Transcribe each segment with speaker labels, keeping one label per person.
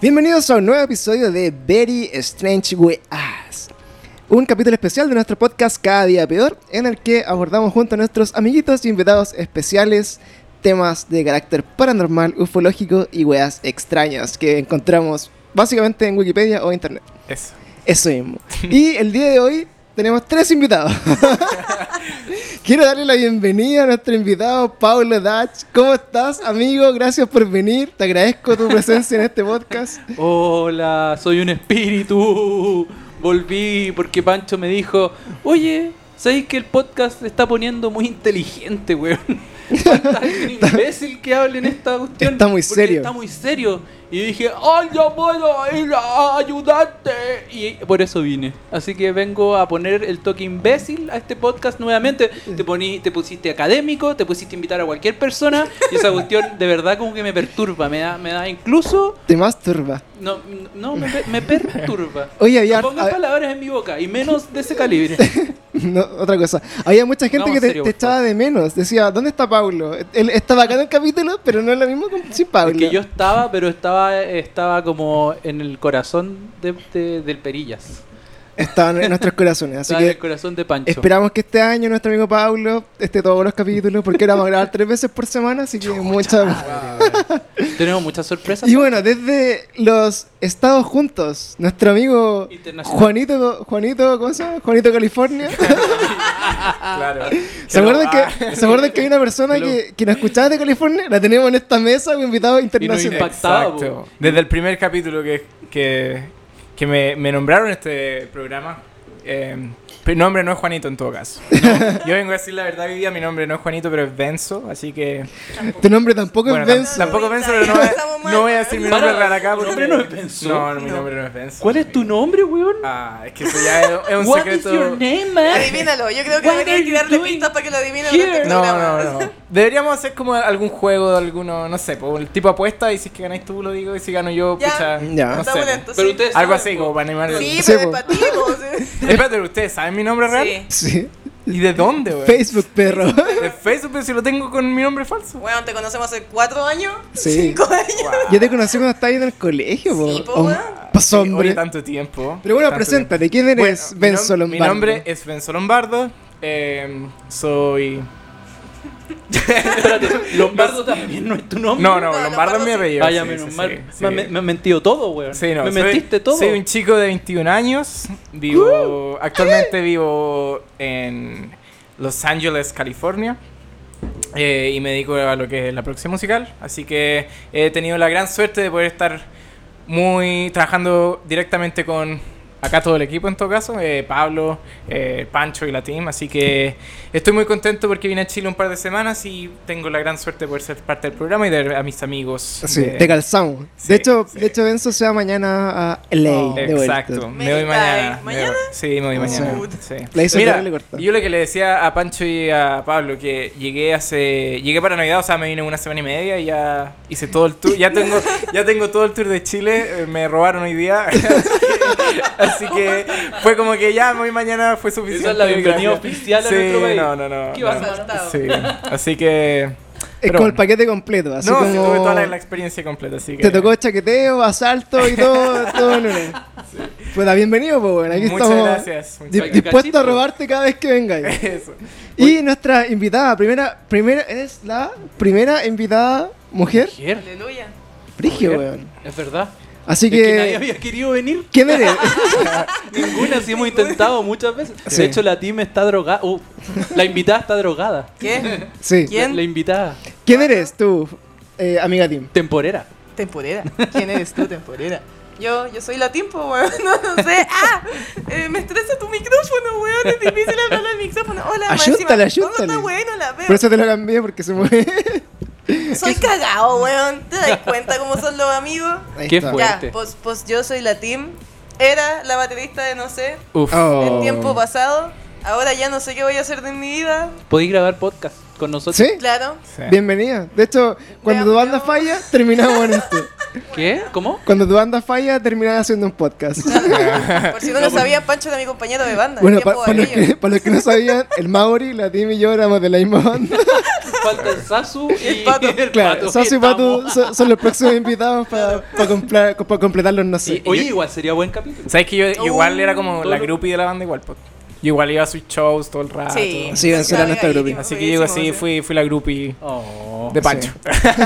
Speaker 1: Bienvenidos a un nuevo episodio de Very Strange We Us. Un capítulo especial de nuestro podcast Cada Día Peor, en el que abordamos junto a nuestros amiguitos y invitados especiales temas de carácter paranormal, ufológico y weas extrañas que encontramos básicamente en Wikipedia o internet.
Speaker 2: Eso.
Speaker 1: Eso mismo. Y el día de hoy tenemos tres invitados. Quiero darle la bienvenida a nuestro invitado Pablo Dach. ¿Cómo estás, amigo? Gracias por venir. Te agradezco tu presencia en este podcast.
Speaker 3: Hola, soy un espíritu. Volví porque Pancho me dijo, oye, ¿sabéis que el podcast se está poniendo muy inteligente, weón? Falta alguien imbécil que hable en esta cuestión.
Speaker 1: Está muy
Speaker 3: porque
Speaker 1: serio.
Speaker 3: Está muy serio. Y yo dije, ¡ay, yo puedo ir a ayudarte! Y por eso vine. Así que vengo a poner el toque imbécil a este podcast nuevamente. Te, poní, te pusiste académico, te pusiste a invitar a cualquier persona. Y esa cuestión de verdad como que me perturba. Me da, me da incluso
Speaker 1: Te masturba.
Speaker 3: no, no me, pe- me perturba.
Speaker 1: Oye, había.
Speaker 3: No pongan
Speaker 1: hab-
Speaker 3: palabras en mi boca y menos de ese calibre.
Speaker 1: no, otra cosa. Había mucha gente
Speaker 3: Vamos
Speaker 1: que
Speaker 3: en
Speaker 1: te,
Speaker 3: serio,
Speaker 1: te
Speaker 3: por favor.
Speaker 1: echaba de menos. Decía, ¿dónde está Pablo? Él estaba acá en el capítulo, pero no es lo mismo con, sin Pablo.
Speaker 3: Porque yo estaba, pero estaba estaba como en el corazón de, de- del Perillas.
Speaker 1: Estaba en nuestros corazones. Así
Speaker 3: Estaba en el
Speaker 1: que
Speaker 3: corazón de Pancho.
Speaker 1: esperamos que este año nuestro amigo Pablo esté todos los capítulos, porque ahora vamos a grabar tres veces por semana, así que
Speaker 3: ah,
Speaker 1: mucha.
Speaker 3: Tenemos muchas sorpresas.
Speaker 1: Y bueno, desde los Estados Juntos, nuestro amigo
Speaker 3: Internacional.
Speaker 1: Juanito, Juanito, ¿cómo se llama? Juanito California.
Speaker 3: ah,
Speaker 2: Claro.
Speaker 1: ¿Se acuerdan,
Speaker 2: ah.
Speaker 1: que, ¿Se acuerdan que hay una persona
Speaker 3: Hello.
Speaker 1: que, que nos escuchaba de California? La tenemos en esta mesa, un invitado
Speaker 3: Y nos
Speaker 1: internacional.
Speaker 3: impactaba.
Speaker 2: Exacto.
Speaker 3: po.
Speaker 2: Desde el primer capítulo que, que, que me, me nombraron este programa. eh, mi nombre no es Juanito en todo caso. No, yo vengo a decir la verdad hoy día, mi nombre no es Juanito, pero es Benzo, así que...
Speaker 1: Tu nombre tampoco
Speaker 2: Bueno,
Speaker 1: es
Speaker 2: tam-
Speaker 1: Benzo.
Speaker 2: tampoco es Benzo, pero no,
Speaker 4: Ya
Speaker 2: voy a-
Speaker 4: estamos mal.
Speaker 2: no voy a decir mi nombre
Speaker 3: Para,
Speaker 2: real acá.
Speaker 3: ¿tu
Speaker 2: porque-
Speaker 3: nombre no es Benzo?
Speaker 2: No, no, mi
Speaker 4: No.
Speaker 2: nombre no es Benzo.
Speaker 3: ¿Cuál es tu nombre, weón?
Speaker 2: Ah, es que eso ya es, es un
Speaker 3: What
Speaker 2: secreto...
Speaker 3: is your name, ah? man?
Speaker 4: Adivínalo, yo creo que
Speaker 3: What
Speaker 4: debería
Speaker 3: are you
Speaker 4: tirarle
Speaker 3: doing
Speaker 4: pistas para que lo adivine
Speaker 3: here?
Speaker 4: el
Speaker 2: No, no, no. Deberíamos hacer como algún juego, alguno, no sé, po, el tipo apuesta y si es que ganáis tú lo digo y si gano yo,
Speaker 4: Ya.
Speaker 2: pucha,
Speaker 1: Ya.
Speaker 2: no
Speaker 4: Está
Speaker 2: sé.
Speaker 4: bueno,
Speaker 2: po.
Speaker 4: entonces.
Speaker 3: Pero ustedes
Speaker 2: Algo
Speaker 3: saben,
Speaker 2: así
Speaker 3: po.
Speaker 2: como para animar el...
Speaker 4: Sí,
Speaker 1: Sí,
Speaker 4: pero
Speaker 1: po.
Speaker 4: es para ti, po, sí.
Speaker 2: Espérate, ¿ustedes saben mi nombre real?
Speaker 4: Sí.
Speaker 1: Sí.
Speaker 2: ¿Y de dónde, güey?
Speaker 1: Facebook, perro.
Speaker 2: De Facebook, pero si lo tengo con mi nombre falso.
Speaker 4: Bueno, te conocemos hace cuatro años,
Speaker 1: Sí.
Speaker 4: cinco años.
Speaker 1: Yo te conocí cuando estabas en el colegio, po.
Speaker 4: Sí, po,
Speaker 1: Oh,
Speaker 4: weón.
Speaker 1: pues,
Speaker 2: Oye,
Speaker 1: hombre.
Speaker 2: tanto tiempo.
Speaker 1: Pero bueno,
Speaker 2: tanto
Speaker 1: preséntate. ¿Quién
Speaker 2: tiempo.
Speaker 1: eres,
Speaker 2: Bueno, mi nom-
Speaker 1: Benzo Lombardo?
Speaker 2: Mi nombre es Benzo Lombardo. eh, soy.
Speaker 3: Espérate, Lombardo también no es tu nombre.
Speaker 2: No, no,
Speaker 4: No,
Speaker 2: Lombardo es mi
Speaker 4: Lombardo sí.
Speaker 2: apellido.
Speaker 3: Vaya,
Speaker 2: sí,
Speaker 3: menos
Speaker 2: sí,
Speaker 3: mal.
Speaker 2: sí, sí.
Speaker 3: Me- Me, me han mentido todo, weón.
Speaker 2: Sí, no,
Speaker 3: me
Speaker 2: soy-
Speaker 3: mentiste todo. Uh-huh.
Speaker 2: Soy un chico de 21 años. Vivo. Actualmente vivo en Los Ángeles, California. eh, y me dedico a lo que es la producción musical. Así que he tenido la gran suerte de poder estar muy. trabajando directamente con. Acá todo el equipo en todo caso, eh, Pablo, eh, Pancho y la team, así que estoy muy contento porque vine a Chile un par de semanas y tengo la gran suerte de poder ser parte del programa y de ver a mis amigos.
Speaker 1: Sí,
Speaker 2: de-
Speaker 1: te calzamos.
Speaker 2: sí,
Speaker 1: de, hecho,
Speaker 2: sí.
Speaker 1: de hecho, Benzo se va mañana a LA.
Speaker 3: Oh.
Speaker 1: de vuelta.
Speaker 2: Exacto.
Speaker 4: Me
Speaker 2: Me voy
Speaker 4: voy
Speaker 2: mañana.
Speaker 4: ¿Mañana?
Speaker 2: Me voy. Sí, me voy mañana.
Speaker 4: Puta.
Speaker 2: Sí.
Speaker 1: La hizo
Speaker 2: Mira,
Speaker 1: Carla y cortó.
Speaker 2: yo lo que le decía a Pancho y a Pablo que llegué hace llegué para Navidad, o sea, me vine una semana y media y ya hice todo el tour, ya tengo ya tengo todo el tour de Chile, eh, me robaron hoy día. Así que fue como que ya me voy mañana fue suficiente.
Speaker 3: Esa es la bienvenida
Speaker 2: gracias.
Speaker 3: oficial a
Speaker 2: Sí,
Speaker 3: nuestro país.
Speaker 2: No, no, no.
Speaker 3: ¿Qué
Speaker 2: no.
Speaker 3: vas a
Speaker 4: Saltado.
Speaker 2: Sí. Así que
Speaker 1: Es
Speaker 2: pero
Speaker 1: como el
Speaker 2: bueno.
Speaker 1: paquete completo. Así
Speaker 2: no,
Speaker 1: como
Speaker 2: sí, tuve toda la, la experiencia completa, así que
Speaker 1: Te tocó chaqueteo, asalto y todo, todo en una. Pues da bienvenido, pues bueno, aquí
Speaker 2: Muchas
Speaker 1: estamos.
Speaker 2: gracias. muchas
Speaker 1: di-
Speaker 3: Para que
Speaker 1: dispuesto a
Speaker 3: cachito.
Speaker 1: robarte cada vez que vengáis.
Speaker 2: gracias. Eso.
Speaker 1: Y nuestra invitada, primera, primera, es la primera invitada mujer
Speaker 3: Mujer,
Speaker 4: Aleluya.
Speaker 1: frigio,
Speaker 3: Mujer.
Speaker 1: weón.
Speaker 3: Es verdad.
Speaker 1: Así
Speaker 3: Es que nadie
Speaker 1: que,
Speaker 3: había querido venir.
Speaker 1: ¿quién eres?
Speaker 3: Ninguna, sí hemos intentado muchas veces.
Speaker 1: Sí.
Speaker 3: De hecho, la team está drogada. Uh, la invitada está drogada.
Speaker 4: ¿Qué?
Speaker 1: Sí.
Speaker 4: ¿Quién?
Speaker 3: La, la invitada
Speaker 1: ¿Quién eres tú, eh, amiga Tim?
Speaker 3: temporera.
Speaker 4: Temporera. ¿Quién eres tú, temporera? Yo, yo soy la tiempo, weón. No, no sé. ¡Ah! Eh, me estresa tu micrófono, weón. Es difícil hablar al micrófono. Hola, más encima.
Speaker 1: Ayúntale,
Speaker 4: No, no
Speaker 1: ayúntale.
Speaker 4: está bueno, la veo.
Speaker 1: Por eso te lo cambié, porque se mueve.
Speaker 4: Soy cagado, weón. ¿Te das cuenta cómo son los amigos?
Speaker 1: Ahí
Speaker 3: ¿Qué
Speaker 1: está.
Speaker 3: fue? Fuerte.
Speaker 4: Ya, pues, pues yo soy la team. Era la baterista de No sé.
Speaker 2: Uf.
Speaker 1: Oh.
Speaker 4: En tiempo pasado. Ahora ya no sé qué voy a hacer de mi vida.
Speaker 3: Podéis grabar podcast con nosotros.
Speaker 1: ¿Sí?
Speaker 4: Claro.
Speaker 2: Sí.
Speaker 1: Bienvenida. De hecho, cuando tu
Speaker 4: amo.
Speaker 1: banda falla, terminamos en esto.
Speaker 3: ¿Qué? ¿Cómo?
Speaker 1: Cuando tu banda falla, terminás haciendo un podcast.
Speaker 4: Por si no lo sabían, Pancho era mi compañero de banda. en
Speaker 1: Bueno, pa-
Speaker 4: tiempo
Speaker 1: para, los
Speaker 4: aquello.
Speaker 1: que, para los que no sabían, el Maori, la Tim y yo éramos de la misma banda.
Speaker 3: faltan Sasu y el
Speaker 4: pato.
Speaker 1: Claro, Sasu y Patu
Speaker 3: estamos-
Speaker 1: son, son los próximos invitados para completarlos, no sé.
Speaker 2: Y-
Speaker 3: Oye, igual sería buen capítulo.
Speaker 2: ¿Sabes que yo, yo
Speaker 4: Oh,
Speaker 2: igual era como
Speaker 3: todo
Speaker 2: la
Speaker 3: lo-
Speaker 2: groupie de la banda igual? po. Yo igual iba a sus shows todo el rato.
Speaker 4: Sí.
Speaker 1: Sí, Venezuela
Speaker 4: Claro,
Speaker 1: no está
Speaker 4: ahí
Speaker 1: groupie.
Speaker 4: íbamos,
Speaker 2: Así que yo así
Speaker 4: íbamos,
Speaker 2: fui, fui la groupie
Speaker 3: Oh.
Speaker 2: de Pancho.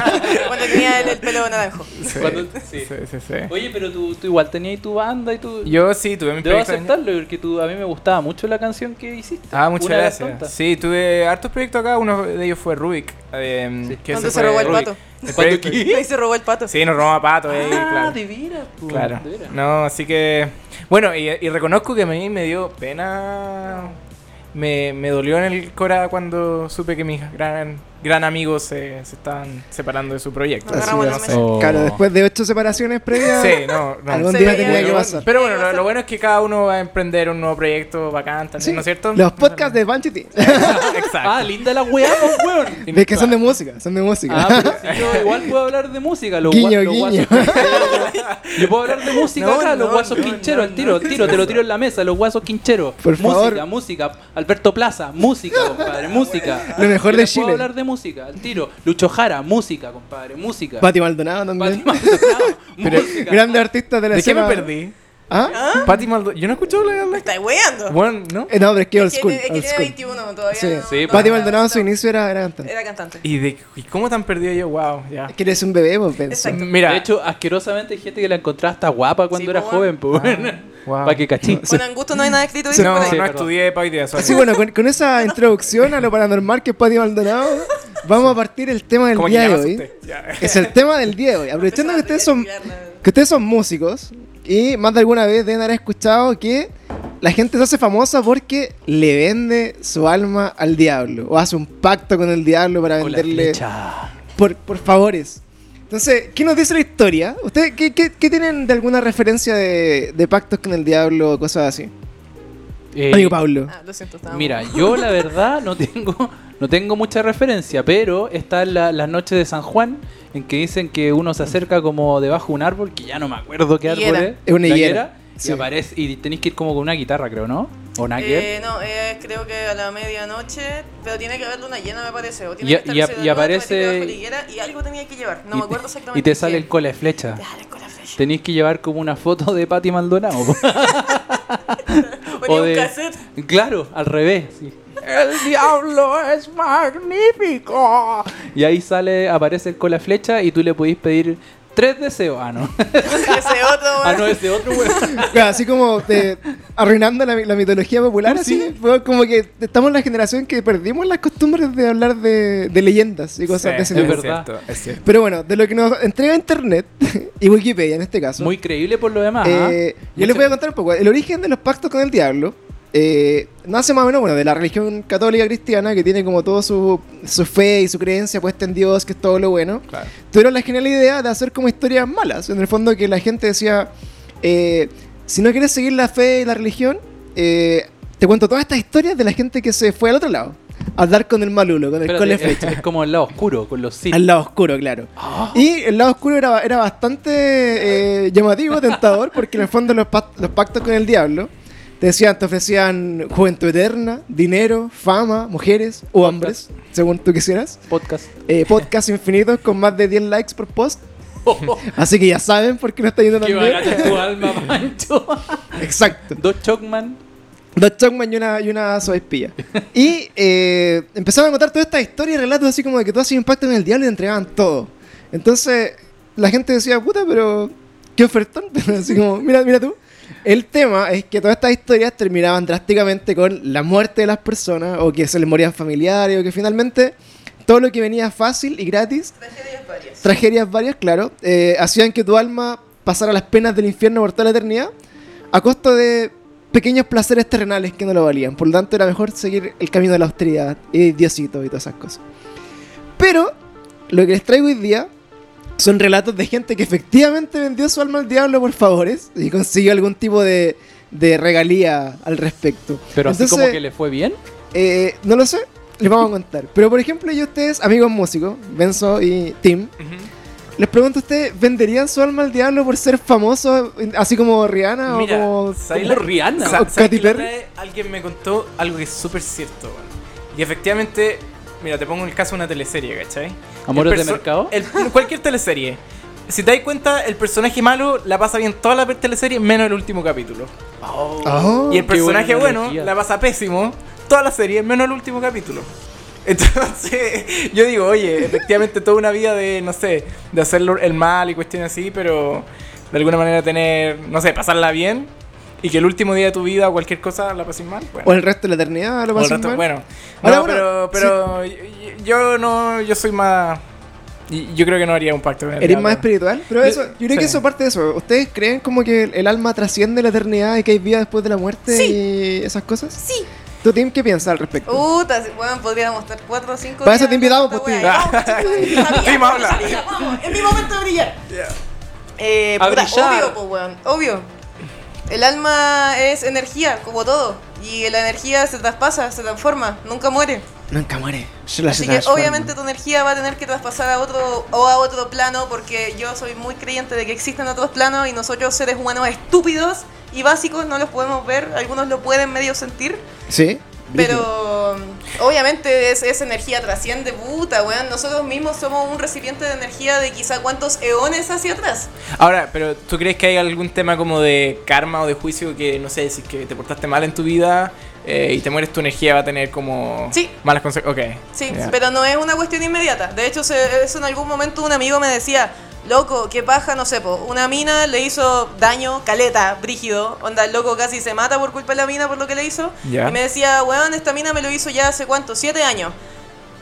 Speaker 4: Cuando tenía el, el pelo naranjo.
Speaker 2: Sí,
Speaker 3: Cuando-
Speaker 2: sí,
Speaker 3: sí.
Speaker 2: sí, sí.
Speaker 3: Oye, pero tú, tú igual tenías tu banda y tu...
Speaker 2: Yo sí tuve mi
Speaker 3: Debo
Speaker 2: proyecto de año.
Speaker 3: aceptarlo porque tú, a mí me gustaba mucho la canción que hiciste.
Speaker 2: Ah, muchas
Speaker 3: Una de las
Speaker 2: gracias.
Speaker 3: tontas.
Speaker 2: Sí, tuve hartos proyectos acá. Uno de ellos fue Rubik. eh,
Speaker 3: Sí.
Speaker 2: que
Speaker 4: Cuando
Speaker 2: ese
Speaker 4: se
Speaker 2: fue-
Speaker 4: robó el
Speaker 2: Rubik.
Speaker 4: pato.
Speaker 3: ¿Cuándo
Speaker 2: proyecto-
Speaker 3: qué?
Speaker 4: Ahí se robó el pato.
Speaker 2: Sí, nos robamos a pato. eh,
Speaker 3: Ah,
Speaker 2: claro.
Speaker 3: de veras. po,
Speaker 2: Claro.
Speaker 3: de veras.
Speaker 2: No, así que. Bueno, y, y reconozco que a mí me dio pena. Me, me dolió en el cora cuando supe que mis gran, gran amigos se, se estaban separando de su proyecto.
Speaker 4: Nos agarramos
Speaker 2: No
Speaker 4: las
Speaker 2: sé.
Speaker 4: mechas.
Speaker 3: Oh.
Speaker 1: Claro, después de ocho separaciones previas,
Speaker 2: Sí, no, no.
Speaker 1: algún
Speaker 4: Se
Speaker 1: día
Speaker 4: veía
Speaker 1: tenía
Speaker 4: yo.
Speaker 1: que pasar.
Speaker 2: Pero bueno, lo, lo bueno es que cada uno va a emprender un nuevo proyecto bacán también,
Speaker 1: Sí,
Speaker 2: ¿no es cierto?
Speaker 1: Los podcasts de Banchity.
Speaker 2: Exacto.
Speaker 3: Ah, linda la weá, po, weón.
Speaker 1: Es que son de música, son de música.
Speaker 3: Ah, pero si yo igual puedo hablar de música. Los
Speaker 1: Guiño,
Speaker 3: gua- los
Speaker 1: guiño.
Speaker 3: guasos- Yo puedo hablar de música
Speaker 2: No,
Speaker 3: acá, los
Speaker 2: no,
Speaker 3: guasos
Speaker 2: no,
Speaker 3: quincheros,
Speaker 2: no,
Speaker 3: al tiro,
Speaker 2: no.
Speaker 3: al tiro, te lo tiro en la mesa, los guasos quincheros.
Speaker 1: Por
Speaker 3: música,
Speaker 1: favor.
Speaker 3: música, Alberto Plaza, música, compadre, música.
Speaker 1: Lo mejor
Speaker 3: Yo
Speaker 1: de
Speaker 3: les
Speaker 1: Chile.
Speaker 3: Puedo hablar de música, al tiro. Lucho Jara, música, compadre, música.
Speaker 1: Pati Maldonado
Speaker 3: Pati
Speaker 1: también.
Speaker 3: Maldonado, música.
Speaker 1: Grandes artistas de la
Speaker 2: ¿De qué me
Speaker 1: escena-
Speaker 2: perdí?
Speaker 1: ¿Ah?
Speaker 2: Pati Maldonado. Yo no escucho la.
Speaker 4: Me
Speaker 2: la-
Speaker 4: estáis weando.
Speaker 2: Bueno, ¿no?
Speaker 1: Eh, no, pero es que old
Speaker 4: Es que
Speaker 1: school.
Speaker 4: tiene- es que
Speaker 1: old
Speaker 4: tiene
Speaker 1: school.
Speaker 4: 21 todavía.
Speaker 1: Sí.
Speaker 4: no-
Speaker 3: Sí,
Speaker 4: no-
Speaker 2: pues.
Speaker 1: Pati
Speaker 4: no-
Speaker 1: Maldonado,
Speaker 4: no-
Speaker 1: su inicio era era cantante.
Speaker 4: Era cantante.
Speaker 2: ¿Y, de, y cómo tan perdido yo? Wow, ya.
Speaker 1: Es que eres un bebé, pues, vos pensás.
Speaker 4: Exacto.
Speaker 2: Mira.
Speaker 3: De hecho, asquerosamente hay gente que la encontraba hasta guapa cuando
Speaker 4: Sí,
Speaker 3: era
Speaker 4: po,
Speaker 3: joven, pues
Speaker 2: wow.
Speaker 3: Para que cachín.
Speaker 4: Bueno, en gusto no hay nada escrito. dice
Speaker 2: no,
Speaker 4: por
Speaker 2: no
Speaker 4: ahí.
Speaker 3: Sí, perdón.
Speaker 2: estudié para hoy día. sorry.
Speaker 1: Así bueno, con, con esa introducción a lo paranormal que es Pati Maldonado, vamos a partir el tema del
Speaker 2: Como que
Speaker 1: día
Speaker 2: ya
Speaker 1: de
Speaker 2: me
Speaker 1: hoy.
Speaker 2: asusté, ya.
Speaker 1: Es el tema del día de hoy. Aprovechando que ustedes son
Speaker 4: Empezaba a respirar,
Speaker 1: que ustedes son músicos y más de alguna vez deben haber escuchado que la gente se hace famosa porque le vende su alma al diablo o hace un pacto con el diablo para
Speaker 3: Con la
Speaker 1: venderle
Speaker 3: flecha.
Speaker 1: por, por favores. Entonces, ¿qué nos dice la historia? ¿Ustedes qué, qué- qué tienen de alguna referencia de, de pactos con el diablo o cosas así?
Speaker 3: Eh,
Speaker 1: Amigo Pablo.
Speaker 4: la- Ah, lo siento, estaba.
Speaker 3: Mira, yo la verdad no tengo, no tengo mucha referencia, pero está la, las noches de San Juan en que dicen que uno se acerca como debajo de un árbol, que ya no me acuerdo qué árbol
Speaker 4: Higuera.
Speaker 3: es.
Speaker 1: Es una
Speaker 3: la
Speaker 1: higuera,
Speaker 3: Y
Speaker 1: sí.
Speaker 3: aparece, y tenéis que ir como con una guitarra, creo, ¿no? O una guitarra.
Speaker 4: Eh, no, eh, creo que a la medianoche, pero tiene que haber luna llena, me parece. O tiene
Speaker 3: Y-
Speaker 4: que estar
Speaker 3: y-
Speaker 4: el cielo
Speaker 3: y
Speaker 4: nuevo,
Speaker 3: aparece-
Speaker 4: te metí debajo de la higuera y algo tenía que llevar. No
Speaker 3: y,
Speaker 4: me acuerdo
Speaker 3: te-
Speaker 4: exactamente.
Speaker 3: Y te
Speaker 4: qué.
Speaker 3: sale el cola de flecha.
Speaker 4: Te sale el cola flecha.
Speaker 3: Tenéis que llevar como una foto de Patti Maldonado. po.
Speaker 4: Ponía un
Speaker 3: de-
Speaker 4: cassette.
Speaker 3: Claro, al revés. sí. El diablo es magnífico. Y ahí sale, aparece el cola flecha y tú le podís pedir tres deseos. Ah, no.
Speaker 4: Ese otro,
Speaker 3: ah, no, es de otro weón.
Speaker 1: Claro, así como de- arruinando la, mi- la mitología popular, así, fue como que estamos en la generación que perdimos las costumbres de hablar de, de leyendas y cosas
Speaker 2: Sí,
Speaker 1: de ese
Speaker 3: es
Speaker 1: tipo.
Speaker 3: verdad.
Speaker 2: cierto, es cierto.
Speaker 1: Pero bueno, de lo que nos entrega Internet y Wikipedia en este caso,
Speaker 3: Muy creíble por lo demás. ¿ah?
Speaker 1: eh, yo
Speaker 3: Mucho-
Speaker 1: les voy a contar un poco. El origen de los pactos con el diablo eh, nace más o menos bueno, de la religión católica cristiana que tiene como toda su, su fe y su creencia puesta en Dios, que es todo lo bueno
Speaker 2: Claro.
Speaker 1: tuvieron la genial idea de hacer como historias malas. En el fondo que la gente decía, eh, si no quieres seguir la fe y la religión, eh, te cuento todas estas historias de la gente que se fue al otro lado. A hablar con el malulo, con el
Speaker 3: Espérate, eh,
Speaker 1: cole
Speaker 3: es-
Speaker 1: flecha.
Speaker 3: es, como el lado oscuro, con los
Speaker 1: Al
Speaker 3: sitios.
Speaker 1: lado oscuro, claro. Y el lado oscuro era, era bastante eh, llamativo, tentador, porque en el fondo los, pact- los pactos con el diablo te decían, te ofrecían juventud eterna, dinero, fama, mujeres o hombres, según tú quisieras
Speaker 3: Podcast.
Speaker 1: eh, podcast infinitos con más de 10 likes por post.
Speaker 3: Oh,
Speaker 1: Así que ya saben por qué no está yendo tan
Speaker 3: Qué barata
Speaker 1: bien.
Speaker 3: tu alma, Pancho.
Speaker 1: Exacto.
Speaker 3: Dos Chocman.
Speaker 1: Dos Chongman y una, y una sobaipilla. Y eh, empezaban a contar todas estas historias y relatos así como de que todo hacía impacto en el diablo y te entregaban todo. Entonces la gente decía, puta, pero qué ofertón. así como, mira, mira tú. El tema es que todas estas historias terminaban drásticamente con la muerte de las personas o que se les morían familiares o que finalmente todo lo que venía fácil y gratis
Speaker 4: Tragedias varias.
Speaker 1: tragedias varias, claro, eh, hacían que tu alma pasara las penas del infierno por toda la eternidad a costa de pequeños placeres terrenales que no lo valían. Por lo tanto, era mejor seguir el camino de la austeridad y de Diosito y todas esas cosas. Pero lo que les traigo hoy día son relatos de gente que efectivamente vendió su alma al diablo por favores y consiguió algún tipo de, de regalía al respecto.
Speaker 3: Pero así como
Speaker 1: Entonces,
Speaker 3: que le fue bien.
Speaker 1: eh, no lo sé, les vamos a contar. Pero por ejemplo, yo a ustedes, amigos músicos, Benzo y Tim, les pregunto a ustedes, ¿venderían su alma al diablo por ser famoso, así como Rihanna
Speaker 2: Mira,
Speaker 1: o como...
Speaker 2: ¿sabes
Speaker 3: como
Speaker 2: la-
Speaker 3: Rihanna.
Speaker 2: sa-
Speaker 1: O
Speaker 2: ¿sabes
Speaker 1: Katy
Speaker 2: que la
Speaker 1: Perry.
Speaker 2: otra vez Alguien me contó algo que es súper cierto, weón. Y efectivamente, Mira, te pongo el caso de una teleserie, ¿cachai?
Speaker 3: ¿Amores
Speaker 2: El
Speaker 3: de
Speaker 2: perso-
Speaker 3: mercado?
Speaker 2: el- cualquier teleserie. Si te das cuenta, el personaje malo la pasa bien toda la teleserie, menos el último capítulo.
Speaker 1: Oh,
Speaker 2: y el
Speaker 3: qué
Speaker 2: personaje
Speaker 3: buena
Speaker 2: bueno
Speaker 3: analogía.
Speaker 2: la pasa pésimo toda la serie, menos el último capítulo. Entonces, yo digo, oye, efectivamente toda una vida de, no sé, de hacerlo el mal y cuestiones así, pero de alguna manera tener, no sé, pasarla bien y que el último día de tu vida o cualquier cosa la pases mal. Bueno.
Speaker 1: O el resto de la eternidad, lo
Speaker 2: O el
Speaker 1: pasan
Speaker 2: resto-
Speaker 1: mal.
Speaker 2: Bueno,
Speaker 1: Ahora,
Speaker 2: no,
Speaker 1: bueno,
Speaker 2: pero, pero y- y- yo no, yo soy más, y- yo creo que no haría un pacto. con el
Speaker 1: Eres
Speaker 2: diablo.
Speaker 1: más espiritual, pero
Speaker 2: Yo-
Speaker 1: eso, yo creo que
Speaker 2: sí.
Speaker 1: eso parte de eso. ¿Ustedes creen como que el, el alma trasciende la eternidad y que hay vida después de la muerte y esas cosas?
Speaker 4: Sí. Oh.
Speaker 1: ¿Tú, Tim, qué piensas al respecto?
Speaker 4: Puta, si- weón, podríamos estar 4 o 5
Speaker 1: Para eso te invitamos, pues, tío.
Speaker 2: Sí, vamos a hablar.
Speaker 4: Es mi momento de brillar. Eh,
Speaker 3: A
Speaker 4: puta,
Speaker 3: brillar.
Speaker 4: obvio, pues, weón. Obvio. El alma es energía, como todo. Y la energía se traspasa, se transforma, nunca muere.
Speaker 1: Nunca muere. Se la-
Speaker 4: Así
Speaker 1: se
Speaker 4: que
Speaker 1: transforma.
Speaker 4: obviamente tu energía va a tener que traspasar a otro o a otro plano porque yo soy muy creyente de que existen otros planos y nosotros seres humanos estúpidos y básicos no los podemos ver, algunos lo pueden medio sentir,
Speaker 1: Sí. brígido.
Speaker 4: pero mm, obviamente es, esa energía trasciende, puta, weón, nosotros mismos somos un recipiente de energía de quizá cuántos eones hacia atrás.
Speaker 2: Ahora, pero ¿tú crees que hay algún tema como de karma o de juicio que, no sé, si es que te portaste mal en tu vida eh, y te mueres, tu energía va a tener como
Speaker 4: Sí.
Speaker 2: malas consecuencias? Ok.
Speaker 4: Sí,
Speaker 2: ya.
Speaker 4: pero no es una cuestión inmediata. De hecho, se- eso en algún momento un amigo me decía, loco, qué paja, no sé, po, una mina le hizo daño, caleta, brígido, onda, el loco casi se mata por culpa de la mina por lo que le hizo.
Speaker 2: Ya.
Speaker 4: Y me decía, weón, esta mina me lo hizo ya hace cuánto, siete años.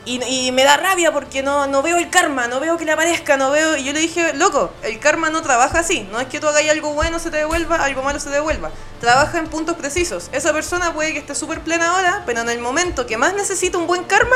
Speaker 4: Y, y me da rabia porque no, no veo el karma, no veo que le aparezca, no veo... Y yo le dije, loco, el karma no trabaja así. No es que tú hagas algo bueno se te devuelva, algo malo se te devuelva. Trabaja en puntos precisos. Esa persona puede que esté súper plena ahora, pero en el momento que más necesita un buen karma,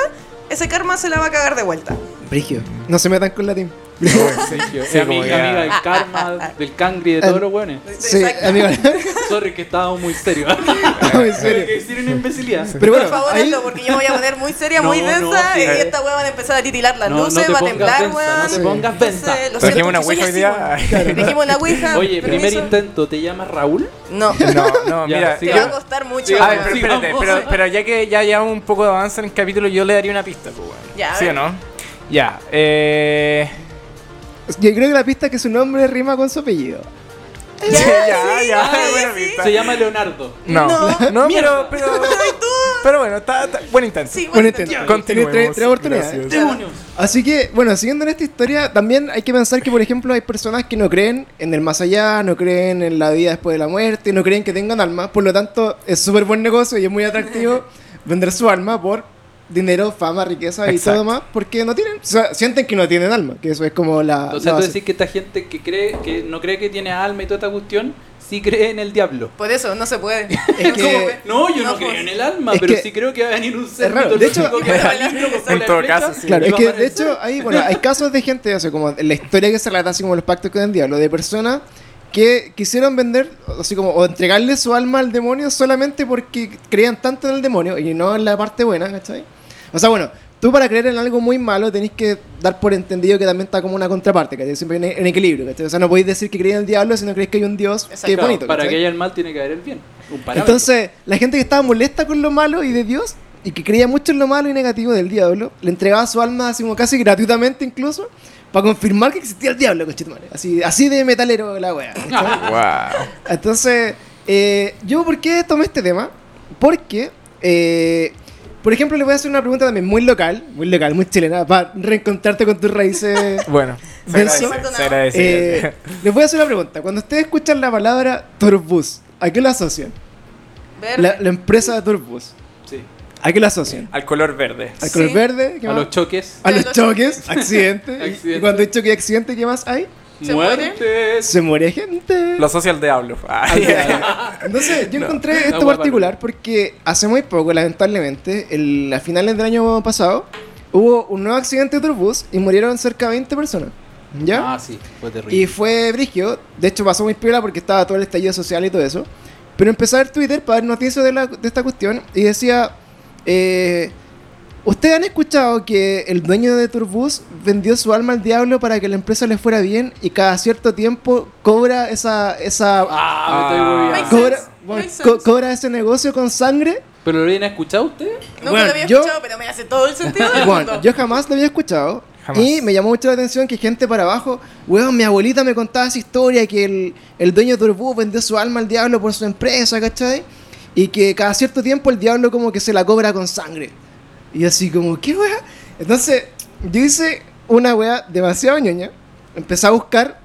Speaker 4: ese karma se la va a cagar de vuelta.
Speaker 1: Brígido. No se metan con la Tim.
Speaker 3: Sergio,
Speaker 2: Sí,
Speaker 3: es
Speaker 2: como
Speaker 3: amiga,
Speaker 2: que-
Speaker 3: amiga del karma, del cangri, de
Speaker 1: Ah.
Speaker 3: todos los hueones.
Speaker 1: Sí,
Speaker 4: Exacto.
Speaker 1: amigo.
Speaker 3: Sorry que estaba muy serio.
Speaker 1: no, en
Speaker 3: Tengo que
Speaker 1: serio.
Speaker 3: decir una imbecilidad.
Speaker 1: Pero bueno,
Speaker 4: Por favor,
Speaker 1: ahí-
Speaker 4: hazlo, porque yo me voy a poner muy seria,
Speaker 3: No,
Speaker 4: muy
Speaker 3: no,
Speaker 4: densa,
Speaker 3: sí.
Speaker 4: y esta weá van a empezar a titilar las
Speaker 3: No, no
Speaker 4: luces,
Speaker 3: te
Speaker 4: va a
Speaker 3: pongas
Speaker 4: temblar,
Speaker 3: densa, no
Speaker 4: weón.
Speaker 1: te
Speaker 3: pongas
Speaker 4: Entonces,
Speaker 3: densa.
Speaker 4: lo
Speaker 2: Trajimos una
Speaker 4: siento, que soy
Speaker 2: ouija hoy
Speaker 4: así,
Speaker 2: día.
Speaker 4: weón. Trajimos la ouija.
Speaker 3: Oye, primer
Speaker 4: permiso.
Speaker 3: intento, ¿te llamas Raúl?
Speaker 4: No,
Speaker 2: No, no,
Speaker 3: Ya,
Speaker 2: mira.
Speaker 4: te
Speaker 3: siga.
Speaker 4: va a
Speaker 2: yo-
Speaker 4: costar mucho.
Speaker 3: Siga.
Speaker 2: a ver,
Speaker 4: weón.
Speaker 2: pero
Speaker 3: Sí,
Speaker 2: espérate,
Speaker 3: vamos.
Speaker 2: pero, pero ya que ya llevamos un poco de avance en el capítulo, yo le daría una pista, pues, bueno.
Speaker 4: Ya, a
Speaker 2: ¿Sí o
Speaker 4: ver.
Speaker 2: no? Ya, eh...
Speaker 1: yo creo que la pista es que su nombre rima con su apellido.
Speaker 2: Ya, ya,
Speaker 4: sí,
Speaker 2: ya,
Speaker 4: sí,
Speaker 2: buena
Speaker 4: sí.
Speaker 2: pista.
Speaker 3: Se llama Leonardo.
Speaker 2: No,
Speaker 4: No.
Speaker 2: no,
Speaker 3: Mierda.
Speaker 2: pero, pero... Pero bueno, está, está- buen intento.
Speaker 4: Sí,
Speaker 1: Bueno,
Speaker 4: bueno,
Speaker 1: intento.
Speaker 4: ya.
Speaker 1: Tiene
Speaker 2: Continuemos,
Speaker 1: tres, tres oportunidades.
Speaker 2: gracias.
Speaker 3: Demonios.
Speaker 1: Así que, bueno, siguiendo en esta historia, también hay que pensar que, por ejemplo, hay personas que no creen en el más allá, no creen en la vida después de la muerte, no creen que tengan alma. Por lo tanto, es súper buen negocio y es muy atractivo vender su alma por dinero, fama, riqueza y
Speaker 2: Exacto.
Speaker 1: todo más, porque no tienen, o sea, sienten que no tienen alma, que eso es como la...
Speaker 3: O
Speaker 1: la
Speaker 3: sea, tú
Speaker 1: base.
Speaker 3: decís que esta gente que cree que no cree que tiene alma y toda esta cuestión, sí cree en el diablo.
Speaker 4: Por eso, no se puede.
Speaker 1: Es que-
Speaker 4: ¿Cómo ve?
Speaker 3: No, yo no,
Speaker 4: No,
Speaker 3: creo
Speaker 4: pues.
Speaker 3: en el alma,
Speaker 1: Es
Speaker 3: pero
Speaker 1: que-
Speaker 3: sí creo que va a venir un ser
Speaker 1: Es raro. De hecho-
Speaker 3: mitológico que va a venir con
Speaker 2: En
Speaker 3: la
Speaker 2: todo
Speaker 3: flecha
Speaker 2: caso, sí.
Speaker 3: y
Speaker 1: Claro,
Speaker 3: va
Speaker 1: es
Speaker 3: a
Speaker 1: que de
Speaker 3: aparecer.
Speaker 1: hecho hay, bueno, hay casos de gente, o sea, como en la historia que se relata, así como los pactos con el diablo, de personas que quisieron vender, así como, o entregarle su alma al demonio solamente porque creían tanto en el demonio y no en la parte buena, ¿cachai? O sea, bueno, tú para creer en algo muy malo tenés que dar por entendido que también está como una contraparte, ¿cachai? Siempre hay un, un equilibrio, ¿cachai? O sea, no podéis decir que creéis en el diablo si no creéis que hay un dios que es
Speaker 3: Claro,
Speaker 1: bonito,
Speaker 3: Para
Speaker 1: ¿cachai?
Speaker 3: que haya el mal tiene que haber el bien. Un parámetro.
Speaker 1: Entonces, la gente que estaba molesta con lo malo y de Dios, y que creía mucho en lo malo y negativo del diablo, le entregaba su alma así como casi gratuitamente incluso, para confirmar que existía el diablo, conchetumare. Así, así de metalero la wea. ¿cachai?
Speaker 2: Wow.
Speaker 1: Entonces, eh, yo por qué tomé este tema? Porque, eh, por ejemplo, le voy a hacer una pregunta también muy local, muy local, muy chilena, para reencontrarte con tus raíces.
Speaker 2: Bueno, se
Speaker 1: Benzo.
Speaker 2: agradece, se agradece.
Speaker 1: Eh, les voy a hacer una pregunta. Cuando ustedes escuchan la palabra Turbus, ¿a qué la asocian?
Speaker 4: Verde.
Speaker 1: La, la empresa de Turbus.
Speaker 3: Sí.
Speaker 1: ¿A qué lo asocian?
Speaker 2: Al color verde.
Speaker 1: Al color
Speaker 4: Sí.
Speaker 1: verde, ¿qué
Speaker 3: A
Speaker 1: más?
Speaker 3: los choques.
Speaker 1: A
Speaker 4: A
Speaker 1: los
Speaker 4: los
Speaker 1: choques, accidentes.
Speaker 3: Accidente.
Speaker 1: Y cuando hay choque y accidente, ¿qué más hay?
Speaker 4: ¿Se
Speaker 3: Muertes.
Speaker 1: Se muere gente.
Speaker 2: Lo social diablo. Ah,
Speaker 3: Al
Speaker 2: ya.
Speaker 3: diablo.
Speaker 1: Entonces, yo
Speaker 2: No.
Speaker 1: encontré
Speaker 3: No,
Speaker 1: esto
Speaker 3: guapa,
Speaker 1: particular porque hace muy poco, lamentablemente, el- a finales del año pasado, hubo un nuevo accidente de autobús y murieron cerca de 20 personas. ¿Ya?
Speaker 3: Ah, sí. Fue terrible.
Speaker 1: Y fue brigio, de hecho pasó muy piola porque estaba todo el estallido social y todo eso. Pero empecé a ver Twitter para ver noticias de, la- de esta cuestión y decía, eh, ¿ustedes han escuchado que el dueño de Turbus vendió su alma al diablo para que la empresa le fuera bien y cada cierto tiempo cobra esa... esa
Speaker 3: Ah, me estoy
Speaker 2: Ah.
Speaker 3: hueviando.
Speaker 1: cobra,
Speaker 4: sense.
Speaker 1: Bueno,
Speaker 4: Makes
Speaker 1: co-
Speaker 4: sense.
Speaker 1: cobra ese negocio con sangre.
Speaker 3: ¿Pero lo habían escuchado usted?
Speaker 4: Nunca
Speaker 1: Bueno,
Speaker 4: lo había
Speaker 1: yo-
Speaker 4: escuchado, pero me hace todo el sentido del
Speaker 1: Bueno,
Speaker 4: mundo.
Speaker 1: yo jamás lo había escuchado.
Speaker 2: Jamás.
Speaker 1: Y me llamó mucho la atención que gente para abajo, weón, mi abuelita me contaba esa historia, que el, el dueño de Turbú vendió su alma al diablo por su empresa, ¿cachai? Y que cada cierto tiempo el diablo como que se la cobra con sangre. Y yo así como, ¿qué weá? Entonces, yo hice una weá demasiado ñoña. Empecé a buscar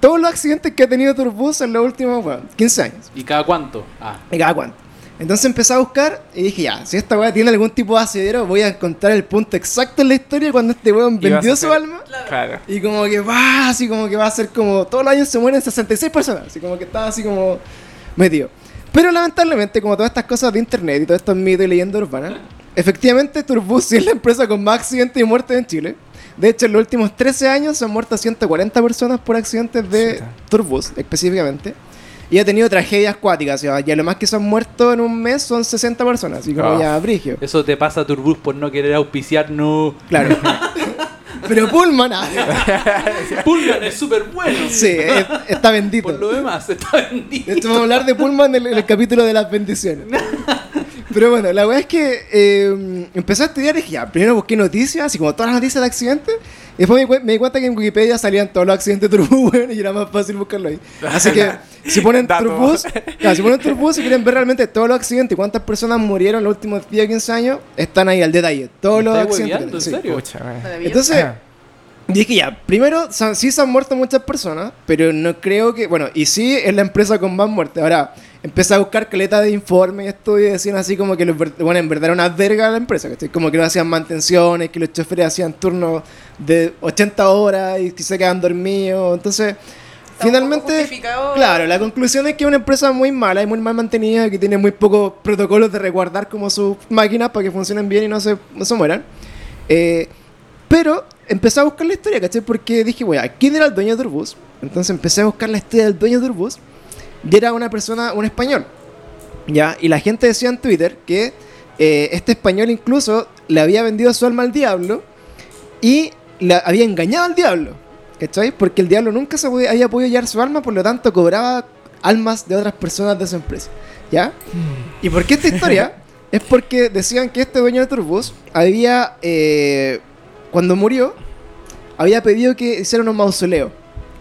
Speaker 1: todos los accidentes que ha tenido Turbus en los últimos, weón, 15 años.
Speaker 3: ¿Y cada cuánto? Ah.
Speaker 1: Y cada cuánto. Entonces empecé a buscar y dije, ya, si esta weá tiene algún tipo de asidero, voy a encontrar el punto exacto en la historia cuando este weón
Speaker 2: Y vas
Speaker 1: vendió
Speaker 2: a
Speaker 1: su
Speaker 2: hacer-
Speaker 1: alma.
Speaker 2: Claro.
Speaker 1: Y como que va, así como que va a ser como, todos los años se mueren 66 personas, así como que estaba así como metido. Pero lamentablemente, como todas estas cosas de internet y todos estos mitos y leyendas urbanas, efectivamente Turbus sí es la empresa con más accidentes y muertes en Chile. De hecho, en los últimos 13 años se han muerto 140 personas por accidentes de
Speaker 2: Chuta.
Speaker 1: Turbus, específicamente. Y ha tenido tragedias acuáticas, ya, ya lo más que se han muerto en un mes son 60 personas, así como
Speaker 2: Ah.
Speaker 1: ya brigio.
Speaker 3: Eso te pasa, Turbus, por no querer auspiciar, no.
Speaker 1: Claro. Pero Pullman, ah,
Speaker 3: Pullman es súper bueno.
Speaker 1: sí, es- está bendito.
Speaker 3: Por lo demás, está
Speaker 1: De
Speaker 3: vendido.
Speaker 1: hecho, vamos a hablar de Pullman en el, en el capítulo de las bendiciones. Pero bueno, la weá es que eh, empecé a estudiar y dije, ya, primero busqué noticias, así como todas las noticias de accidentes. Y después me, di cuen- me di cuenta que en Wikipedia salían todos los accidentes de Turbus, weón, y era más fácil buscarlo ahí. Así que si ponen
Speaker 2: Dato.
Speaker 1: Turbus, claro, si ponen Turbus y quieren ver realmente todos los accidentes y cuántas personas murieron los últimos 10 o 15 años, están ahí al detalle. Todos
Speaker 3: Me
Speaker 1: los
Speaker 3: estáis
Speaker 1: accidentes.
Speaker 3: hueveando, ¿en
Speaker 1: sí.
Speaker 3: serio?
Speaker 2: Pucha, wey.
Speaker 4: Maravilloso.
Speaker 1: Entonces,
Speaker 2: Ajá.
Speaker 1: dije ya, primero, se han- sí se han muerto muchas personas, pero no creo que. Bueno, y sí es la empresa con más muertes. Ahora, empecé a buscar caleta de informes y estudios y decían así como que, los, ver- bueno, en verdad era una verga la empresa, ¿cachai? Como que no hacían mantenciones, que los choferes hacían turnos de 80 horas y que se quedaban dormidos. Entonces.
Speaker 4: Está un poco
Speaker 1: Finalmente,
Speaker 4: justificado.
Speaker 1: claro, la conclusión es que es una empresa muy mala y muy mal mantenida, que tiene muy pocos protocolos de resguardar como sus máquinas para que funcionen bien y no se, no se mueran. Eh, pero empecé a buscar la historia, ¿cachai? Porque dije, bueno, ¿quién era el dueño de Urbus? Entonces empecé a buscar la historia del dueño de Urbus y era una persona, un español. ¿Ya? Y la gente decía en Twitter que eh, este español incluso le había vendido su alma al diablo y la había engañado al diablo. ¿Cachai? Porque el diablo nunca se podía- había podido llevar su alma, por lo tanto cobraba almas de otras personas de su empresa. ¿Ya? ¿Y por qué esta historia? es porque decían que este dueño de Turbus había, eh, cuando murió, había pedido que hicieran un mausoleo.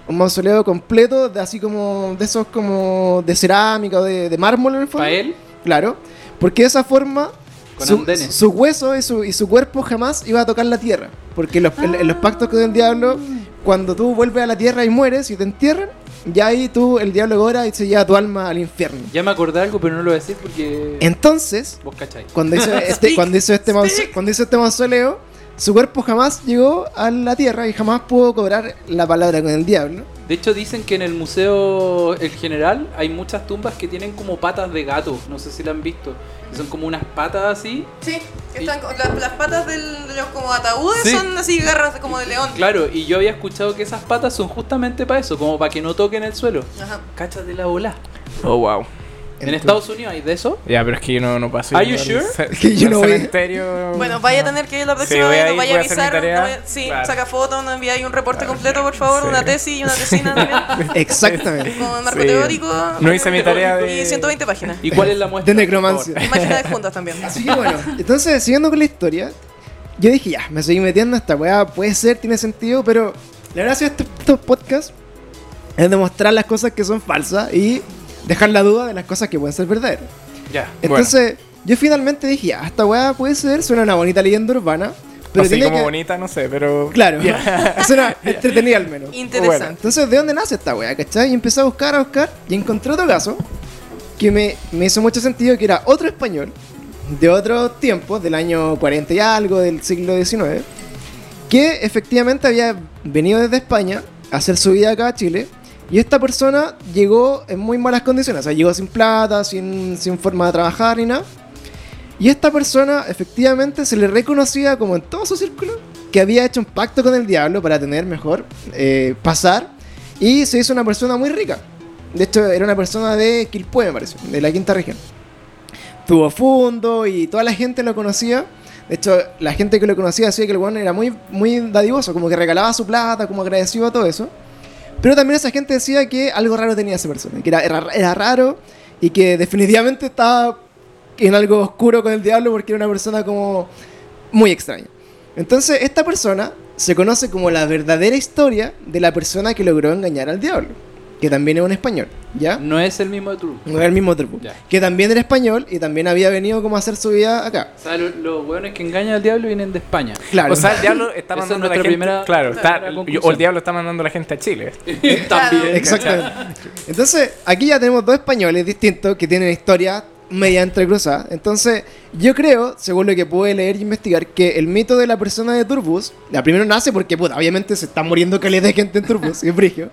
Speaker 1: Un mausoleo completo, de así como, de esos como, de cerámica o de, de mármol en el fondo.
Speaker 3: Para él,
Speaker 1: Claro, porque de esa forma
Speaker 3: Con
Speaker 1: su,
Speaker 3: andenes.
Speaker 1: su hueso y su, y su cuerpo jamás iba a tocar la tierra. Porque los, en- en los pactos que dio el diablo, cuando tú vuelves a la tierra y mueres y te entierran, ya ahí tú, el diablo cobra y se lleva tu alma al infierno.
Speaker 3: ya me acordé algo, pero no lo voy a decir porque.
Speaker 1: Entonces,
Speaker 3: Vos cachai.
Speaker 1: cuando hizo este,
Speaker 4: Stick,
Speaker 1: cuando hizo este, maus-
Speaker 4: stick.
Speaker 1: cuando hizo este mausoleo, su cuerpo jamás llegó a la tierra y jamás pudo cobrar la palabra con el diablo.
Speaker 3: De hecho, dicen que en el Museo El General hay muchas tumbas que tienen como patas de gato. No sé si la han visto. Que Son como unas patas así.
Speaker 4: Sí, que están con- las, las patas del- de los como ataúdes
Speaker 3: Sí.
Speaker 4: son así garras como de león.
Speaker 3: Claro, y yo había escuchado que esas patas son justamente para eso, como para que no toquen el suelo.
Speaker 4: Ajá.
Speaker 3: Cáchate la bola.
Speaker 2: Oh, wow.
Speaker 3: ¿En Estados Unidos hay de eso?
Speaker 2: Ya, pero es que yo no, no paso.
Speaker 3: Are
Speaker 2: yo
Speaker 3: you sure?
Speaker 1: Que yo no voy.
Speaker 2: cementerio.
Speaker 4: Bueno, vaya a tener que ir la próxima
Speaker 2: voy
Speaker 4: vez,
Speaker 2: a
Speaker 4: nos
Speaker 2: ir,
Speaker 4: vaya
Speaker 2: voy
Speaker 4: a
Speaker 2: a hacer mi
Speaker 4: avisar.
Speaker 2: tarea.
Speaker 4: nos vaya- sí,
Speaker 2: Claro.
Speaker 4: saca fotos, nos envía ahí un reporte
Speaker 2: Claro.
Speaker 4: completo, por favor,
Speaker 2: Sí.
Speaker 4: una tesis y una tesina también.
Speaker 1: Exactamente.
Speaker 4: Con marco
Speaker 2: Sí.
Speaker 4: teórico.
Speaker 2: No hice mi tarea de-
Speaker 4: Y 120 páginas.
Speaker 3: ¿Y cuál es la muestra?
Speaker 1: De necromancia.
Speaker 3: por favor?
Speaker 4: Y Páginas juntas también.
Speaker 1: Así que bueno, entonces siguiendo con la historia, yo dije ya, me seguí metiendo, esta weá puede ser, tiene sentido, pero la gracia de estos, este, estos podcasts es demostrar las cosas que son falsas y dejar la duda de las cosas que pueden ser verdaderas.
Speaker 3: Ya.
Speaker 1: Entonces, yo finalmente dije ya, esta weá puede ser, suena una bonita leyenda urbana, pero
Speaker 2: Así
Speaker 1: tiene
Speaker 2: como
Speaker 1: que...
Speaker 2: bonita, no sé, pero.
Speaker 1: Claro, suena entretenida al menos.
Speaker 4: Interesante.
Speaker 1: Entonces, ¿de dónde nace esta weá? ¿Cachai? Y empecé a buscar, a buscar, y encontré otro caso que me, me hizo mucho sentido, que era otro español, de otro tiempo, del año 40 y algo, del siglo XIX, que efectivamente había venido desde España a hacer su vida acá a Chile, y esta persona llegó en muy malas condiciones, o sea, llegó sin plata, sin, sin forma de trabajar ni nada. Y esta persona efectivamente se le reconocía como en todo su círculo que había hecho un pacto con el diablo para tener mejor eh, pasar y se hizo una persona muy rica. De hecho, era una persona de Quilpue, me parece, de la quinta región. Tuvo fondo y toda la gente lo conocía. De hecho, la gente que lo conocía decía que el weón era muy, muy dadivoso, como que regalaba su plata, como agradecido a todo eso. Pero también esa gente decía que algo raro tenía esa persona, que era, era, era raro y que definitivamente estaba en algo oscuro con el diablo porque era una persona como muy extraña. Entonces, esta persona se conoce como la verdadera historia de la persona que logró engañar al diablo, que también es un español, ¿ya?
Speaker 3: No es el mismo de True.
Speaker 1: No era el mismo truco.
Speaker 3: Ya.
Speaker 1: Que también era español y también había venido como a hacer su vida acá.
Speaker 3: O sea, lo- los hueones que engañan al diablo vienen de España.
Speaker 1: Claro.
Speaker 2: O sea, el diablo está
Speaker 3: Esa es
Speaker 2: mandando a la
Speaker 3: nuestra
Speaker 2: gente.
Speaker 3: primera-
Speaker 2: claro,
Speaker 3: nuestra
Speaker 2: está-
Speaker 3: primera
Speaker 2: o
Speaker 3: conclusión.
Speaker 2: el diablo está mandando a la gente a Chile.
Speaker 3: También.
Speaker 1: Exactamente. Entonces, aquí ya tenemos dos españoles distintos que tienen historia media entrecruzada. Entonces, yo creo, según lo que pude leer y investigar, que el mito de la persona de Turbus, la primero nace porque, puta, obviamente se está muriendo calidad de gente en Turbus, y es brigio.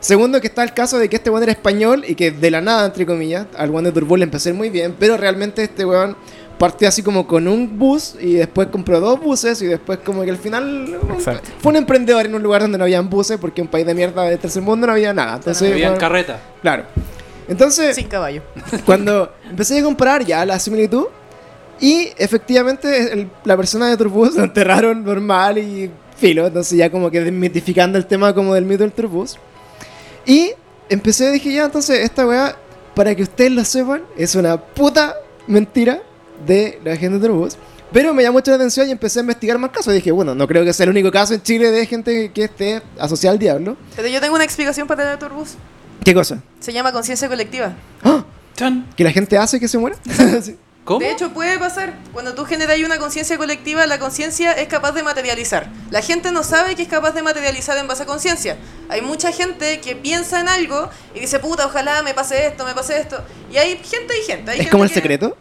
Speaker 1: Segundo, que está el caso de que este weón era español y que de la nada, entre comillas, al weón de Turbus le empezó a ir muy bien, pero realmente este weón partió así como con un bus y después compró dos buses y después como que al final un-
Speaker 2: Exacto.
Speaker 1: fue un emprendedor en un lugar donde no habían buses porque en un país de mierda de tercer mundo no había nada. Entonces,
Speaker 3: Vivían
Speaker 1: weón,
Speaker 3: carreta.
Speaker 1: claro. Entonces,
Speaker 4: Sin caballo.
Speaker 1: cuando empecé a comparar ya la similitud y efectivamente el- la persona de Turbus lo enterraron normal y filo, entonces ya como que desmitificando el tema como del mito del Turbus. Y empecé, dije ya, entonces esta weá, para que ustedes lo sepan, es una puta mentira de la gente de Turbus. Pero me llamó mucho la atención y empecé a investigar más casos. Dije, bueno, no creo que sea el único caso en Chile de gente que esté asociada al diablo.
Speaker 4: Pero yo tengo una explicación para el Turbus.
Speaker 1: ¿Qué cosa?
Speaker 4: Se llama conciencia colectiva.
Speaker 1: ¡Ah!
Speaker 3: Chan.
Speaker 1: ¿Que la gente hace que se muera? Sí.
Speaker 3: ¿Cómo?
Speaker 4: De hecho, puede pasar. Cuando tú generas una conciencia colectiva, la conciencia es capaz de materializar. La gente no sabe que es capaz de materializar en base a conciencia. Hay mucha gente que piensa en algo y dice, puta, ojalá me pase esto, me pase esto. Y hay gente y gente. hay
Speaker 1: ¿Es
Speaker 4: gente
Speaker 1: como el
Speaker 4: que-
Speaker 1: secreto?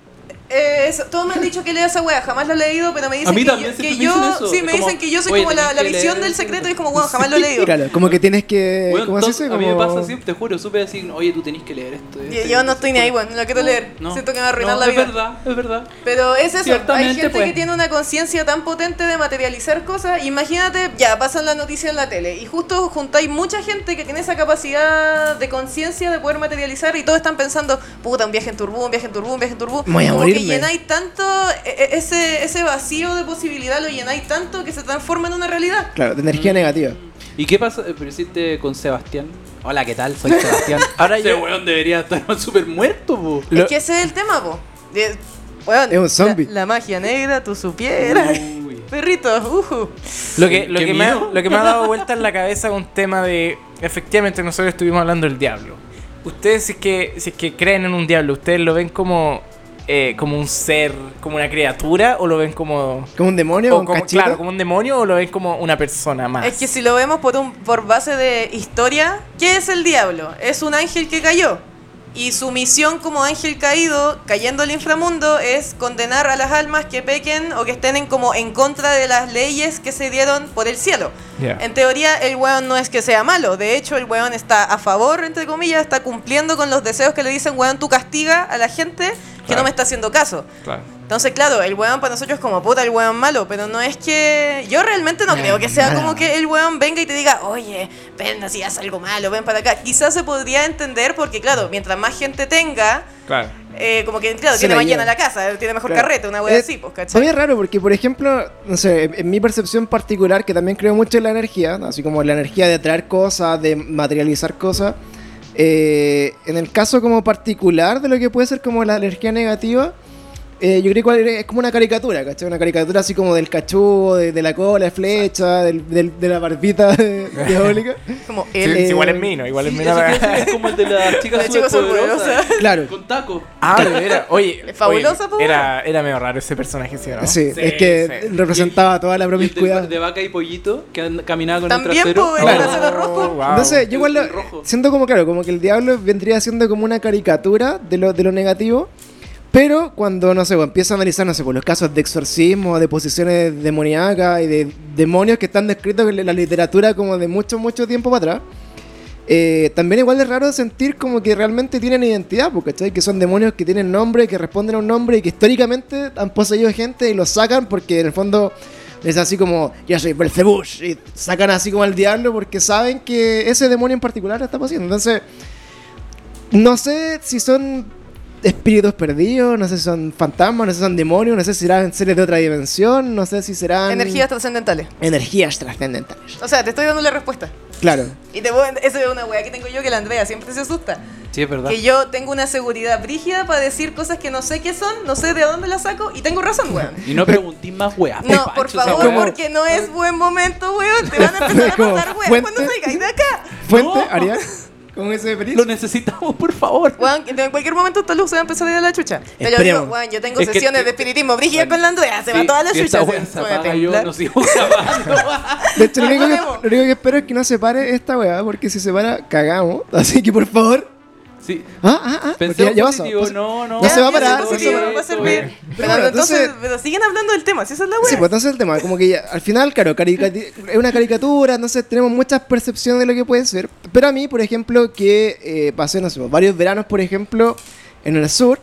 Speaker 4: Eh, eso, todos me han dicho que lea esa wea, jamás la he leído, pero me dicen
Speaker 3: A mí
Speaker 4: que
Speaker 3: también siempre me
Speaker 4: yo, que
Speaker 3: dicen
Speaker 4: yo-
Speaker 3: eso,
Speaker 4: sí, me
Speaker 3: como,
Speaker 4: dicen que yo soy
Speaker 3: "Oye,
Speaker 4: como la,
Speaker 3: tenés
Speaker 4: la
Speaker 3: que leer
Speaker 4: visión del
Speaker 3: el
Speaker 4: secreto
Speaker 3: secreto".
Speaker 4: y es como, wow, jamás lo he leído.
Speaker 1: Claro, como que tienes que.
Speaker 3: Weón,
Speaker 1: ¿Cómo se
Speaker 3: todos-
Speaker 1: dice?
Speaker 3: A mí me
Speaker 1: Eh, Como-
Speaker 3: pasa siempre, te juro, supe decir, oye, tú tenés que leer esto.
Speaker 4: Yo,
Speaker 3: esto,
Speaker 4: yo
Speaker 3: esto,
Speaker 4: no estoy ni ahí,
Speaker 3: juro".
Speaker 4: bueno, no lo quiero leer.
Speaker 3: No,
Speaker 4: Siento que me va a arruinar
Speaker 3: no,
Speaker 4: la
Speaker 3: Es
Speaker 4: vida.
Speaker 3: verdad, es verdad.
Speaker 4: Pero es eso, hay
Speaker 3: Ciertamente,
Speaker 4: gente
Speaker 3: pues.
Speaker 4: que tiene una conciencia tan potente de materializar cosas. Imagínate, ya, pasan la noticia en la tele y justo juntáis mucha gente que tiene esa capacidad de conciencia de poder materializar y todos están pensando, puta, un viaje en turbú, un viaje en turbú, un viaje en turbú.
Speaker 1: Voy a
Speaker 4: Como que
Speaker 1: morirme.
Speaker 4: llenáis tanto, e- e- ese, ese vacío de posibilidad lo llenáis tanto que se transforma en una realidad.
Speaker 1: Claro, de energía negativa.
Speaker 3: ¿Y qué pasa? eh, Pero hiciste con Sebastián. Hola, ¿qué tal? Soy Sebastián. Ahora Ese weón debería estar súper muerto, po.
Speaker 1: Lo-
Speaker 4: Es que ese es el tema, po. De- weón,
Speaker 1: Es un
Speaker 4: la-
Speaker 1: zombie. Mm.
Speaker 4: La, magia negra, tú supieras.
Speaker 3: Uy.
Speaker 4: Perrito, ujú.
Speaker 2: Lo que, lo,
Speaker 3: Qué
Speaker 2: que me ha,
Speaker 3: miedo.
Speaker 2: lo que me ha dado vuelta en la cabeza es un tema de. Efectivamente, nosotros estuvimos hablando del diablo. Ustedes, si es que, si es que creen en un diablo, ¿ustedes lo ven como, eh, como un ser, como una criatura? ¿O lo ven como.
Speaker 1: Como un demonio,
Speaker 2: o
Speaker 1: un
Speaker 2: como-
Speaker 1: cachito.
Speaker 2: claro, como un demonio? ¿O lo ven como una persona más?
Speaker 4: Es que si lo vemos por, un, por base de historia, ¿qué es el diablo? Es un ángel que cayó. Y su misión como ángel caído, cayendo al inframundo, es condenar a las almas que pequen o que estén en, como en contra de las leyes que se dieron por el cielo.
Speaker 2: Ya.
Speaker 4: En teoría, el weón no es que sea malo. De hecho, el weón está a favor, entre comillas, está cumpliendo con los deseos que le dicen, weón, tú castiga a la gente que
Speaker 2: Claro.
Speaker 4: no me está haciendo caso.
Speaker 2: Claro.
Speaker 4: Entonces, claro, el weón para nosotros es como puta el weón malo, pero no es que. Yo realmente no creo que sea
Speaker 1: nada.
Speaker 4: como que el weón venga y te diga, oye, ven, si haces algo malo, ven para acá. Quizás se podría entender porque, claro, mientras más gente tenga,
Speaker 2: Claro.
Speaker 4: eh, como que, claro,
Speaker 1: Se
Speaker 4: tiene
Speaker 1: la
Speaker 4: más llena
Speaker 1: lleva.
Speaker 4: la casa, tiene mejor
Speaker 1: Claro.
Speaker 4: carrete, una wea
Speaker 1: Eh,
Speaker 4: así, pues,
Speaker 1: Para mí
Speaker 4: ¿cachai?
Speaker 1: es raro porque, por ejemplo, no sé, en- en mi percepción particular, que también creo mucho en la energía, así como la energía de atraer cosas, de materializar cosas, eh, en el caso como particular de lo que puede ser como la energía negativa, eh, yo creo que es como una caricatura, ¿cachai? Una caricatura así como del cachudo, de, de la cola de flecha, del- del- de la barbita eh, diabólica.
Speaker 4: Como
Speaker 2: Sí,
Speaker 4: él.
Speaker 1: eh,
Speaker 2: sí, igual es mino, igual es
Speaker 3: Sí,
Speaker 2: mino.
Speaker 3: eso quiere decir, es como el de la chica
Speaker 4: La chica
Speaker 3: superpoderosa.
Speaker 4: superpoderosa.
Speaker 1: Claro.
Speaker 3: Con taco.
Speaker 2: Ah, de veras. Oye,
Speaker 4: Es fabulosa,
Speaker 2: oye,
Speaker 4: po,
Speaker 2: era, era medio raro ese personaje, ¿sí o no?
Speaker 1: Sí, es que
Speaker 2: sí.
Speaker 1: representaba toda la
Speaker 3: Y el de,
Speaker 1: promiscuidad.
Speaker 3: de vaca y pollito que and- caminaba con
Speaker 4: También,
Speaker 3: el trasero.
Speaker 4: po, el
Speaker 1: Claro.
Speaker 4: trasero rojo.
Speaker 2: Oh, wow.
Speaker 1: Entonces, yo
Speaker 3: el-
Speaker 1: igual lo-
Speaker 3: el rojo.
Speaker 1: siento como, claro, como que el diablo vendría siendo como una caricatura de lo, de lo negativo. Pero cuando, no sé, bueno, empieza a analizar, no sé, pues, los casos de exorcismo, de posesiones demoníacas y de demonios que están descritos en la literatura como de mucho, mucho tiempo para atrás. eh, también igual es raro sentir como que realmente tienen identidad, porque que son demonios que tienen nombre, que responden a un nombre y que históricamente han poseído gente y los sacan porque en el fondo es así como, ya soy Belzebush, y sacan así como al diablo porque saben que ese demonio en particular lo está pasando. Entonces, no sé si son espíritus perdidos, no sé si son fantasmas, no sé si son demonios, no sé si serán seres de otra dimensión, no sé si serán...
Speaker 4: Energías trascendentales.
Speaker 1: Energías trascendentales.
Speaker 4: O sea, te estoy dando la respuesta.
Speaker 1: Claro.
Speaker 4: Y te voy- esa es una wea que tengo yo que la Andrea siempre se asusta.
Speaker 3: Sí, es verdad.
Speaker 4: Que yo tengo una seguridad brígida para decir cosas que no sé qué son, no sé de dónde las saco y tengo razón, weón.
Speaker 3: Y no preguntís más weá.
Speaker 4: No, por
Speaker 3: Pancho, esa
Speaker 4: favor,
Speaker 3: weá.
Speaker 4: porque no es buen momento, weón. Te van a empezar a
Speaker 1: Como,
Speaker 4: pasar, weón,
Speaker 1: fuente.
Speaker 4: cuando salgáis de acá.
Speaker 1: Fuente,
Speaker 3: No.
Speaker 1: Arial, con ese feliz.
Speaker 3: Lo necesitamos, por favor.
Speaker 4: Weón, en cualquier momento esta luz se va a empezar a ir a la chucha. Te lo digo,
Speaker 1: Esperemos.
Speaker 4: weón, yo tengo
Speaker 3: Es que-
Speaker 4: sesiones de espiritismo brígida
Speaker 3: Bueno,
Speaker 4: con la Andrea, se va
Speaker 3: Sí,
Speaker 4: toda la
Speaker 3: si
Speaker 4: chucha.
Speaker 3: esta
Speaker 4: sí,
Speaker 3: weá se
Speaker 4: voy a
Speaker 3: apaga, yo
Speaker 4: temblar.
Speaker 3: no sigo grabando.
Speaker 1: De hecho, lo único, que,
Speaker 4: Acabemos.
Speaker 1: lo único que espero es que no se pare esta weá, porque si se para, cagamos. Así que por favor.
Speaker 3: Sí.
Speaker 1: Ah, ah, ah. porque
Speaker 3: Pensé
Speaker 1: ya- ya pasó.
Speaker 3: positivo,
Speaker 1: Pues-
Speaker 3: no, no.
Speaker 1: Ya se va a
Speaker 4: Piensa
Speaker 1: parar,
Speaker 4: positivo,
Speaker 1: se va a
Speaker 4: va a servir.
Speaker 3: Bueno,
Speaker 4: Pero,
Speaker 1: bueno,
Speaker 4: entonces,
Speaker 1: entonces-
Speaker 4: pero siguen hablando del tema, si esa es la weá.
Speaker 1: Sí, pues entonces el tema, como que ya, al final, claro, caricati- es una caricatura, entonces tenemos muchas percepciones de lo que puede ser. Pero a mí, por ejemplo, que eh, pasé, no sé, varios veranos, por ejemplo, en el sur,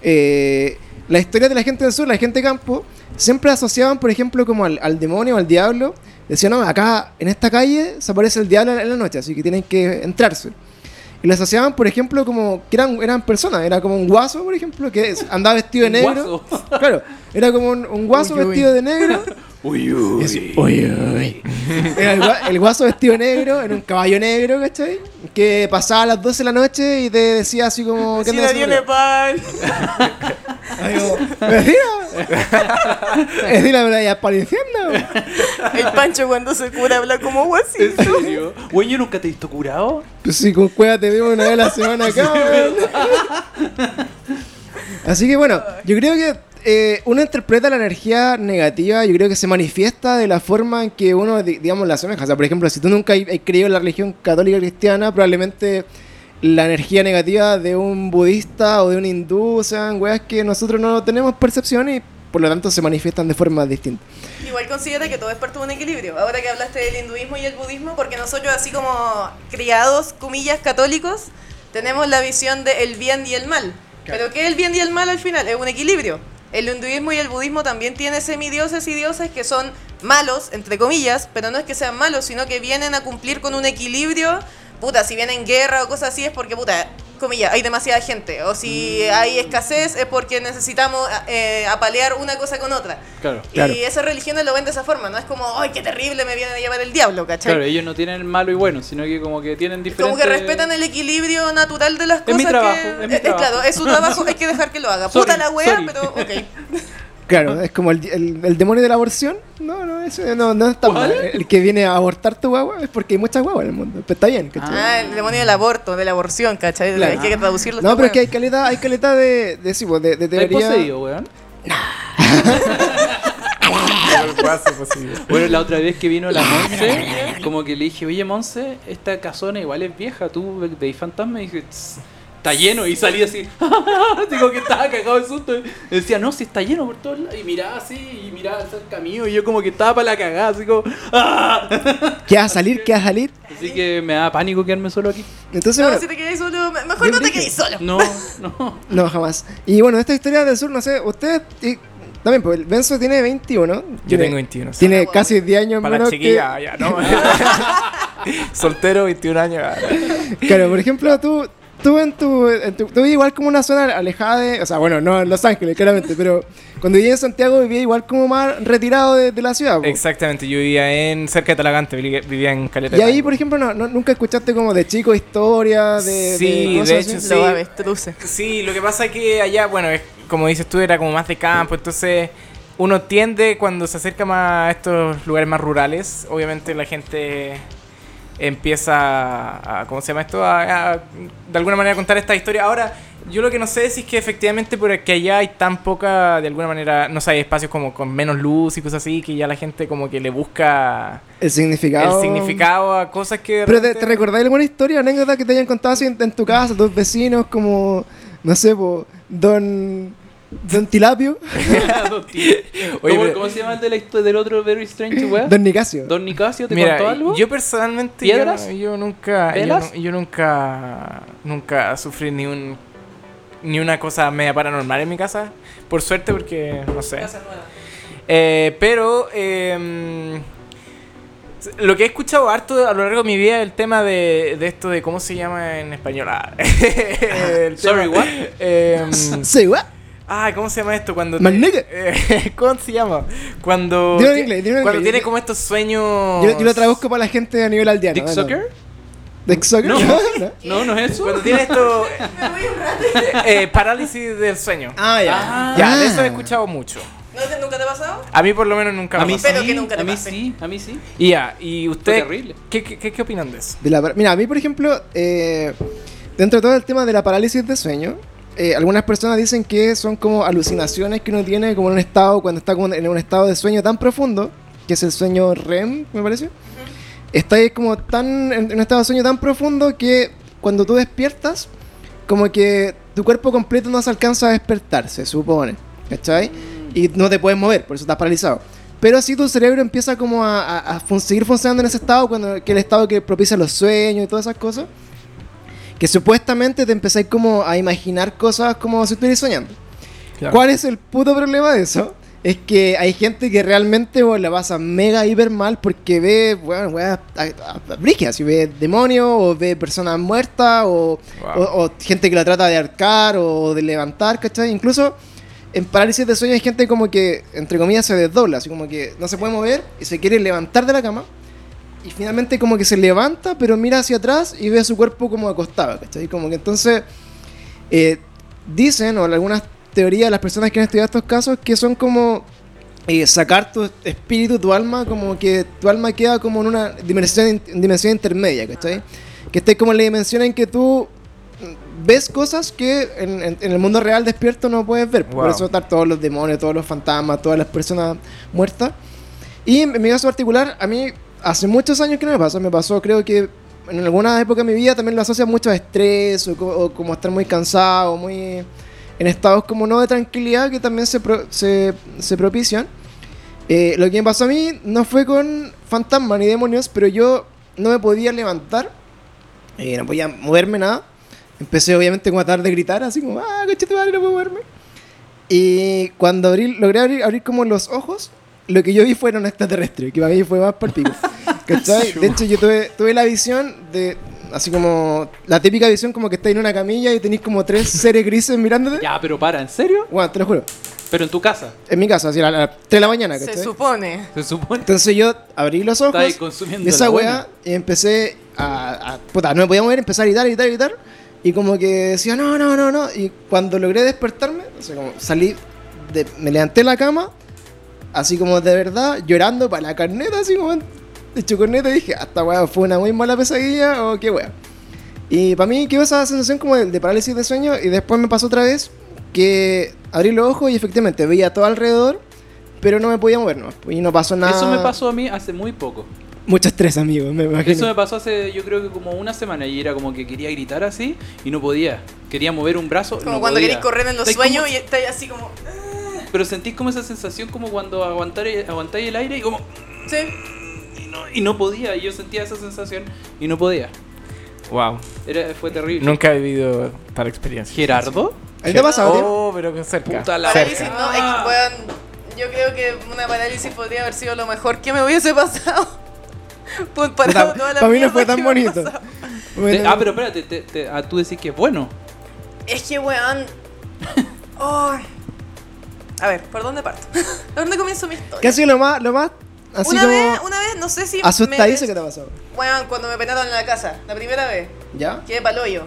Speaker 1: eh, la historia de la gente del sur, la gente de campo, siempre asociaban, por ejemplo, como al, al demonio, al diablo. Decían, no, acá, en esta calle, se aparece el diablo en la noche, así que tienen que entrarse. Y lo asociaban, por ejemplo, como que eran, eran personas. Era como un guaso, por ejemplo, que es- andaba vestido de
Speaker 3: Un
Speaker 1: negro. Claro, era como un, un guaso
Speaker 2: Uy, uy.
Speaker 1: vestido de negro.
Speaker 3: Uy, uy.
Speaker 1: Y así, "Uy, uy, uy". Era el, gua- el guaso vestido de negro, en un caballo negro, ¿cachai? Que pasaba a las 12 de la noche y te decía así como...
Speaker 4: Si
Speaker 1: andas
Speaker 4: no tiene
Speaker 1: haciendo?".
Speaker 4: pan.
Speaker 1: Ahí como, "Vecina". Vecina me la iba apareciendo.
Speaker 4: El Pancho cuando se cura habla como
Speaker 3: ¿En
Speaker 4: guasito.
Speaker 3: serio? Güey, yo nunca te he visto curado.
Speaker 1: Pues sí, con cueva te veo una vez a la semana acá. weón. Así que bueno, yo creo que eh, uno interpreta la energía negativa, yo creo que se manifiesta de la forma en que uno, di- digamos, la asemeja. O sea, por ejemplo, si tú nunca has has creído en la religión católica cristiana, probablemente la energía negativa de un budista o de un hindú sean weas que nosotros no tenemos percepción y por lo tanto se manifiestan de formas distintas.
Speaker 4: Igual considera que todo es parte de un equilibrio. Ahora que hablaste del hinduismo y el budismo, porque nosotros así como criados, comillas, católicos, tenemos la visión del bien y el mal. Pero ¿qué es el bien y el mal al final? Es un equilibrio. El hinduismo y el budismo también tienen semidioses y dioses que son malos, entre comillas, pero no es que sean malos, sino que vienen a cumplir con un equilibrio. Puta, si vienen guerra o cosas así es porque, puta, comillas, hay demasiada gente. O si hay escasez es porque necesitamos eh, apalear una cosa con otra.
Speaker 3: Claro.
Speaker 1: Claro.
Speaker 4: Y esas religiones lo ven de esa forma, ¿no? Es como, ¡ay, qué terrible! Me vienen a llevar el diablo, ¿cachai?
Speaker 3: Claro, ellos no tienen el malo y bueno, sino que como que tienen diferentes...
Speaker 4: Como que respetan el equilibrio natural de las
Speaker 3: Es
Speaker 4: cosas.
Speaker 3: mi trabajo,
Speaker 4: que...
Speaker 3: es mi
Speaker 4: Eh, eh,
Speaker 3: trabajo.
Speaker 4: Claro, es su trabajo, hay que dejar que lo haga.
Speaker 3: Sorry,
Speaker 4: Puta la wea,
Speaker 3: sorry.
Speaker 4: pero ok.
Speaker 1: Claro, es como el, di- el- el demonio de la aborción. No, no, ese no, no está mal. El que viene a abortar tu guagua es porque hay muchas guaguas en el mundo. Pero está bien, ¿cachai?
Speaker 4: Ah, el demonio del aborto, de la aborción, ¿cachai?
Speaker 1: Claro.
Speaker 4: Hay que traducirlo.
Speaker 1: No,
Speaker 4: esta
Speaker 1: pero es que
Speaker 4: wea.
Speaker 1: hay caleta, hay caleta de, de, sí, pues, de, de
Speaker 3: ¿Estás
Speaker 1: teoría.
Speaker 3: poseído, weón?
Speaker 2: Pero el guaso, pues, sí.
Speaker 3: Bueno, la otra vez que vino la Monse, como que le dije, oye Monse, esta casona igual es vieja, tú ve- veis fantasma y dije, "Tss, está lleno. Y salí así, digo que estaba cagado de susto. Y decía, no, si está lleno por todos lados. Y miraba así, y miraba cerca mío, y yo como que estaba para la cagada, así como, "Ah".
Speaker 1: ¿Qué va a salir? ¿Qué va a salir?
Speaker 3: Así que me da pánico quedarme solo aquí.
Speaker 1: Entonces,
Speaker 4: No,
Speaker 1: bueno,
Speaker 4: si te quedáis solo, me- mejor
Speaker 1: Bien
Speaker 4: no te
Speaker 1: dije.
Speaker 4: quedáis solo.
Speaker 3: No, no.
Speaker 1: no, jamás. Y bueno, esta historia del sur, no sé, ustedes. y- también, pues el Benzo tiene 21.
Speaker 2: Yo
Speaker 1: Tiene-
Speaker 2: tengo 21. sí.
Speaker 1: Tiene casi 10 años
Speaker 2: Para la
Speaker 1: menos.
Speaker 2: chiquilla, ya, no. Soltero, 21 años.
Speaker 1: Que, claro, por ejemplo, tú. Tú en tu, en tu- Tú vivías igual como una zona alejada de. O sea, bueno, no en Los Ángeles, claramente, pero cuando vivía en Santiago vivía igual como más retirado de, de la ciudad. pues.
Speaker 2: Exactamente, yo vivía en cerca de Talagante, vivía vivía en Caleta.
Speaker 1: Y
Speaker 2: de
Speaker 1: ahí,
Speaker 2: Tango.
Speaker 1: por ejemplo, no, no- nunca escuchaste como de chico historia de.
Speaker 2: Sí,
Speaker 1: cosas
Speaker 2: de
Speaker 1: así?
Speaker 2: hecho, sí.
Speaker 4: Lo va a ver, truce.
Speaker 2: Sí, lo que pasa es que allá, bueno, es- como dices tú, era como más de campo, entonces uno tiende cuando se acerca más a estos lugares más rurales, obviamente la gente empieza a, a- ¿cómo se llama esto? A, a, de alguna manera contar esta historia. Ahora, yo lo que no sé si es que efectivamente por que allá hay tan poca, de alguna manera, no sé, hay espacios como con menos luz y cosas así, que ya la gente como que le busca
Speaker 1: El significado.
Speaker 2: el significado a cosas que... de
Speaker 1: Pero ¿te,
Speaker 2: repente-
Speaker 1: te recordáis alguna historia, anécdota que te hayan contado así en, en tu casa, tus vecinos, como. No sé, po, don. Don Tilapio,
Speaker 3: Don Tito.
Speaker 2: Oye,
Speaker 3: ¿Cómo,
Speaker 2: pero-
Speaker 3: cómo se llama el de la histo- del otro Very Strange,
Speaker 2: ¿Eh?
Speaker 3: weón?
Speaker 1: Don Nicasio.
Speaker 3: Don Nicasio, ¿te
Speaker 2: Mira,
Speaker 3: contó algo?
Speaker 2: yo personalmente yo,
Speaker 3: ¿Piedras?
Speaker 2: yo nunca yo,
Speaker 3: ¿Velas?
Speaker 2: nu- yo nunca nunca sufrí ni un ni una cosa media paranormal en mi casa, por suerte porque no sé. Eh, pero em, lo que he escuchado harto a lo largo de mi vida es el tema de, de esto de cómo se llama en español. Ah, el tema-
Speaker 3: Sorry, what?
Speaker 2: em,
Speaker 1: Sí, guau.
Speaker 2: Ah, ¿cómo se llama esto? Cuando.
Speaker 1: My nigga.
Speaker 2: Eh, ¿Cómo se llama? Cuando.
Speaker 1: Dilo en inglés, dilo en
Speaker 2: cuando
Speaker 1: inglés.
Speaker 2: tiene como estos sueños.
Speaker 1: Yo, yo lo traduzco para la gente a nivel aldeano.
Speaker 3: ¿Dick
Speaker 1: bueno.
Speaker 3: Sucker?
Speaker 1: ¿De Xsoccer?
Speaker 3: No.
Speaker 1: ¿No?
Speaker 3: No, no es
Speaker 2: Cuando
Speaker 3: eso.
Speaker 2: tiene esto,
Speaker 4: Me voy un rato.
Speaker 2: eh, parálisis del sueño.
Speaker 1: Ah, ya.
Speaker 3: Ah.
Speaker 2: Ya, de eso he escuchado mucho.
Speaker 4: ¿No te- ¿Nunca te ha pasado?
Speaker 2: A mí por lo menos nunca
Speaker 3: A
Speaker 2: me
Speaker 3: mí
Speaker 2: ha
Speaker 3: sí,
Speaker 2: pasado.
Speaker 4: Espero que nunca te
Speaker 3: a mí
Speaker 4: pase.
Speaker 3: sí, a mí sí.
Speaker 2: Y ya, y usted,
Speaker 3: terrible.
Speaker 2: ¿qué, qué, qué- qué opinan de eso?
Speaker 1: De la par- mira, a mí, por ejemplo, eh, dentro de todo el tema de la parálisis de sueño, eh, algunas personas dicen que son como alucinaciones que uno tiene como en un estado, cuando está como en un estado de sueño tan profundo, que es el sueño REM, me parece. Está ahí como tan, en un estado de sueño tan profundo que cuando tú despiertas, como que tu cuerpo completo no se alcanza a despertar, se supone.
Speaker 2: Mm.
Speaker 1: ¿Cachai? Y no te puedes mover, por eso estás paralizado. Pero así tu cerebro empieza como a, a- a fun- seguir funcionando en ese estado, cuando, que el estado que propicia los sueños y todas esas cosas. Que supuestamente te empezáis como a imaginar cosas como si estuvieras soñando. ¿Cuál es el puto problema de eso? Es que hay gente que realmente weón, la pasa mega hiper mal porque ve, bueno, weas a- a- a- brígidas, si ve demonios o ve personas muertas o,
Speaker 2: Wow.
Speaker 1: o- o gente que la trata de arcar o de levantar, ¿cachai? Incluso en parálisis de sueño hay gente como que, entre comillas, se desdobla, así como que no se puede mover y se quiere levantar de la cama y finalmente como que se levanta pero mira hacia atrás y ve su cuerpo como acostado, ¿cachai? Como que entonces... Eh, dicen, o algunas teorías de las personas que han estudiado estos casos, que son como eh, sacar tu espíritu, tu alma, como que tu alma queda como en una dimensión, in- dimensión intermedia, ¿cachai? Que esté como en la dimensión en que tú mm, ves cosas que en, en- en el mundo real despierto no puedes ver. Por
Speaker 2: Wow.
Speaker 1: eso están todos los demonios, todos los fantasmas, todas las personas muertas. Y en en mi caso particular, a mí hace muchos años que no me pasó. Me pasó, creo que en alguna época de mi vida también lo asocia mucho a estrés o, co- o como estar muy cansado, muy en estados como no de tranquilidad que también se, pro- se, se propician. Eh, lo que me pasó a mí no fue con fantasmas ni demonios, pero yo no me podía levantar, eh, no podía moverme nada. Empecé obviamente como a tratar de gritar, así como, ah, coche tu madre, no puedo moverme. Y cuando abrí, logré abrir, abrir como los ojos, lo que yo vi fue un extraterrestre, que para mí fue más partido. ¿Cachai? De hecho, yo tuve, tuve la visión de, así como, la típica visión como que estáis en una camilla y tenéis como tres seres grises mirándote.
Speaker 3: Ya, pero para, ¿en serio?
Speaker 1: Bueno, te lo juro.
Speaker 3: Pero en tu casa,
Speaker 1: En mi casa, así a las 3 de la mañana,
Speaker 4: Se
Speaker 1: ¿cachai?
Speaker 4: supone.
Speaker 3: se supone.
Speaker 1: Entonces yo abrí los ojos.
Speaker 3: Estaba ahí consumiendo
Speaker 1: esa
Speaker 3: la
Speaker 1: weá y empecé a, a- Puta, no me podía mover, empecé a gritar, gritar, gritar. Y como que decía, no, no, no, no. Y cuando logré despertarme, o sea, como salí, de- me levanté de la cama, así como de verdad, llorando para la carneta, así como de chocorneta. Y dije, hasta weá, fue una muy mala pesadilla o qué weá. Y para mí quedó esa sensación como de, de parálisis de sueño. Y después me pasó otra vez que abrí los ojos y efectivamente veía todo alrededor. Pero no me podía mover, no. Y no pasó nada.
Speaker 3: Eso me pasó a mí hace muy poco.
Speaker 1: Mucho estrés, amigo, me imagino.
Speaker 3: Eso me pasó hace, yo creo que como una semana y era como que quería gritar así y no podía. Quería mover un brazo.
Speaker 4: Como cuando queréis correr en los sueños y estáis así como.
Speaker 3: y... Pero sentís como esa sensación como cuando aguantáis aguantáis el aire y como...
Speaker 4: Sí.
Speaker 3: Y no, y no podía. Y yo sentía esa sensación y no podía.
Speaker 2: Wow.
Speaker 3: Era, fue terrible.
Speaker 2: Nunca he vivido tal experiencia.
Speaker 3: ¿Gerardo?
Speaker 1: ¿A ti te ha pasado, tío?
Speaker 2: Oh, pero que cerca.
Speaker 3: Puta la
Speaker 4: Parálisis,
Speaker 3: verga.
Speaker 4: no, es que, weón, yo creo que una parálisis podría haber sido lo mejor que me hubiese pasado. Pues para
Speaker 1: Puta,
Speaker 4: toda la
Speaker 1: pa' mí no
Speaker 4: mierda
Speaker 1: fue tan
Speaker 4: que me ha
Speaker 1: bonito.
Speaker 4: pasado.
Speaker 1: Bueno,
Speaker 3: Ah, pero espérate, te- te- ah, tú decís que es bueno.
Speaker 4: Es que, weón. Ay. A ver, ¿por dónde parto? ¿Por dónde comienzo mi historia?
Speaker 1: ¿Qué ha sido lo más, lo más así
Speaker 4: una
Speaker 1: como
Speaker 4: vez, una vez, no sé si. me-
Speaker 1: asustadizo que te ha pasado?
Speaker 4: Weón, cuando me penaron en la casa, la primera vez.
Speaker 1: ¿Ya?
Speaker 4: Quedé paloyo.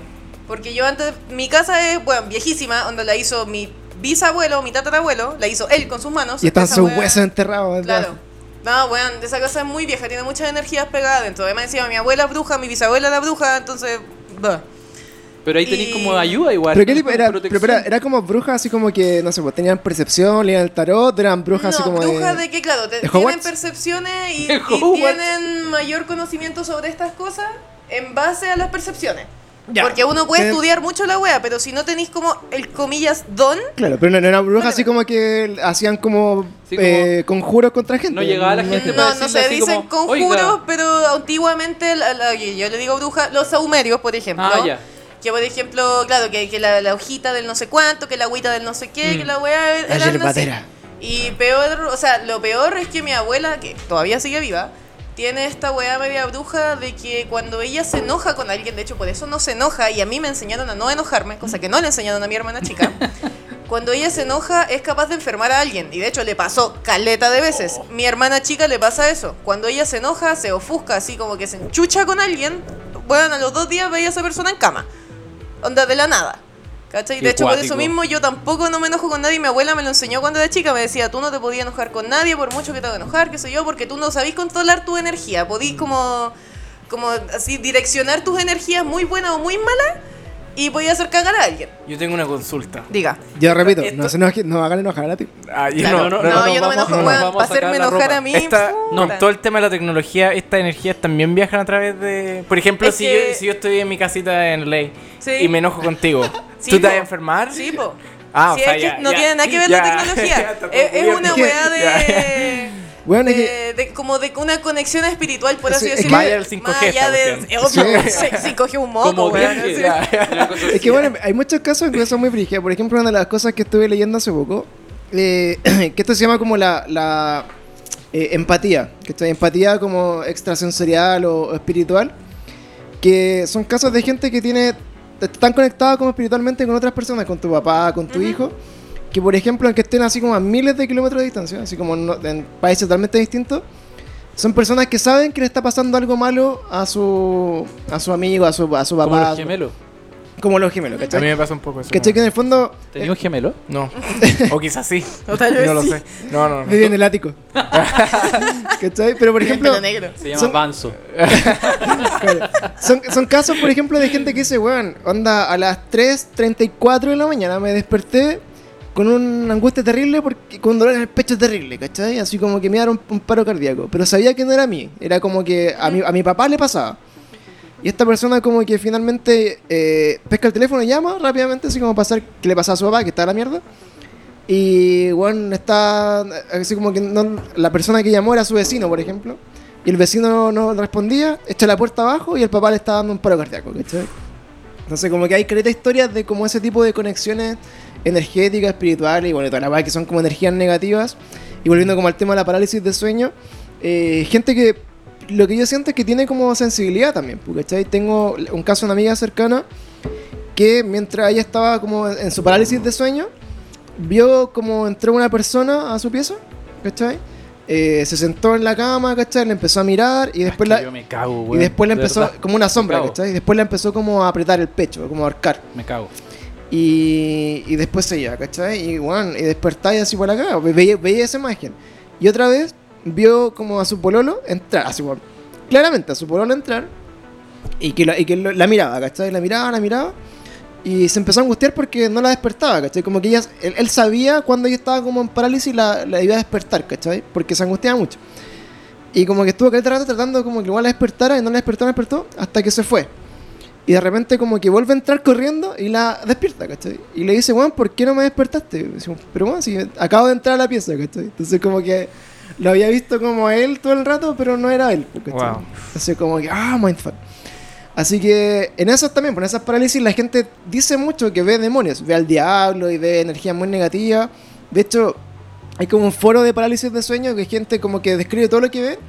Speaker 4: Porque yo antes, mi casa es, bueno, viejísima, donde la hizo mi bisabuelo, mi tatarabuelo, la hizo él con sus manos.
Speaker 1: Y están
Speaker 4: Esa
Speaker 1: sus
Speaker 4: wea-
Speaker 1: huesos enterrados.
Speaker 4: Claro. No, weón, esa casa es muy vieja, tiene muchas energías pegadas dentro. Además, encima mi abuela es bruja, mi bisabuela era bruja, entonces. bah.
Speaker 3: Pero ahí tenés
Speaker 4: Y-
Speaker 3: como ayuda igual.
Speaker 1: ¿Pero qué
Speaker 3: tenés
Speaker 1: tipo?
Speaker 3: como
Speaker 1: Era, pero
Speaker 3: protección.
Speaker 1: espera, era como brujas así como que, no sé, pues tenían percepción, leían el tarot, eran brujas así
Speaker 4: no,
Speaker 1: como
Speaker 4: brujas
Speaker 1: de...
Speaker 4: de que, claro, te-
Speaker 1: de
Speaker 4: tienen
Speaker 1: Hogwarts.
Speaker 4: percepciones y,
Speaker 3: De
Speaker 4: y
Speaker 3: Hogwarts.
Speaker 4: tienen mayor conocimiento sobre estas cosas en base a las percepciones.
Speaker 1: Ya.
Speaker 4: Porque uno puede
Speaker 1: Tienen-
Speaker 4: estudiar mucho la wea, pero si no tenéis como el comillas don,
Speaker 1: Claro, pero no, no eran brujas así como que hacían como,
Speaker 3: Sí, como-
Speaker 1: eh, conjuros contra gente.
Speaker 3: No llegaba la gente para
Speaker 4: No, no
Speaker 3: decirle
Speaker 4: se
Speaker 3: así
Speaker 4: dicen
Speaker 3: como,
Speaker 4: conjuros,
Speaker 3: "Oiga".
Speaker 4: pero antiguamente, la- la- yo le digo bruja, los saumerios, por ejemplo.
Speaker 3: Ah, ya.
Speaker 4: Que por ejemplo, claro, que, que la, la hojita del no sé cuánto, que la agüita del no sé qué, que la weá
Speaker 1: Mm. La
Speaker 4: eran así.
Speaker 1: yerbatera.
Speaker 4: Y peor, o sea, lo peor es que mi abuela, que todavía sigue viva, tiene esta weá media bruja de que cuando ella se enoja con alguien, de hecho por eso no se enoja, y a mí me enseñaron a no enojarme, cosa que no le enseñaron a mi hermana chica. Cuando ella se enoja es capaz de enfermar a alguien y de hecho le pasó caleta de veces.
Speaker 3: Oh.
Speaker 4: Mi hermana chica le pasa eso. Cuando ella se enoja se ofusca así como que se enchucha con alguien, bueno, a los dos días veía a esa persona en cama. Onda de la nada. ¿Cachai?
Speaker 3: Qué
Speaker 4: De hecho, por
Speaker 3: cuático.
Speaker 4: eso mismo yo tampoco no me enojo con nadie. Mi abuela me lo enseñó cuando era chica. Me decía, tú no te podías enojar con nadie, por mucho que te haga enojar, qué sé yo, porque tú no sabís controlar tu energía. Podís como, como así direccionar tus energías muy buenas o muy malas y podías hacer cagar a alguien.
Speaker 2: Yo tengo una consulta.
Speaker 4: Diga.
Speaker 1: Yo repito,
Speaker 2: Esto-
Speaker 1: no, se enoje- no hagan enojar a ti.
Speaker 2: Ah, yo
Speaker 4: Claro,
Speaker 3: no,
Speaker 4: no,
Speaker 3: no, no,
Speaker 4: yo no me
Speaker 3: vamos-
Speaker 4: enojo,
Speaker 3: no,
Speaker 4: weón.
Speaker 3: vamos a
Speaker 4: Para hacerme
Speaker 3: sacar la
Speaker 4: enojar
Speaker 3: ropa.
Speaker 4: a mí.
Speaker 2: Esta-
Speaker 4: puta.
Speaker 2: con todo el tema de la tecnología, estas energías también viajan a través de. Por ejemplo,
Speaker 4: Es
Speaker 2: si,
Speaker 4: que-
Speaker 2: yo, si yo estoy en mi casita en Ley
Speaker 4: Sí.
Speaker 2: y me enojo contigo,
Speaker 4: Sí,
Speaker 2: ¿tú te
Speaker 4: po.
Speaker 2: vas a enfermar?
Speaker 4: Sí, po.
Speaker 2: Ah,
Speaker 4: Sí,
Speaker 2: o sea,
Speaker 4: es
Speaker 2: ya,
Speaker 4: que no
Speaker 2: ya,
Speaker 4: tiene nada que ver
Speaker 2: ya,
Speaker 4: la tecnología.
Speaker 2: ya, está todo
Speaker 4: es, es
Speaker 2: cubierto.
Speaker 4: una
Speaker 1: ¿Qué?
Speaker 4: weá de,
Speaker 1: Bueno, es
Speaker 4: de-
Speaker 1: que-
Speaker 4: de- Como de una conexión espiritual, por
Speaker 1: Sí,
Speaker 4: así
Speaker 1: es que-
Speaker 4: decirlo.
Speaker 2: Vaya el 5G
Speaker 4: Más allá
Speaker 2: esta
Speaker 4: de.
Speaker 2: cuestión.
Speaker 4: es obvio,
Speaker 1: Sí.
Speaker 4: se- 5G un moco,
Speaker 3: Como
Speaker 4: weón,
Speaker 3: dije,
Speaker 4: así.
Speaker 3: ya, una cosa
Speaker 1: Es
Speaker 3: así.
Speaker 1: que bueno, hay muchos casos que son muy brígidas. Por ejemplo, una de las cosas que estuve leyendo hace poco, eh, que esto se llama como la, la eh, empatía, que esto empatía como extrasensorial o, o espiritual, que son casos de gente que tiene están conectados como espiritualmente con otras personas, con tu papá, con tu hijo, que por ejemplo, aunque estén así como a miles de kilómetros de distancia, así como no- en países totalmente distintos, son personas que saben que le está pasando algo malo a su, a su amigo, a su, a su
Speaker 3: Como
Speaker 1: papá,
Speaker 3: los gemelos.
Speaker 1: como los gemelos,
Speaker 2: A
Speaker 1: ¿cachai?
Speaker 2: mí me pasa un poco eso.
Speaker 1: ¿Cachai? Que
Speaker 2: ¿no?
Speaker 1: en el fondo
Speaker 3: ¿Tenía un gemelo?
Speaker 2: No. O quizás sí.
Speaker 4: O tal vez
Speaker 2: no lo
Speaker 4: sí.
Speaker 2: sé. No, no, no.
Speaker 1: vive en el ático. ¿Cachai? Pero por ejemplo,
Speaker 4: Pelo negro.
Speaker 3: Se llama
Speaker 1: Son-
Speaker 3: Banzo.
Speaker 1: son, son casos, por ejemplo, de gente que dice, weón, onda, a las 3.34 de la mañana me desperté con una angustia terrible, porque con dolor en el pecho terrible, ¿cachai? Así como que me dieron un, un paro cardíaco. Pero sabía que no era a mí, era como que a mi, a mi papá le pasaba. Y esta persona como que finalmente eh, pesca el teléfono y llama rápidamente, así como pasar que le pasa a su papá, que está a la mierda. Y bueno, está así como que no- la persona que llamó era su vecino, por ejemplo. Y el vecino no, no respondía, echa la puerta abajo y el papá le está dando un paro cardíaco, ¿cachai? Entonces como que hay caleta de historias de como ese tipo de conexiones energéticas, espirituales y bueno, toda la weá que son como energías negativas. Y volviendo como al tema de la parálisis de sueño, eh, gente que lo que yo siento es que tiene como sensibilidad también, pues, ¿cachai? Tengo un caso de una amiga cercana que mientras ella estaba como en su parálisis de sueño, vio como entró una persona a su pieza, ¿cachai? Eh, se sentó en la cama, ¿cachai? Le empezó a mirar y después
Speaker 3: Yo
Speaker 1: pues la...
Speaker 3: me cago,
Speaker 1: Y
Speaker 3: weón,
Speaker 1: después la
Speaker 3: de
Speaker 1: empezó,
Speaker 3: verdad.
Speaker 1: como una sombra,
Speaker 3: Bravo.
Speaker 1: ¿cachai? Y después la empezó como a apretar el pecho, como a ahorcar.
Speaker 3: Me cago.
Speaker 1: Y, y después se iba, ¿cachai? Y, bueno, y despertáis así por acá, ve- veía, veía esa imagen. Y otra vez vio como a su pololo entrar, así bueno, claramente a su pololo entrar, y que, la, y que lo- la miraba, ¿cachai? La miraba, la miraba, y se empezó a angustiar porque no la despertaba, ¿cachai? Como que ella, él, él sabía cuando ella estaba como en parálisis la, la iba a despertar, ¿cachai? Porque se angustiaba mucho. Y como que estuvo caleta rato tratando como que igual la despertara, y no la despertó, no la despertó, hasta que se fue. Y de repente como que vuelve a entrar corriendo y la despierta, ¿cachai? Y le dice, weón, ¿por qué no me despertaste? Y decimos, pero bueno, si acabo de entrar a la pieza, ¿cachai? Entonces como que lo había visto como a él todo el rato, pero no era él, ¿cachai?
Speaker 2: Wow.
Speaker 1: Entonces como que, ah, mindfuck. Así que en esas también, por esas parálisis, la gente dice mucho que ve demonios, ve al diablo y ve energía muy negativa. De hecho, hay como un foro de parálisis de sueño que gente como que describe todo lo que ve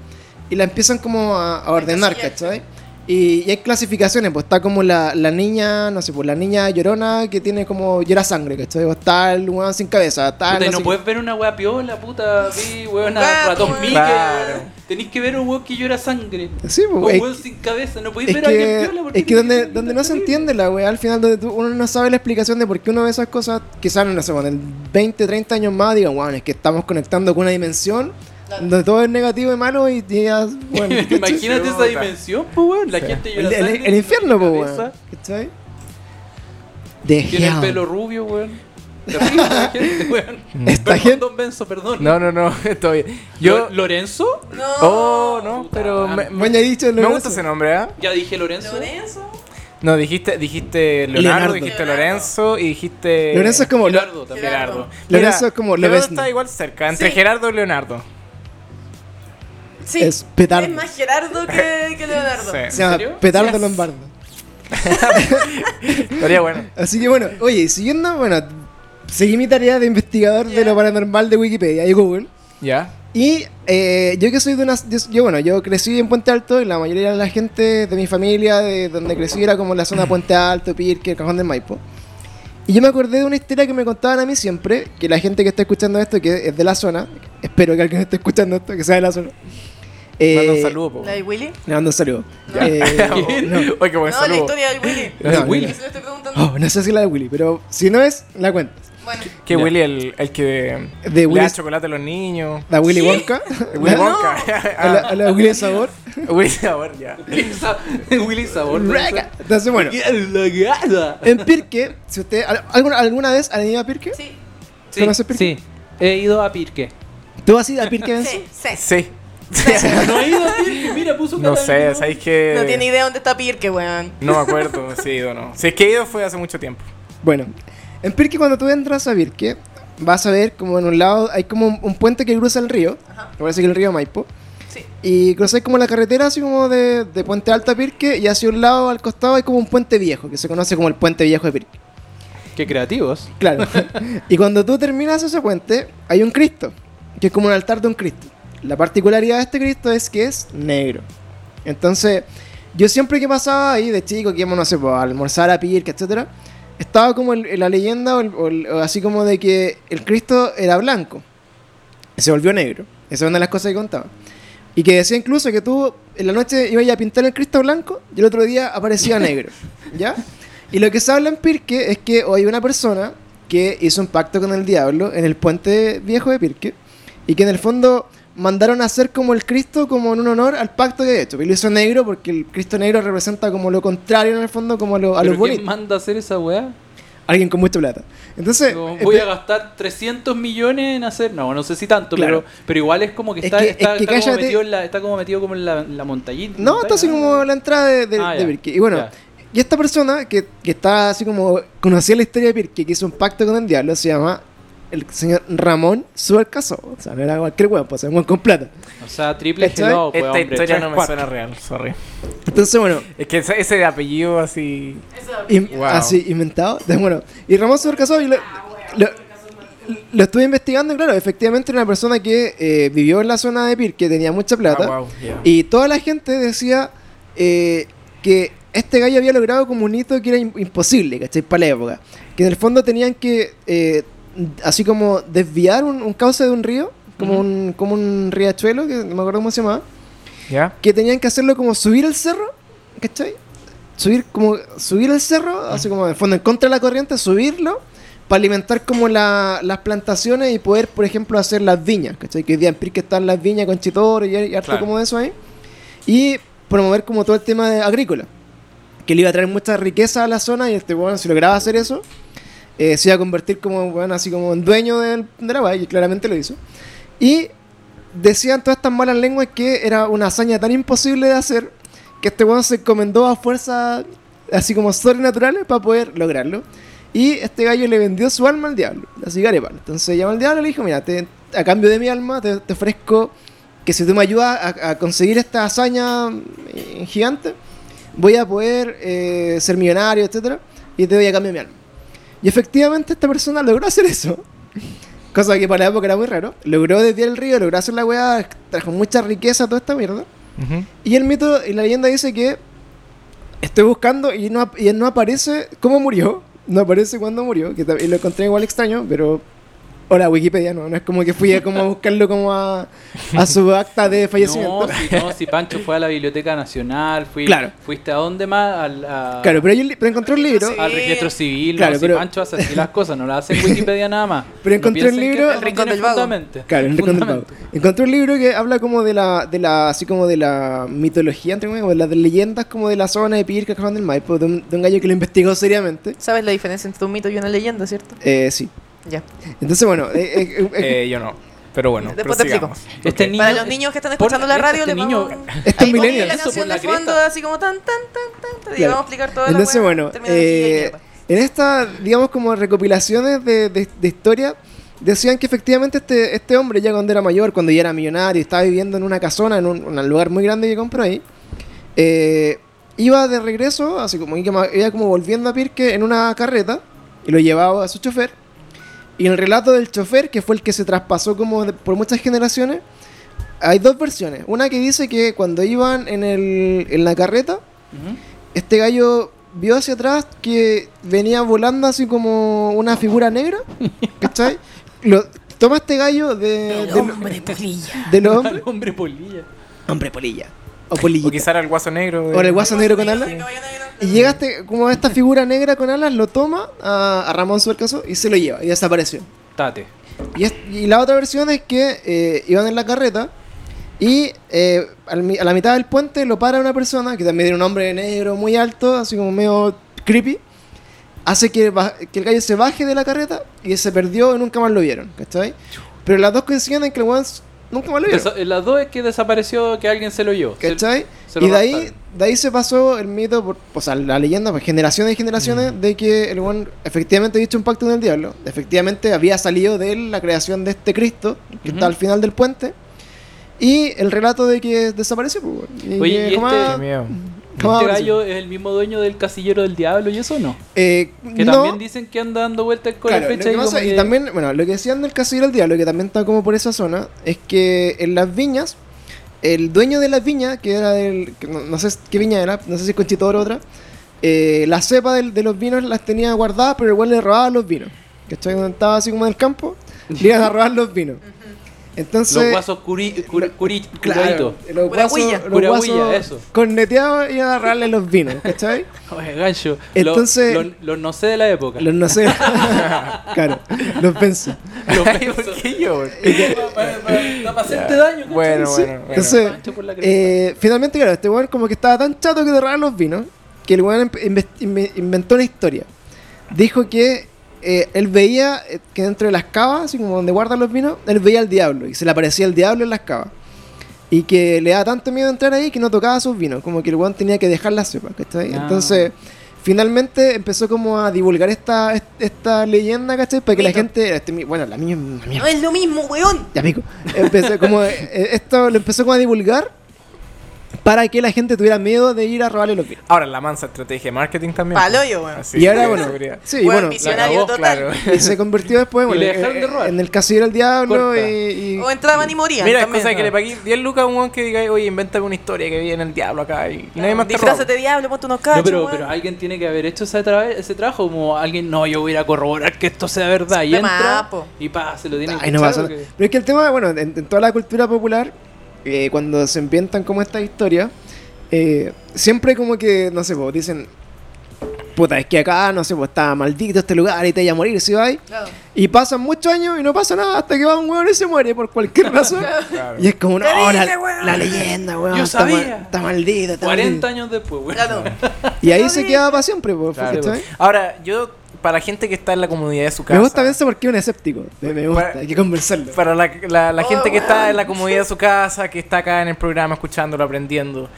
Speaker 1: y la empiezan como a, a ordenar,
Speaker 4: Encasillar.
Speaker 1: ¿cachai? Y, y hay clasificaciones, pues está como la, la niña, no sé, pues la niña llorona que tiene como llora sangre, ¿cachai? O está el weón sin cabeza, está
Speaker 3: Puta,
Speaker 1: Ah,
Speaker 3: y
Speaker 1: no
Speaker 3: no
Speaker 1: sé-
Speaker 3: puedes ver una wea piola, puta. Vi, weón, a
Speaker 4: Gato,
Speaker 3: ratón
Speaker 4: weón.
Speaker 3: Mickey.
Speaker 2: Claro.
Speaker 3: Tenéis que ver un weón que llora sangre.
Speaker 1: Sí, pues,
Speaker 3: O
Speaker 1: es-
Speaker 3: Oh, weón sin cabeza. No podéis
Speaker 1: Es
Speaker 3: ver a alguien
Speaker 1: que,
Speaker 3: piola porque.
Speaker 1: es que donde,
Speaker 3: mira,
Speaker 1: donde
Speaker 3: está
Speaker 1: no se
Speaker 3: terrible.
Speaker 1: entiende la weá, al final donde tú- uno no sabe la explicación de por qué uno ve esas cosas, quizás no sé, bueno, en 20, 30 años más digan, weón, es que estamos conectando con una dimensión donde todo es negativo y malo y y ya, bueno, ¿cachai?
Speaker 3: Imagínate esa dimensión, pues, weón. La gente
Speaker 1: el,
Speaker 3: llora
Speaker 1: el-
Speaker 3: sangre,
Speaker 1: el infierno, po,
Speaker 3: sin
Speaker 1: weón.
Speaker 3: cabeza,
Speaker 1: ¿Cachai? The
Speaker 3: Tiene el
Speaker 1: hell.
Speaker 3: pelo rubio, weón. Terrible la gente, weón.
Speaker 1: Esta
Speaker 3: Perdón,
Speaker 1: gente-
Speaker 3: Don Benzo, perdón.
Speaker 2: No, no, no. Estoy bien.
Speaker 3: Yo,
Speaker 2: Yo.
Speaker 3: ¿Lorenzo?
Speaker 4: No.
Speaker 2: Oh, no, pero. Me,
Speaker 3: madre.
Speaker 1: Bueno, ya he dicho
Speaker 2: me
Speaker 1: Lorenzo.
Speaker 2: gusta ese nombre, ¿ah?
Speaker 3: Ya dije Lorenzo.
Speaker 4: Lorenzo.
Speaker 2: No, dijiste, dijiste Leonardo,
Speaker 1: Leonardo.
Speaker 2: dijiste Lorenzo y dijiste.
Speaker 1: Lorenzo es como.
Speaker 3: Gerardo también.
Speaker 2: Gerardo.
Speaker 1: Lorenzo es como
Speaker 2: Gerardo
Speaker 1: Lobezno.
Speaker 2: está igual cerca, entre
Speaker 4: Sí.
Speaker 2: Gerardo y Leonardo.
Speaker 4: Sí.
Speaker 1: Es
Speaker 4: Es,
Speaker 1: petardo.
Speaker 4: más Gerardo que, que Leonardo.
Speaker 2: Sí.
Speaker 1: Se llama
Speaker 3: serio?
Speaker 1: Petardo
Speaker 2: Yes.
Speaker 1: Lombardo.
Speaker 2: Estaría bueno.
Speaker 1: Así que bueno, oye, siguiendo, bueno, seguí mi tarea de investigador de
Speaker 4: Ya.
Speaker 1: lo paranormal de Wikipedia y Google.
Speaker 2: Ya.
Speaker 1: Y eh, yo que soy de una... Yo, yo, bueno, yo crecí en Puente Alto y la mayoría de la gente de mi familia, de donde crecí, era como la zona de Puente Alto, Pirque, Cajón del Maipo. Y yo me acordé de una historia que me contaban a mí siempre, que la gente que está escuchando esto, que es de la zona, espero que alguien esté escuchando esto, que sea de la zona, Eh,
Speaker 2: Manda un saludo, po.
Speaker 4: ¿La de Willy?
Speaker 1: Le mando un saludo.
Speaker 4: Ya.
Speaker 1: Eh, no.
Speaker 2: Oye, qué buen
Speaker 4: no, la
Speaker 2: Pues saludo.
Speaker 4: historia del Willy.
Speaker 1: No, no,
Speaker 3: Willy.
Speaker 1: no.
Speaker 4: Se lo estoy preguntando.
Speaker 1: Oh, no sé si la de Willy, pero si no es, la cuenta.
Speaker 4: Bueno.
Speaker 2: Que
Speaker 3: Ya.
Speaker 2: Willy, el, el que
Speaker 1: De
Speaker 2: le
Speaker 1: Willy-
Speaker 2: da chocolate a los niños.
Speaker 1: La Willy
Speaker 4: ¿Sí?
Speaker 1: Wonka.
Speaker 2: Willy
Speaker 1: La-
Speaker 2: Wonka. Ah.
Speaker 1: a la, a la Willy Sabor.
Speaker 2: Willy Sabor, ya.
Speaker 3: Willy Sabor. ¿no?
Speaker 1: Raga. Entonces, bueno.
Speaker 3: Y el- la gada.
Speaker 1: En Pirque, si usted. al- ¿Alguna, alguna vez han ido a Pirque?
Speaker 4: Sí,
Speaker 3: Sí,
Speaker 1: ¿Conoces Pirque?
Speaker 3: sí. He ido a Pirque.
Speaker 1: ¿Tú has ido a Pirque, Benzo?
Speaker 4: sí, sí.
Speaker 2: Sí.
Speaker 3: No he ido a Pirque, mira, puso
Speaker 2: No sé,
Speaker 3: Catalina.
Speaker 2: ¿sabéis que.?
Speaker 4: No tiene idea dónde está Pirque, weón.
Speaker 2: No me acuerdo si he ido o no. Si es que he ido fue hace mucho tiempo.
Speaker 1: Bueno, en Pirque cuando tú entras a Pirque, vas a ver como en un lado hay como un, un puente que cruza el río,
Speaker 4: Ajá.
Speaker 1: me parece que el río Maipo,
Speaker 4: Sí.
Speaker 1: y cruzáis como la carretera así como de, de Puente Alto a Pirque y hacia un lado al costado hay como un puente viejo, que se conoce como el puente viejo de Pirque.
Speaker 3: Qué creativos.
Speaker 1: Claro. y cuando tú terminas ese puente, hay un Cristo, que es como un altar de un Cristo. La particularidad de este Cristo es que es negro. Entonces, yo siempre que pasaba ahí de chico, que íbamos, no sé, pues, a almorzar a Pirque, etcétera, estaba como el- la leyenda o el- o el- o así como de que el Cristo era blanco. Se volvió negro. Esa es una de las cosas que contaba. Y que decía incluso que tú en la noche ibas a pintar el Cristo blanco y el otro día aparecía negro. ¿Ya? Y lo que se habla en Pirque es que hoy hay una persona que hizo un pacto con el diablo en el puente viejo de Pirque y que en el fondo mandaron a hacer como el Cristo como en un honor al pacto que había hecho. Y lo hizo negro porque el Cristo negro representa como lo contrario en el fondo, como lo- a los
Speaker 3: ¿Pero ¿Quién
Speaker 1: bonitos.
Speaker 3: manda a hacer esa weá?
Speaker 1: Alguien con mucha plata. Entonces,
Speaker 3: Como,
Speaker 1: eh,
Speaker 3: Voy
Speaker 1: pe-
Speaker 3: a gastar 300 millones en hacer. No, no sé si tanto,
Speaker 1: Claro.
Speaker 3: pero, pero igual es como que
Speaker 1: Es
Speaker 3: está,
Speaker 1: que-
Speaker 3: está,
Speaker 1: es que
Speaker 3: está como
Speaker 1: cállate.
Speaker 3: metido en la, está como metido como en la, la montañita.
Speaker 1: No, está así como la entrada de, de,
Speaker 3: Ah,
Speaker 1: de
Speaker 3: ya.
Speaker 1: Pirque. Y bueno,
Speaker 3: Ya.
Speaker 1: y esta persona que, que está así como conocía la historia de Pirque, que hizo un pacto con el diablo, se llama el señor Ramón Suercaso. O sea, no era cualquier huevo, pues era un hueón con plata.
Speaker 3: O sea, triple
Speaker 1: ¿Cachai?
Speaker 3: hello, pues,
Speaker 2: Esta
Speaker 3: hombre,
Speaker 2: historia
Speaker 3: tres,
Speaker 2: no me
Speaker 3: cuatro.
Speaker 2: suena real, sorry.
Speaker 1: Entonces, bueno,
Speaker 2: Es que ese, ese apellido así.
Speaker 4: Eso.
Speaker 1: in-
Speaker 2: Wow.
Speaker 1: así inventado. Entonces, bueno, y Ramón Suercaso, yo lo, lo- lo estuve investigando y claro, efectivamente era una persona que eh, vivió en la zona de Pirque, tenía mucha plata.
Speaker 2: Ah, wow, ya.
Speaker 1: Y toda la gente decía eh, que este gallo había logrado como un hito que era im- imposible, ¿cachai? Para la época. Que en el fondo tenían que, eh, así como, desviar un, un cauce de un río, como,
Speaker 3: Ujú.
Speaker 1: un, como un riachuelo, que no me acuerdo cómo se llamaba,
Speaker 2: ¿Ya?
Speaker 1: que tenían que hacerlo como subir el cerro, ¿cachai? Subir, como, subir el cerro,
Speaker 2: Mm.
Speaker 1: así como, en el fondo, en contra de la corriente, subirlo. Para alimentar como la- las plantaciones y poder, por ejemplo, hacer las viñas, ¿cachai? Que hoy día en Pirque están las viñas con chitor y, y harto
Speaker 2: Claro.
Speaker 1: como de eso ahí y promover como todo el tema de agrícola, que le iba a traer mucha riqueza a la zona y este bueno, si lograba hacer eso, eh, se iba a convertir como bueno, así como en dueño del, de la valle, y claramente lo hizo. Y decían todas estas malas lenguas que era una hazaña tan imposible de hacer que este weón se encomendó a fuerzas así como sobrenaturales para poder lograrlo. Y este gallo le vendió su alma al diablo, así que arepa. Entonces llamó al diablo y le dijo, mira, te- a cambio de mi alma te, te ofrezco que si tú me ayudas a, a conseguir esta hazaña eh, gigante, voy a poder eh, ser millonario, etcétera, y te doy a cambio mi alma. Y efectivamente esta persona logró hacer eso. Cosa que para la época era muy raro. Logró desviar el río, logró hacer la weá, trajo mucha riqueza a toda esta mierda.
Speaker 2: Ujú.
Speaker 1: Y el mito y la leyenda dice que estoy buscando y no, ap- y no aparece cómo murió. No aparece cuándo murió, que tam- y lo encontré igual extraño, pero... Hola, Wikipedia, no, no es como que fui a, como a buscarlo como a, a su acta de fallecimiento.
Speaker 3: No, si, no, si Pancho fue a la Biblioteca Nacional, fui,
Speaker 1: Claro.
Speaker 3: fuiste a dónde más, al, a-
Speaker 1: Claro, pero, yo li- pero encontré un libro.
Speaker 4: Sí.
Speaker 3: al registro civil.
Speaker 1: Claro,
Speaker 3: no,
Speaker 1: pero-
Speaker 3: si Pancho hace así las cosas, no las hace en Wikipedia nada más.
Speaker 1: Pero
Speaker 3: No
Speaker 1: encontré un
Speaker 3: piensen que
Speaker 1: libro-
Speaker 3: esto
Speaker 1: El
Speaker 3: no
Speaker 4: Rincón
Speaker 3: tiene
Speaker 4: del Vago.
Speaker 3: fundamento.
Speaker 1: Claro, el Rincón del Vago.
Speaker 3: Fundamento.
Speaker 1: Encontré un libro que habla como de la, de la, así como de la mitología, entre comillas, o de las leyendas como de la zona de Pirca, Cajón del Maipo, de un, de un gallo que lo investigó seriamente.
Speaker 4: ¿Sabes la diferencia entre un mito y una leyenda, cierto?
Speaker 1: Eh, sí.
Speaker 4: Ya.
Speaker 1: Entonces, bueno, eh, eh, eh, eh,
Speaker 2: Eh, yo no. Pero bueno,
Speaker 4: Después te
Speaker 2: prosigamos.
Speaker 3: Este
Speaker 2: Ok.
Speaker 3: niño-
Speaker 4: Para los niños que están
Speaker 3: Pon-
Speaker 4: escuchando la
Speaker 3: este
Speaker 4: radio, les
Speaker 3: niño-
Speaker 4: vamos...
Speaker 1: esto es
Speaker 4: Ahí ponle
Speaker 1: millennial.
Speaker 4: la
Speaker 3: Eso por
Speaker 4: canción
Speaker 3: la
Speaker 4: de fondo,
Speaker 3: cresta.
Speaker 4: así como tan, tan, tan, tan, tan, y
Speaker 1: Claro.
Speaker 4: vamos a explicar toda la
Speaker 1: Entonces,
Speaker 4: hueá,
Speaker 1: bueno,
Speaker 4: terminología y
Speaker 1: eh,
Speaker 4: mierda.
Speaker 1: en esta, digamos, como recopilaciones de, de- de historia, decían que efectivamente este, este hombre, ya cuando era mayor, cuando ya era millonario, estaba viviendo en una casona, en un, un lugar muy grande que compró ahí, eh, iba de regreso, así como iba iba como volviendo a Pirque en una carreta, y lo llevaba a su chofer. Y en el relato del chofer, que fue el que se traspasó como de- por muchas generaciones, hay dos versiones. Una que dice que cuando iban en, el, en la carreta,
Speaker 3: Ujú.
Speaker 1: este gallo vio hacia atrás que venía volando así como una figura negra, ¿cachai? Lo, toma este gallo de, de,
Speaker 4: polilla.
Speaker 1: de los hombres
Speaker 3: Hombre polilla.
Speaker 1: Hombre polilla. O polillita.
Speaker 2: O quizá era el guaso negro. eh,
Speaker 1: O el guaso negro con alas.
Speaker 4: Sí, caballo negro.
Speaker 1: Y llegaste como a esta figura negra con alas, lo toma a, a Ramón Suercaso y se lo lleva y desapareció.
Speaker 3: Tate.
Speaker 1: Y, es- y la otra versión es que eh, iban en la carreta y eh, al mi- a la mitad del puente lo para una persona, que también tiene un hombre negro muy alto, así como medio creepy, hace que, ba- que el gallo se baje de la carreta y se perdió y nunca más lo vieron, ¿cachai? Pero las dos coinciden en que el weón s- nunca más lo vieron.
Speaker 3: Desa- eh, las dos es que desapareció que alguien se lo llevó. Se-
Speaker 1: ¿Cachai?
Speaker 3: se lo
Speaker 1: y de ahí,
Speaker 3: raptaron.
Speaker 1: de ahí se pasó el mito, por, o sea, la leyenda, por generaciones y generaciones,
Speaker 3: Mm.
Speaker 1: de que el buen efectivamente hizo un pacto con el diablo. Efectivamente había salido de él la creación de este Cristo, que está al final del puente. Y el relato de que desapareció, pues, weón. Y
Speaker 3: Oye,
Speaker 1: que
Speaker 3: y este-
Speaker 1: jamás-
Speaker 2: Qué miedo.
Speaker 1: jamás
Speaker 3: ¿Este
Speaker 1: apareció.
Speaker 3: gallo es el mismo dueño del casillero del diablo y eso no?
Speaker 1: Eh,
Speaker 3: Que
Speaker 1: no,
Speaker 3: también dicen que anda dando vueltas con
Speaker 1: claro,
Speaker 3: la
Speaker 1: lo
Speaker 3: fecha
Speaker 1: que pasa-
Speaker 3: como
Speaker 1: y
Speaker 3: que-
Speaker 1: también, bueno, lo que decían del casillero del diablo, que también está como por esa zona, es que en las viñas, el dueño de las viñas, que era del, que no, no sé qué viña era, no sé si es Conchitoro o otra, eh, la cepa del- de los vinos las tenía guardadas, pero igual le robaba los vinos. ¿Cachai? Cuando estaba así como en el campo, le iban a robar los vinos. Entonces...
Speaker 3: los guasos curi, curi, curi-
Speaker 1: Claro,
Speaker 3: curaditos.
Speaker 1: los
Speaker 4: Curahuilla.
Speaker 1: guasos, los
Speaker 3: Curahuilla,
Speaker 1: guasos
Speaker 3: eso.
Speaker 1: corneteados iban a robarle los vinos, ¿cachai?
Speaker 3: Oye, gancho. Lo-
Speaker 1: Entonces-
Speaker 3: lo- Los no sé de la época.
Speaker 1: Los no sé, claro, los pensé.
Speaker 3: Los
Speaker 2: Ay, ¿Por qué yo? eh.
Speaker 3: para, para- para hacerte daño, gancho.
Speaker 2: Bueno,
Speaker 1: Sí.
Speaker 2: bueno, bueno.
Speaker 1: Entonces,
Speaker 3: Pancho por la cresta.
Speaker 1: eh, finalmente, claro, este weón como que estaba tan chato que derraban los vinos, que el weón em- inve- inve- inventó una historia. Dijo que eh, él veía eh, que dentro de las cavas, así como donde guardan los vinos, él veía al diablo y se le aparecía el diablo en las cavas. Y que le daba tanto miedo entrar ahí que no tocaba sus vinos, como que el weón tenía que dejar la cepa, ¿cachai?
Speaker 3: Ah.
Speaker 1: Entonces, finalmente empezó como a divulgar esta, est- esta leyenda, ¿cachai? Para que la
Speaker 4: Mito.
Speaker 1: gente, este mi- bueno, la mía es una mierda.
Speaker 4: No es lo mismo, weón.
Speaker 1: Ya pico. Empezó como, eh, esto lo empezó como a divulgar para que la gente tuviera miedo de ir a robarle los vinos.
Speaker 2: Ahora, la mansa estrategia de marketing también.
Speaker 4: Paloyo, weón.
Speaker 2: Así
Speaker 1: y ahora,
Speaker 2: que
Speaker 1: bueno,
Speaker 2: seguridad.
Speaker 1: sí,
Speaker 4: Weón,
Speaker 1: bueno,
Speaker 2: La
Speaker 4: visionario
Speaker 2: acabó,
Speaker 4: total.
Speaker 2: claro.
Speaker 1: y se convirtió después
Speaker 3: Y
Speaker 1: bueno,
Speaker 3: le dejaron de
Speaker 1: eh,
Speaker 3: robar.
Speaker 1: en el casillero del diablo y,
Speaker 3: Corta.
Speaker 1: y-
Speaker 4: O entraban y morían.
Speaker 2: Mira, es
Speaker 4: también.
Speaker 2: cosa que le pagué 10 lucas a un weón que diga, oye, inventame una historia que viene el diablo acá y, y nadie más te roba.
Speaker 4: Disfrázate de diablo, ponte unos
Speaker 3: No,
Speaker 4: cachos.
Speaker 3: pero,
Speaker 4: weón.
Speaker 3: pero alguien tiene que haber hecho ese, tra- ese trabajo, como alguien, no, yo voy a ir a corroborar que esto sea verdad. Y
Speaker 4: De
Speaker 3: entra,
Speaker 4: más, po.
Speaker 3: y pa, se lo tiene
Speaker 1: Ay, no pasa nada. Pero es que el tema, bueno, en, en toda la cultura popular, eh, cuando se inventan como estas historias, eh, siempre como que, no sé, pues, dicen, puta, es que acá, no sé, pues está maldito este lugar y te vaya a morir si vas.
Speaker 4: Claro.
Speaker 1: Y pasan muchos años y no pasa nada hasta que va un weón y se muere por cualquier razón.
Speaker 2: Claro.
Speaker 1: Y es como, no,
Speaker 4: Te dije,
Speaker 1: la,
Speaker 4: weón.
Speaker 1: la leyenda, weón.
Speaker 3: Yo
Speaker 1: está mal-
Speaker 3: sabía.
Speaker 1: Está maldita, está
Speaker 3: 40
Speaker 1: maldita.
Speaker 3: años después, güey.
Speaker 4: Claro.
Speaker 1: Y ahí se quedaba para siempre, po,
Speaker 2: Claro.
Speaker 1: ¿cachai?
Speaker 2: Ahora, yo, para gente que está en la comunidad de su casa.
Speaker 1: Me gusta verse porque es un escéptico. Me, me gusta,
Speaker 2: Para-
Speaker 1: hay que conversarlo.
Speaker 2: Para la, la- la
Speaker 4: Oh,
Speaker 2: gente que está
Speaker 4: weón.
Speaker 2: en la comodidad de su casa, que está acá en el programa escuchándolo, aprendiendo,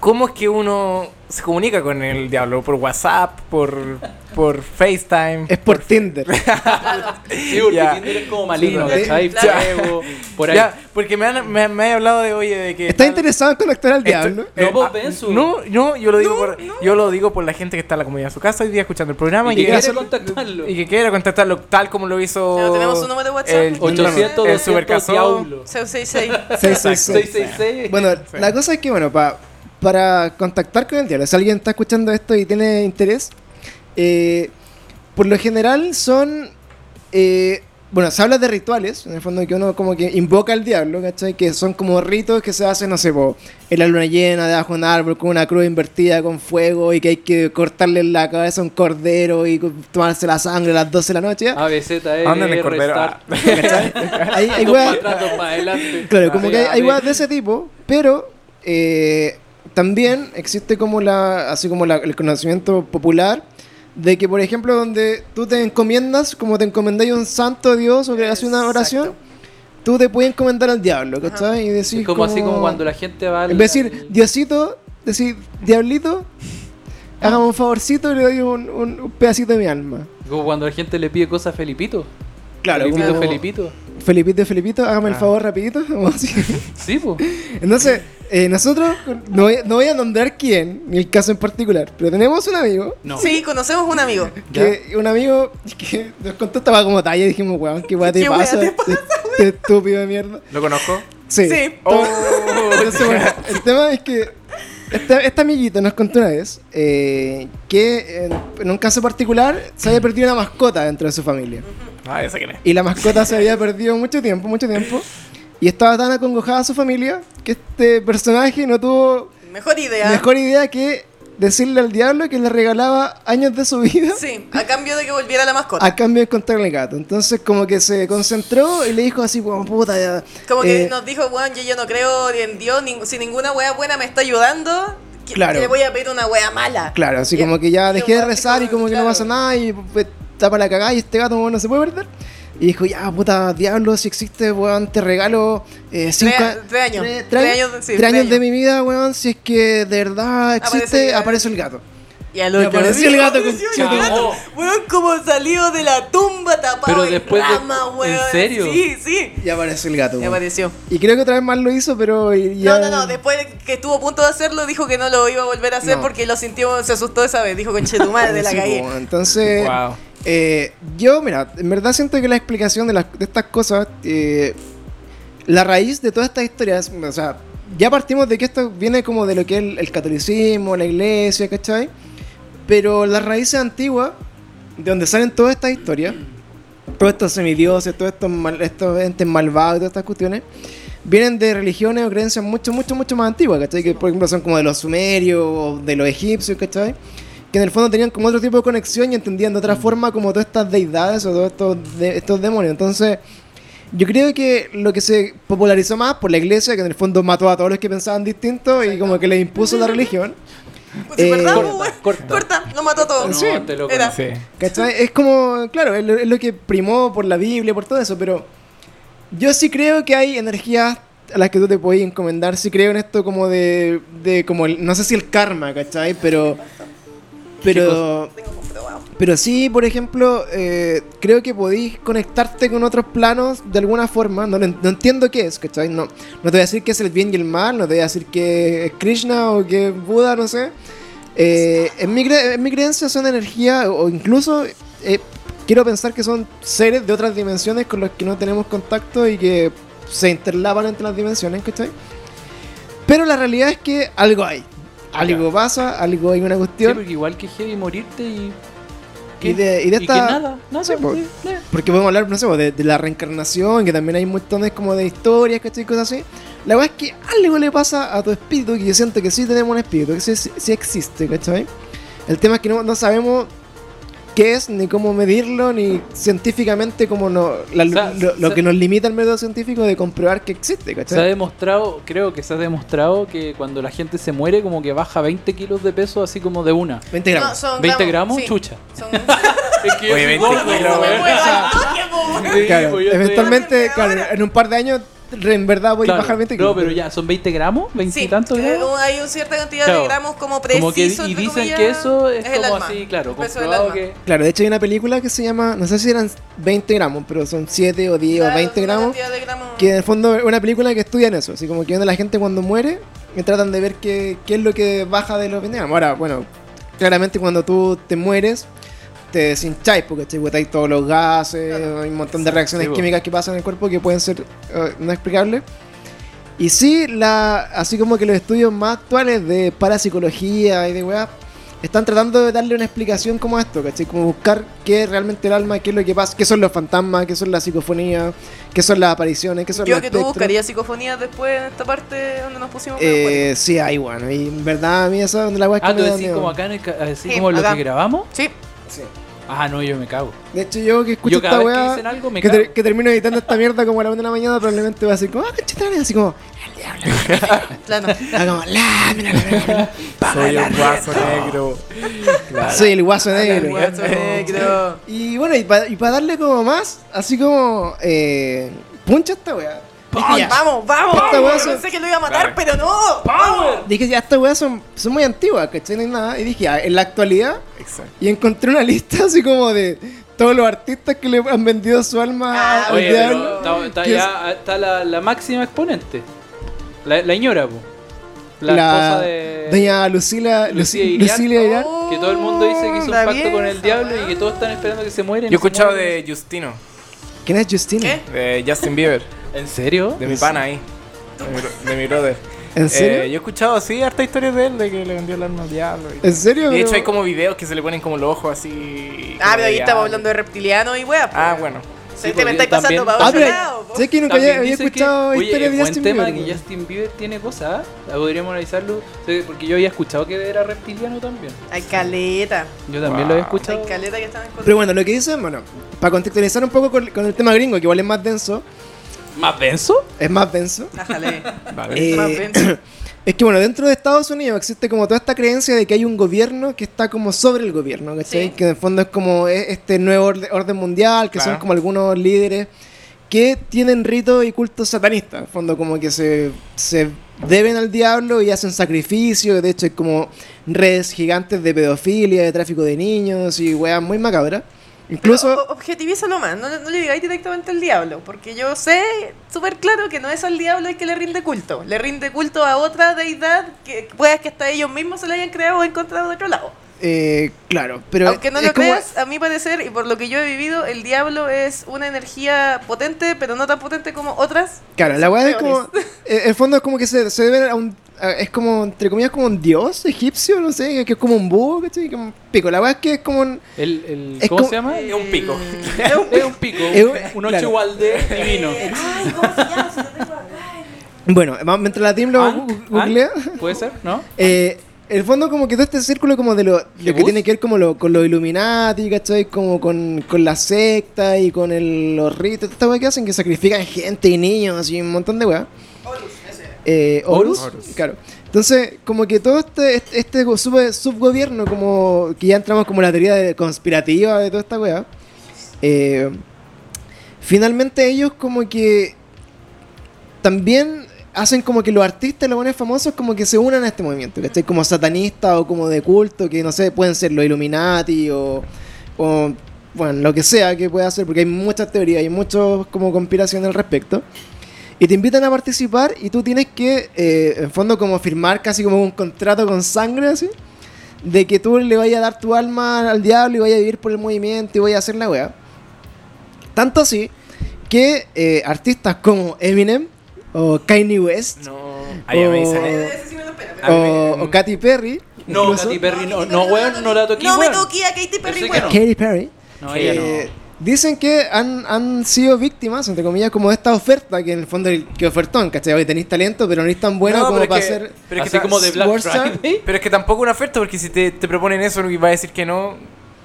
Speaker 2: ¿cómo es que uno se comunica con el diablo? ¿Por WhatsApp? ¿Por, por FaceTime?
Speaker 1: Es por Tinder.
Speaker 3: Sí, porque
Speaker 2: Ya.
Speaker 3: Tinder es como maligno,
Speaker 1: Sí,
Speaker 3: ¿cachai?
Speaker 4: claro.
Speaker 3: Fuego, por ahí.
Speaker 2: Ya, porque me han, me, me han hablado de, oye, de que...
Speaker 1: ¿Estás interesado en conectar al diablo?
Speaker 3: No, vos
Speaker 2: ah,
Speaker 3: ven su-
Speaker 2: No, no, yo lo digo por, yo lo digo por la gente que está en la comunidad de su casa hoy día escuchando el programa
Speaker 3: Y que
Speaker 2: quiera
Speaker 3: quiere
Speaker 2: hacer-
Speaker 3: contactarlo.
Speaker 2: y que quiera contactarlo tal como lo hizo
Speaker 4: Pero tenemos su número de WhatsApp.
Speaker 2: el-
Speaker 3: 800,
Speaker 2: el
Speaker 3: 200,
Speaker 2: supercaso.
Speaker 3: diablo.
Speaker 4: 666.
Speaker 1: Sí, sí, sí.
Speaker 3: 666.
Speaker 1: Bueno, la cosa es que, bueno, pa- para contactar con el diablo, si alguien está escuchando esto y tiene interés, eh, por lo general son. eh, bueno, se habla de rituales, en el fondo que uno como que invoca al diablo, ¿cachai? Que son como ritos que se hacen, no sé, po, en la luna llena, debajo de un árbol, con una cruz invertida, con fuego, y que hay que cortarle la cabeza a un cordero y co- tomarse la sangre a las 12 de la noche. ¿ya?
Speaker 3: A, B, Z, E,
Speaker 2: ¿A dónde me
Speaker 3: R,
Speaker 2: cordero?
Speaker 3: Start.
Speaker 1: Hay- hay
Speaker 3: Dos
Speaker 1: weas-
Speaker 3: para atrás, dos para adelante.
Speaker 1: Claro, como
Speaker 3: Sí,
Speaker 1: que hay,
Speaker 3: a
Speaker 1: hay
Speaker 3: ver.
Speaker 1: weas de ese tipo, pero eh, también existe como la, así como la- el conocimiento popular de que, por ejemplo, donde tú te encomiendas, como te encomendáis a un santo de Dios o que haces una
Speaker 4: Exacto.
Speaker 1: oración, tú te puedes encomendar al diablo, ¿cachai? Y decir
Speaker 3: Es como así como cuando la gente va al-
Speaker 1: En vez de decir,
Speaker 3: al-
Speaker 1: Diosito, decir, diablito, hágame un favorcito y le doy un, un- un pedacito de mi alma.
Speaker 3: Como cuando la gente le pide cosas a Felipito.
Speaker 1: Claro,
Speaker 3: Felipito, Ah.
Speaker 1: como-
Speaker 3: Felipito.
Speaker 1: Felipito, Felipito, hágame el favor rapidito. como así.
Speaker 3: Sí, po.
Speaker 1: Entonces, eh, nosotros, no voy, no voy a nombrar quién, ni el caso en particular, pero tenemos un amigo,
Speaker 3: No.
Speaker 4: Sí, conocemos un amigo.
Speaker 1: que, un amigo que nos contó esta weá como talla y dijimos, weón, qué weá te
Speaker 4: ¿Qué weá
Speaker 1: pasa,
Speaker 4: te
Speaker 1: Este estúpido de mierda.
Speaker 2: ¿Lo conozco?
Speaker 1: Sí.
Speaker 4: Sí.
Speaker 1: Todo- Entonces, bueno, el tema es que esta, esta amiguita nos contó una vez eh, que en, en un caso particular se había perdido una mascota dentro de su familia.
Speaker 2: Ah, ya sé quién es.
Speaker 1: Y la mascota se había perdido mucho tiempo, mucho tiempo. Y estaba tan acongojada su familia que este personaje no tuvo
Speaker 4: Mejor idea.
Speaker 1: mejor idea que decirle al diablo que le regalaba años de su vida
Speaker 4: Sí, a cambio de que volviera la mascota.
Speaker 1: a cambio de encontrarle el gato. Entonces como que se concentró y le dijo así, como puta, ya,
Speaker 4: Como que
Speaker 1: eh,
Speaker 4: nos dijo, weón, yo, yo no creo en Dios, ning- si ninguna wea buena me está ayudando, que-
Speaker 1: Claro.
Speaker 4: le voy a pedir una wea mala.
Speaker 1: Claro, así
Speaker 4: Y-
Speaker 1: como que ya
Speaker 4: y
Speaker 1: dejé
Speaker 4: el
Speaker 1: de
Speaker 4: weón
Speaker 1: rezar y como que no
Speaker 4: claro.
Speaker 1: pasa nada y pues, está para la cagada y este gato weón, no se puede perder. Y dijo, ya, puta, diablo, si existe, weón, te regalo eh, cinco
Speaker 4: a- tres años.
Speaker 1: Tres,
Speaker 4: Tres
Speaker 1: tres-
Speaker 4: años, sí,
Speaker 1: tres
Speaker 4: tres
Speaker 1: años de
Speaker 4: años.
Speaker 1: mi vida, weón, si es que de verdad
Speaker 4: Aparece
Speaker 1: existe,
Speaker 4: el
Speaker 1: aparece,
Speaker 4: gato.
Speaker 1: el gato.
Speaker 4: Y al
Speaker 1: Y apareció el
Speaker 4: día
Speaker 1: gato,
Speaker 4: apareció el
Speaker 1: conchetumare.
Speaker 4: gato. Weón, como salió de la tumba tapado
Speaker 3: Pero
Speaker 4: en
Speaker 3: después de-
Speaker 4: rama,
Speaker 3: ¿en
Speaker 4: weón.
Speaker 3: serio?
Speaker 4: Sí, sí.
Speaker 1: Y aparece el gato.
Speaker 4: Y
Speaker 1: weón.
Speaker 4: apareció.
Speaker 1: Y creo que otra vez más lo hizo, pero... y-
Speaker 4: No,
Speaker 1: ya-
Speaker 4: no, no, después que estuvo a punto de hacerlo, dijo que no lo iba a volver a hacer
Speaker 1: No.
Speaker 4: porque lo sintió, se asustó esa vez. Dijo, conchetumare, de la
Speaker 1: Sí,
Speaker 4: calle.
Speaker 1: po, Entonces,
Speaker 2: Wow.
Speaker 1: eh, yo, mira, en verdad siento que la explicación de, las, de estas cosas, eh, la raíz de todas estas historias, o sea, ya partimos de que esto viene como de lo que es el, el catolicismo, la iglesia, ¿cachai? Pero las raíces antiguas, de donde salen todas estas historias, todos estos semidioses, todos estos, mal- estos entes malvados, y todas estas cuestiones, vienen de religiones o creencias mucho, mucho, mucho más antiguas, ¿cachai? Que por ejemplo son como de los sumerios o de los egipcios, ¿cachai? Que en el fondo tenían como otro tipo de conexión y entendían de otra forma como todas estas deidades o todos estos, de- estos demonios. Entonces, yo creo que lo que se popularizó más por la iglesia, que en el fondo mató a todos los que pensaban distinto y como que les impuso la religión,
Speaker 4: Pues, ¿se
Speaker 1: Eh,
Speaker 4: acuerdan,
Speaker 1: corta,
Speaker 4: weón?
Speaker 3: corta.
Speaker 4: Corta, lo mató todo.
Speaker 3: No,
Speaker 1: Sí.
Speaker 3: te lo
Speaker 4: Era-
Speaker 2: Sí.
Speaker 1: ¿Cachai? Es como, claro, es lo, es lo que primó por la Biblia, por todo eso, pero yo sí creo que hay energías a las que tú te puedes encomendar, sí creo en esto como de, de como, el- no sé si el karma, ¿cachai? Pero, pero,
Speaker 4: Tengo comprobado.
Speaker 1: pero sí, por ejemplo, eh, creo que podéis conectarte con otros planos de alguna forma, no, lo en- no entiendo qué es, ¿cachai? No, no te voy a decir que es el bien y el mal, no te voy a decir que es Krishna o que es Buda, no sé. Eh, en, mi cre- en mi creencia son energía o o incluso eh, quiero pensar que son seres de otras dimensiones con los que no tenemos contacto y que se interlapan entre las dimensiones, ¿cachai? Pero la realidad es que algo hay. Algo pasa, algo hay una
Speaker 3: Sí,
Speaker 1: cuestión.
Speaker 3: porque igual que heavy morirte y.
Speaker 1: Y de- y de
Speaker 3: que
Speaker 1: esta-
Speaker 3: nada, nada,
Speaker 1: Sí, po.
Speaker 3: sí, nada.
Speaker 1: Porque podemos hablar, no sé, pues, de, de la reencarnación, que también hay montones como de historias, ¿cachai? Cosas así. La verdad es que algo le pasa a tu espíritu, que yo siento que sí tenemos un espíritu, que sí, sí- sí existe, ¿cachai? El tema es que no, no sabemos qué es, ni cómo medirlo, ni científicamente como no, la-
Speaker 3: O sea,
Speaker 1: lo, lo
Speaker 3: sa-
Speaker 1: que nos limita el método científico de comprobar que existe,
Speaker 3: Se ha
Speaker 1: ¿cachai?
Speaker 3: demostrado, creo que se ha demostrado que cuando la gente se muere, como que baja 20 kilos de peso, así como de una.
Speaker 1: 20 gramos.
Speaker 4: No, son
Speaker 3: 20 gramos,
Speaker 4: sí.
Speaker 3: chucha.
Speaker 4: Son...
Speaker 3: Es que
Speaker 2: yo Oye, soy 20 gordo, kilos,
Speaker 4: me
Speaker 2: weón.
Speaker 4: muero al toque, po, weón.
Speaker 1: Claro,
Speaker 3: pues,
Speaker 1: eventualmente,
Speaker 4: pues, estoy-
Speaker 1: claro, en un par de años, re- en verdad voy a bajar 20
Speaker 3: No, pero ya, ¿son 20 gramos? ¿20
Speaker 4: Sí,
Speaker 3: y tantos
Speaker 4: eh,
Speaker 3: gramos?
Speaker 4: hay una cierta cantidad
Speaker 3: Claro.
Speaker 4: de gramos como preciso.
Speaker 3: Como que, y
Speaker 4: entre
Speaker 3: dicen
Speaker 4: comillas,
Speaker 3: que eso es,
Speaker 4: el
Speaker 3: como
Speaker 4: alma,
Speaker 3: así, claro,
Speaker 4: el peso del
Speaker 3: comprobado
Speaker 4: alma.
Speaker 3: que...
Speaker 1: Claro, de hecho hay una película que se llama, no sé si eran 20 gramos, pero son 7 o 10
Speaker 4: Claro,
Speaker 1: o 20
Speaker 4: una
Speaker 1: gramos.
Speaker 4: cantidad de gramos.
Speaker 1: Que en el fondo es una película que estudian eso, así como que viendo a la gente cuando muere y tratan de ver qué, qué es lo que baja de los venenos. Ahora, bueno, claramente cuando tú te mueres, te desinchai porque te botáis todos los gases, hay un montón de reacciones
Speaker 3: Sí, po.
Speaker 1: químicas que pasan en el cuerpo que pueden ser eh, no explicables. Y sí, la, así como que los estudios más actuales de parapsicología y de weá, están tratando de darle una explicación como a esto, ¿cachai? Como buscar qué es realmente el alma, qué es lo que pasa, qué son los fantasmas, qué son las psicofonías, qué son las apariciones, qué son
Speaker 4: Yo
Speaker 1: los
Speaker 4: que tú
Speaker 1: espectros.
Speaker 4: buscarías psicofonías después en esta parte donde nos pusimos. medio cuáticos.
Speaker 1: Eh, sí, hay, bueno, y en verdad a mí esa es donde la weá es que
Speaker 3: Ah, tú
Speaker 1: me da
Speaker 3: decís
Speaker 1: miedo.
Speaker 3: como acá, en el, ca- así
Speaker 4: Sí,
Speaker 3: como lo
Speaker 4: acá.
Speaker 3: que grabamos.
Speaker 4: Sí,
Speaker 1: Sí.
Speaker 3: Ah, no, yo me cago.
Speaker 1: De hecho, yo que escucho
Speaker 3: Yo cada
Speaker 1: esta
Speaker 3: vez que
Speaker 1: weá,
Speaker 3: dicen algo me
Speaker 1: que,
Speaker 3: cago.
Speaker 1: ter- que termino editando esta mierda como a la una de la mañana, probablemente va a decir como, ah, chitales, así como,
Speaker 4: claro.
Speaker 1: ah, como, la, mira, la, mira, la.
Speaker 2: Soy un guaso negro.
Speaker 1: soy el guaso negro.
Speaker 4: Guacho negro.
Speaker 1: Y bueno, y para darle como más, así como, eh, puncha esta weá. Dije, ya.
Speaker 4: Vamos, vamos.
Speaker 1: Esta weá
Speaker 4: Yo
Speaker 1: son-
Speaker 4: pensé que lo iba a
Speaker 2: Claro.
Speaker 4: matar, pero no. ¡Power!
Speaker 1: Dije, ya, estas weas son, son muy antiguas, ¿cachai? No hay nada. Y dije, ah, en la actualidad,
Speaker 2: Exacto.
Speaker 1: y encontré una lista así como de todos los artistas que le han vendido su alma
Speaker 4: Ah,
Speaker 1: al
Speaker 3: Oye,
Speaker 1: diablo.
Speaker 3: pero está, está
Speaker 1: que es-
Speaker 3: ya, está la, la máxima exponente. La, la ñora, po. La, esposa de...
Speaker 1: Doña Lucila,
Speaker 3: Lucía
Speaker 1: Luci-
Speaker 3: Irán.
Speaker 1: Lucilia Irán.
Speaker 3: Que todo el mundo dice que hizo un
Speaker 4: La
Speaker 3: pacto con
Speaker 4: vieja,
Speaker 3: el diablo y
Speaker 4: weón.
Speaker 3: que todos están esperando que se muera. y
Speaker 2: Yo he
Speaker 3: no se
Speaker 2: escuchado
Speaker 3: muere.
Speaker 2: de Justino,
Speaker 1: ¿Quién es Justina?
Speaker 4: ¿Qué?
Speaker 2: de Justin Bieber,
Speaker 3: ¿En serio?
Speaker 2: de mi pana ahí, de mi, bro- de mi brother.
Speaker 1: ¿En serio?
Speaker 2: Eh, yo he escuchado así harta historias de él, de que le vendió el alma al diablo. y-
Speaker 1: ¿En serio?
Speaker 2: De hecho,
Speaker 1: Pero-
Speaker 2: hay como videos que se le ponen como los ojos así.
Speaker 4: Ah,
Speaker 2: como
Speaker 4: pero
Speaker 2: de
Speaker 4: ahí estamos
Speaker 2: diablo.
Speaker 4: hablando de reptiliano y wea.
Speaker 2: Ah, bueno.
Speaker 4: Sí,
Speaker 3: porque
Speaker 4: me estáis
Speaker 3: también-
Speaker 4: pasando para
Speaker 1: Ah,
Speaker 4: otro
Speaker 1: pero
Speaker 4: lado. po.
Speaker 1: sé que nunca
Speaker 3: También
Speaker 1: había, había
Speaker 3: dicen que-
Speaker 1: escuchado
Speaker 3: oye,
Speaker 1: historias
Speaker 3: es
Speaker 1: de
Speaker 3: buen
Speaker 1: Justin
Speaker 3: tema
Speaker 1: Bieber.
Speaker 3: que Justin Bieber tiene cosas, ¿ah? La podríamos analizarlo. O sea, Porque yo había escuchado que era reptiliano también.
Speaker 4: Hay caleta.
Speaker 3: Yo también
Speaker 2: Wow.
Speaker 3: lo había escuchado.
Speaker 4: Hay caleta que están encontrando.
Speaker 1: Pero bueno, lo que dice, bueno, para contextualizar un poco con, con el tema gringo, que igual es más denso,
Speaker 3: ¿Más denso?
Speaker 1: es más denso.
Speaker 4: Ájale.
Speaker 2: Vale.
Speaker 1: Eh,
Speaker 4: Más denso.
Speaker 1: es que bueno, dentro de Estados Unidos existe como toda esta creencia de que hay un gobierno que está como sobre el gobierno, ¿cachai?
Speaker 4: Sí.
Speaker 1: Que en el fondo es como e- este nuevo orde- orden mundial, que son
Speaker 2: Claro.
Speaker 1: como algunos líderes que tienen ritos y cultos satanistas, en el fondo como que se, se deben al diablo y hacen sacrificios, de hecho hay como redes gigantes de pedofilia, de tráfico de niños y weas muy macabras. Incluso...
Speaker 4: Pero, o- objetivízalo más, no, le- no le digáis directamente al diablo, porque yo sé súper claro que no es al diablo el que le rinde culto, le rinde culto a otra deidad que puedas que hasta ellos mismos se la hayan creado o encontrado de otro lado.
Speaker 1: Eh, claro, pero.
Speaker 4: Aunque no
Speaker 1: es
Speaker 4: lo
Speaker 1: como-
Speaker 4: creas, a mi parecer, y por lo que yo he vivido, el diablo es una energía potente, pero no tan potente como otras.
Speaker 1: Claro, la weá es
Speaker 4: peores.
Speaker 1: como. eh, el fondo es como que se, se debe a un. a- es como, entre comillas, como un dios egipcio, no sé, que es como un búho, ¿cachai? Que es un pico. La weá es que es como un.
Speaker 3: El, el-
Speaker 1: Es
Speaker 3: ¿Cómo
Speaker 1: como-
Speaker 3: se llama?
Speaker 2: Es un pico.
Speaker 1: eh,
Speaker 3: Es un- es un pico.
Speaker 1: Es un-
Speaker 3: un
Speaker 1: claro.
Speaker 3: ocho igual de divino. ¿Ah?
Speaker 4: Ay, ¿cómo se llama? Si lo tengo acá.
Speaker 1: Bueno, vamos- mientras la team lo
Speaker 3: Ankh,
Speaker 1: gu- googlea.
Speaker 3: ¿Ah? ¿Puede ser? ¿No?
Speaker 1: eh, el fondo como que todo este círculo como de lo, lo que
Speaker 3: ¿Jebus?
Speaker 1: tiene que ver como lo, con los Illuminati, ¿cachai? Como con, con la secta y con el- los ritos, esta weá que hacen que sacrifican gente y niños y un montón de weá. Eh, Horus,
Speaker 2: Horus.
Speaker 1: claro. Entonces, como que todo este, este, este go- sub- subgobierno, como que ya entramos como en la teoría de- conspirativa de toda esta weá, eh, finalmente ellos como que también hacen como que los artistas, los buenos famosos, como que se unan a este movimiento, ¿cachai? Como satanistas o como de culto, que no sé, pueden ser los Illuminati o, o, bueno, lo que sea que pueda ser, porque hay muchas teorías, hay muchos como conspiraciones al respecto. Y te invitan a participar y tú tienes que, eh, en fondo, como firmar casi como un contrato con sangre, así, de que tú le vayas a dar tu alma al diablo y vayas a vivir por el movimiento y vayas a hacer la wea. Tanto así que eh, artistas como Eminem o Kanye West
Speaker 2: No. Ahí me
Speaker 1: oh,
Speaker 2: dicen. eh.
Speaker 3: Eh,
Speaker 4: Ese sí me lo espera, pero-
Speaker 2: Ah,
Speaker 1: o,
Speaker 2: Eminem.
Speaker 1: o Katy Perry.
Speaker 3: No,
Speaker 1: incluso.
Speaker 3: Katy Perry, no,
Speaker 4: Katy
Speaker 3: no,
Speaker 4: Perry
Speaker 3: weón, no la toqué,
Speaker 4: No me
Speaker 3: weón.
Speaker 4: toqué a Katy Perry,
Speaker 3: Yo sé que
Speaker 4: weón.
Speaker 3: no.
Speaker 1: Katy Perry.
Speaker 3: No,
Speaker 1: Eh,
Speaker 3: ella no.
Speaker 1: Dicen que han, han sido víctimas, entre comillas, como de esta oferta, que en el fondo el- que ofertón, ¿cachai? Oye, tenéis talento, pero no eres tan bueno
Speaker 2: No,
Speaker 1: como
Speaker 2: pero
Speaker 1: para
Speaker 2: es que-
Speaker 1: ser...
Speaker 2: pero es
Speaker 3: Así
Speaker 2: que ta-
Speaker 3: como de Black
Speaker 1: Warsaw.
Speaker 3: Friday.
Speaker 2: Pero es que tampoco una oferta, porque si te, te proponen eso y va a decir que no,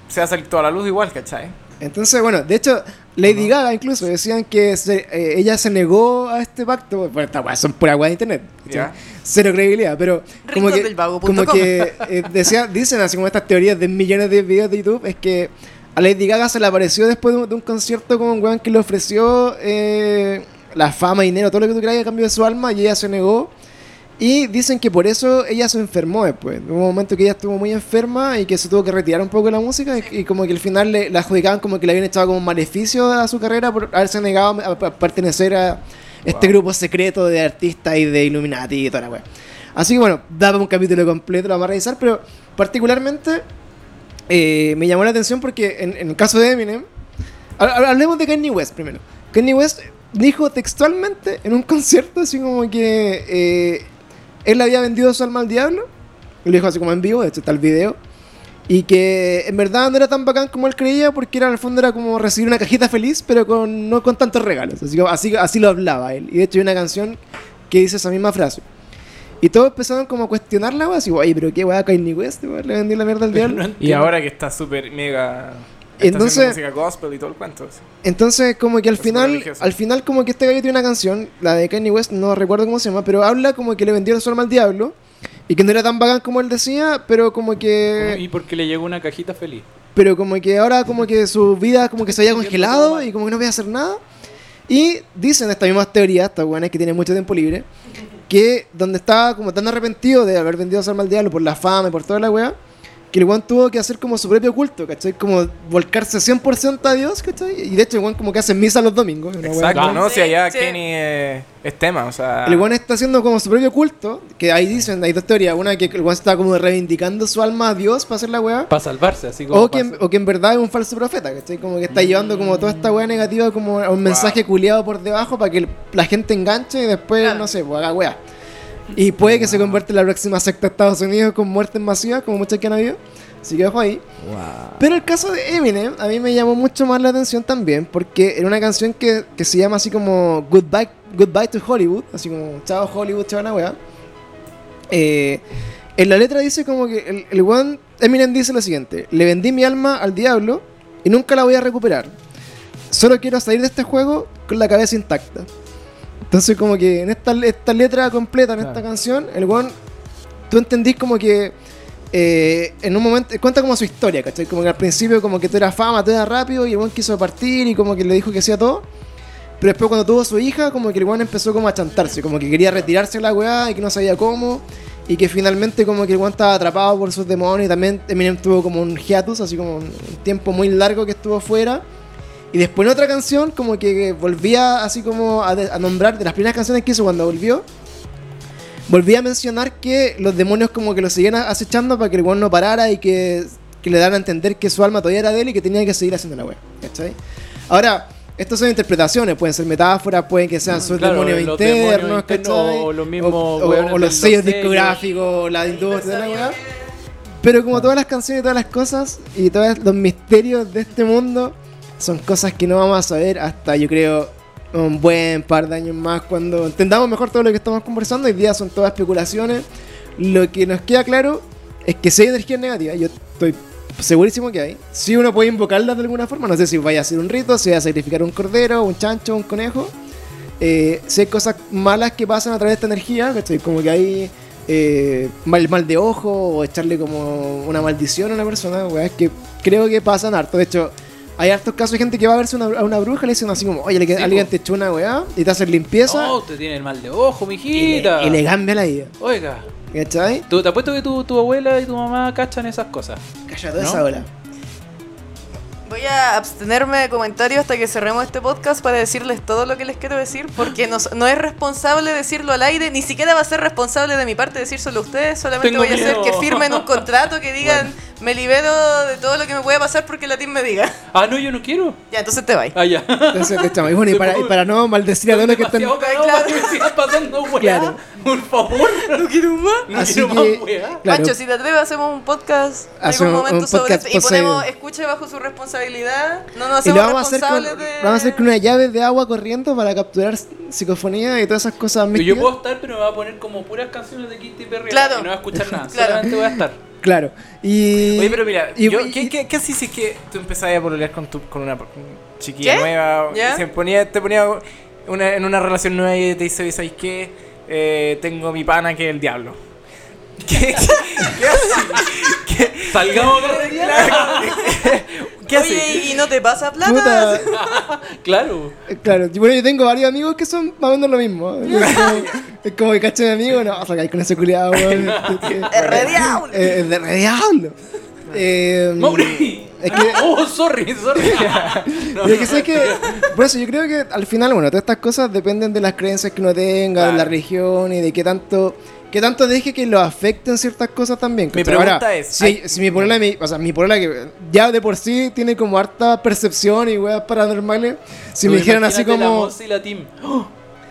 Speaker 2: se va a salir toda la luz igual, ¿cachai?
Speaker 1: Entonces, bueno, de hecho, Lady Gaga incluso decían que se- eh, ella se negó a este pacto. Bueno, esta weá son pura weá de internet.
Speaker 2: Ya.
Speaker 1: Cero credibilidad, pero como que,
Speaker 4: Rincondelvago.com.
Speaker 1: como que eh, decía- dicen así como estas teorías de millones de videos de YouTube, es que a Lady Gaga se le apareció después de un, de un concierto con un weón que le ofreció eh, la fama, dinero, todo lo que tú creas a cambio de su alma y ella se negó. Y dicen que por eso ella se enfermó después. Hubo un momento que ella estuvo muy enferma y que se tuvo que retirar un poco de la música y, y como que al final le, la adjudicaban como que le habían echado como un maleficio a su carrera por haberse negado a, a pertenecer a este grupo secreto de artistas y de Illuminati y toda la wea. Así que bueno, daba un capítulo completo, lo vamos a revisar, pero particularmente eh, me llamó la atención porque en, en el caso de Eminem, ha- ha- hablemos de Kanye West primero. Kanye West dijo textualmente en un concierto así como que eh, él había vendido su alma al diablo, y lo dijo así como en vivo, de hecho está el video, y que en verdad no era tan bacán como él creía porque era, en el fondo era como recibir una cajita feliz pero con, no con tantos regalos, así, que- así, así lo hablaba él. Y de hecho hay una canción que dice esa misma frase. Y todos empezaron como a cuestionarla, weá, así, oye, pero qué weá, Kanye West, weá, le vendió la mierda al diablo.
Speaker 2: Y ahora que está súper mega. está
Speaker 1: Entonces-
Speaker 2: haciendo música gospel y todo el cuento. sí.
Speaker 1: Entonces, como que al
Speaker 2: Es
Speaker 1: final,
Speaker 2: religioso.
Speaker 1: al final como que este gallo tiene una canción, la de Kanye West, no recuerdo cómo se llama, pero habla como que le vendieron su alma al diablo y que no era tan bacán como él decía, pero como
Speaker 3: Y
Speaker 1: que
Speaker 3: porque le llegó una cajita feliz.
Speaker 1: pero como que ahora como que su vida como que se había congelado y como que no podía hacer nada. Y dicen estas mismas teorías, estas buenas que tienen mucho tiempo libre, que donde estaba como tan arrepentido de haber vendido su alma al diablo por la fama y por toda la weá, que el weón tuvo que hacer como su propio culto, ¿cachai? Como volcarse 100% a Dios, ¿cachai? Y de hecho el weón como que hace misa los domingos. una weá
Speaker 2: Exacto,
Speaker 3: buena.
Speaker 2: ¿no?
Speaker 4: Sí,
Speaker 2: si allá
Speaker 4: sí.
Speaker 2: Kenny eh, es tema, o sea.
Speaker 1: El weón está haciendo como su propio culto, que ahí dicen, hay dos teorías. Una que el weón está como reivindicando su alma a Dios para hacer la weá.
Speaker 3: Para salvarse, así como.
Speaker 1: O Oh, que,
Speaker 3: pa'
Speaker 1: en,
Speaker 3: sa-
Speaker 1: o que en verdad es un falso profeta, ¿cachai? Como que está llevando como toda esta weá negativa como a un mensaje culiado por debajo para que el- la gente enganche y después,
Speaker 4: Claro.
Speaker 1: no sé, pues haga weá. Y puede que se convierta en la próxima secta de Estados Unidos con muertes masivas, como muchas que han habido. Así que ojo ahí.
Speaker 5: Wow.
Speaker 1: Pero el caso de Eminem a mí me llamó mucho más la atención también porque era una canción que, que se llama así como Goodbye, Goodbye to Hollywood, así como Chao Hollywood, chao la weá. Eh, en la letra dice como que el, el weón- Eminem dice lo siguiente, le vendí mi alma al diablo y nunca la voy a recuperar. Solo quiero salir de este juego con la cabeza intacta. Entonces como que en esta, esta letra completa, en esta
Speaker 2: Claro.
Speaker 1: canción, el weón, tú entendís como que eh, en un momento, cuenta como su historia, ¿cachai? Como que al principio como que tú eras fama, tú eras rápido y el weón quiso partir y como que le dijo que hacía todo. Pero después cuando tuvo su hija, como que el weón empezó como a chantarse, como que quería retirarse de la weá y que no sabía cómo. Y que finalmente como que el weón estaba atrapado por sus demonios y también Eminem tuvo como un hiatus, así como un tiempo muy largo que estuvo fuera. Y después en otra canción como que volvía así como a, de- a nombrar, de las primeras canciones que hizo cuando volvió, volvía a mencionar que los demonios como que lo seguían a- acechando para que el weón no parara y que, que le daban a entender que su alma todavía era de él y que tenía que seguir haciendo la weá, ¿cachai? Ahora, estas son interpretaciones, pueden ser metáforas, pueden que sean sus
Speaker 3: Ah, Claro,
Speaker 1: demonios
Speaker 3: los
Speaker 1: internos,
Speaker 3: demonios internos
Speaker 1: ¿cachai?
Speaker 3: o los mismos
Speaker 1: o, o- o
Speaker 3: weones de
Speaker 1: los
Speaker 3: los
Speaker 1: sellos
Speaker 3: sellos.
Speaker 1: discográficos, la industria, de la weá. Pero como todas las canciones y todas las cosas y todos los misterios de este mundo son cosas que no vamos a saber hasta yo creo un buen par de años más cuando entendamos mejor todo lo que estamos conversando. Hoy día son todas especulaciones. Lo que nos queda claro es que si hay energía negativa, yo estoy segurísimo que hay. Si uno puede invocarlas de alguna forma, no sé si vaya a hacer un rito, si vaya a sacrificar un cordero, un chancho, un conejo. Eh, si hay cosas malas que pasan a través de esta energía, ¿cachai? como que hay eh, mal, mal de ojo o echarle como una maldición a una persona, weas que creo que pasan harto. De hecho, hay hartos casos de gente que va a verse una- a una bruja y le dicen así como, oye, le- alguien te echó una weá y te hacen limpieza
Speaker 2: Oh,
Speaker 3: No, te Oh, tiene el mal de ojo,
Speaker 1: y,
Speaker 3: mijita.
Speaker 1: le, y le cambia la vida.
Speaker 3: Oiga,
Speaker 1: ¿Cachai?
Speaker 3: tú, te apuesto que tu, tu abuela y tu mamá cachan esas cosas.
Speaker 1: Calla toda
Speaker 3: ¿No?
Speaker 1: esa ola.
Speaker 4: Voy a abstenerme de comentarios hasta que cerremos este podcast para decirles todo lo que les quiero decir, porque no, no es responsable decirlo al aire, ni siquiera va a ser responsable de mi parte decir solo a ustedes, solamente
Speaker 3: Tengo
Speaker 4: voy a hacer
Speaker 3: miedo.
Speaker 4: que firmen un contrato que digan, me libero de todo lo que me pueda pasar porque la team me diga.
Speaker 3: Ah, no, yo no quiero.
Speaker 4: Ya, entonces te vas.
Speaker 3: Ah, ya.
Speaker 1: Entonces, te echamos. Y bueno, y para, y para no maldecir a todos los que están...
Speaker 3: Demasiado cagado para que me sigas pasando, weá.
Speaker 1: Claro.
Speaker 3: Por favor. No quiero más. No
Speaker 1: Así
Speaker 3: quiero
Speaker 1: que-
Speaker 3: más, weá.
Speaker 1: Claro.
Speaker 4: Pancho, si te atreves, hacemos un podcast en
Speaker 1: Hacemos
Speaker 4: algún momento
Speaker 1: un
Speaker 4: sobre
Speaker 1: podcast
Speaker 4: esto y ponemos
Speaker 1: posee-
Speaker 4: escuche bajo su responsabilidad. No nos
Speaker 1: Y lo
Speaker 4: hacemos
Speaker 1: vamos a, hacer con,
Speaker 4: responsables de.
Speaker 1: lo vamos a hacer con una llave de agua corriendo para capturar psicofonía y todas esas cosas
Speaker 3: Yo
Speaker 1: místicas.
Speaker 3: puedo estar, pero me va a poner como puras canciones de Kitty Perry.
Speaker 4: Claro.
Speaker 3: Y no va a escuchar nada.
Speaker 4: Claro.
Speaker 3: Solamente voy a estar.
Speaker 1: Claro. Y...
Speaker 2: Oye, pero mira,
Speaker 1: y-
Speaker 2: yo,
Speaker 1: y-
Speaker 2: ¿qué, qué, qué así si es que tú empezabas a pololear con, tu, con una chiquilla
Speaker 4: ¿Qué?
Speaker 2: nueva? o-
Speaker 4: ¿Ya?
Speaker 2: Se ponía, te ponía una- en una relación nueva y te dice, ¿sabes qué? Eh, tengo mi pana que es el diablo. ¿Qué, qué, qué así? ¿Qué,
Speaker 3: Salgamos a carretear.
Speaker 2: qué así?
Speaker 4: Oye, ¿y no te pasa plata? Eh,
Speaker 1: Puta,
Speaker 3: Claro.
Speaker 1: Eh, Claro, y bueno, yo tengo varios amigos que son más o menos lo mismo. Es como, es como que cacho de amigo, no, vas a caer con ese culiado, weón.
Speaker 4: Es re diablo.
Speaker 1: Eh, Es de re diablo. Eh,
Speaker 3: Mauri.
Speaker 1: Es que-
Speaker 3: Oh, sorry, sorry.
Speaker 1: pero es que sé que. Por eso yo creo que al final, bueno, todas estas cosas dependen de las creencias que uno tenga, de la
Speaker 3: Claro.
Speaker 1: religión y de qué tanto. Que tanto deje que lo afecten ciertas cosas también. ¿cachai?
Speaker 2: Mi pregunta
Speaker 1: Ahora,
Speaker 2: es,
Speaker 1: Si,
Speaker 2: ¿hay-
Speaker 1: si mi polola, mi- o sea, mi polola que ya de por sí tiene como harta percepción y weas paranormales, si me dijeran así
Speaker 3: Imagínate La
Speaker 1: como.
Speaker 3: voz y la team.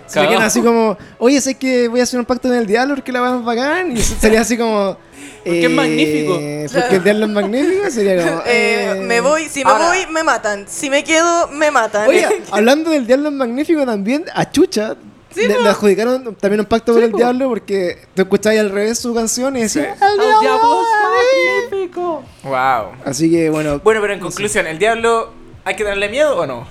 Speaker 1: Se me quedan así como, oye, sé que voy a hacer un pacto en el diablo porque la vamos a pagar. Y sería así como. eh,
Speaker 3: Porque es magnífico.
Speaker 1: Porque el diablo es magnífico. Sería como.
Speaker 4: Eh, me voy, si me
Speaker 3: Ahora-
Speaker 4: voy, me matan. Si me quedo, me matan.
Speaker 1: Oye, hablando del diablo es magnífico también, a Chucha le, le adjudicaron también un pacto por el diablo porque tú escuchabas al revés su canción y decías. "El
Speaker 3: ¡Al diablo
Speaker 1: diablo".
Speaker 3: es magnífico!
Speaker 2: Wow.
Speaker 1: Así que bueno.
Speaker 2: Bueno, pero en conclusión, ¿el diablo hay que darle miedo o no?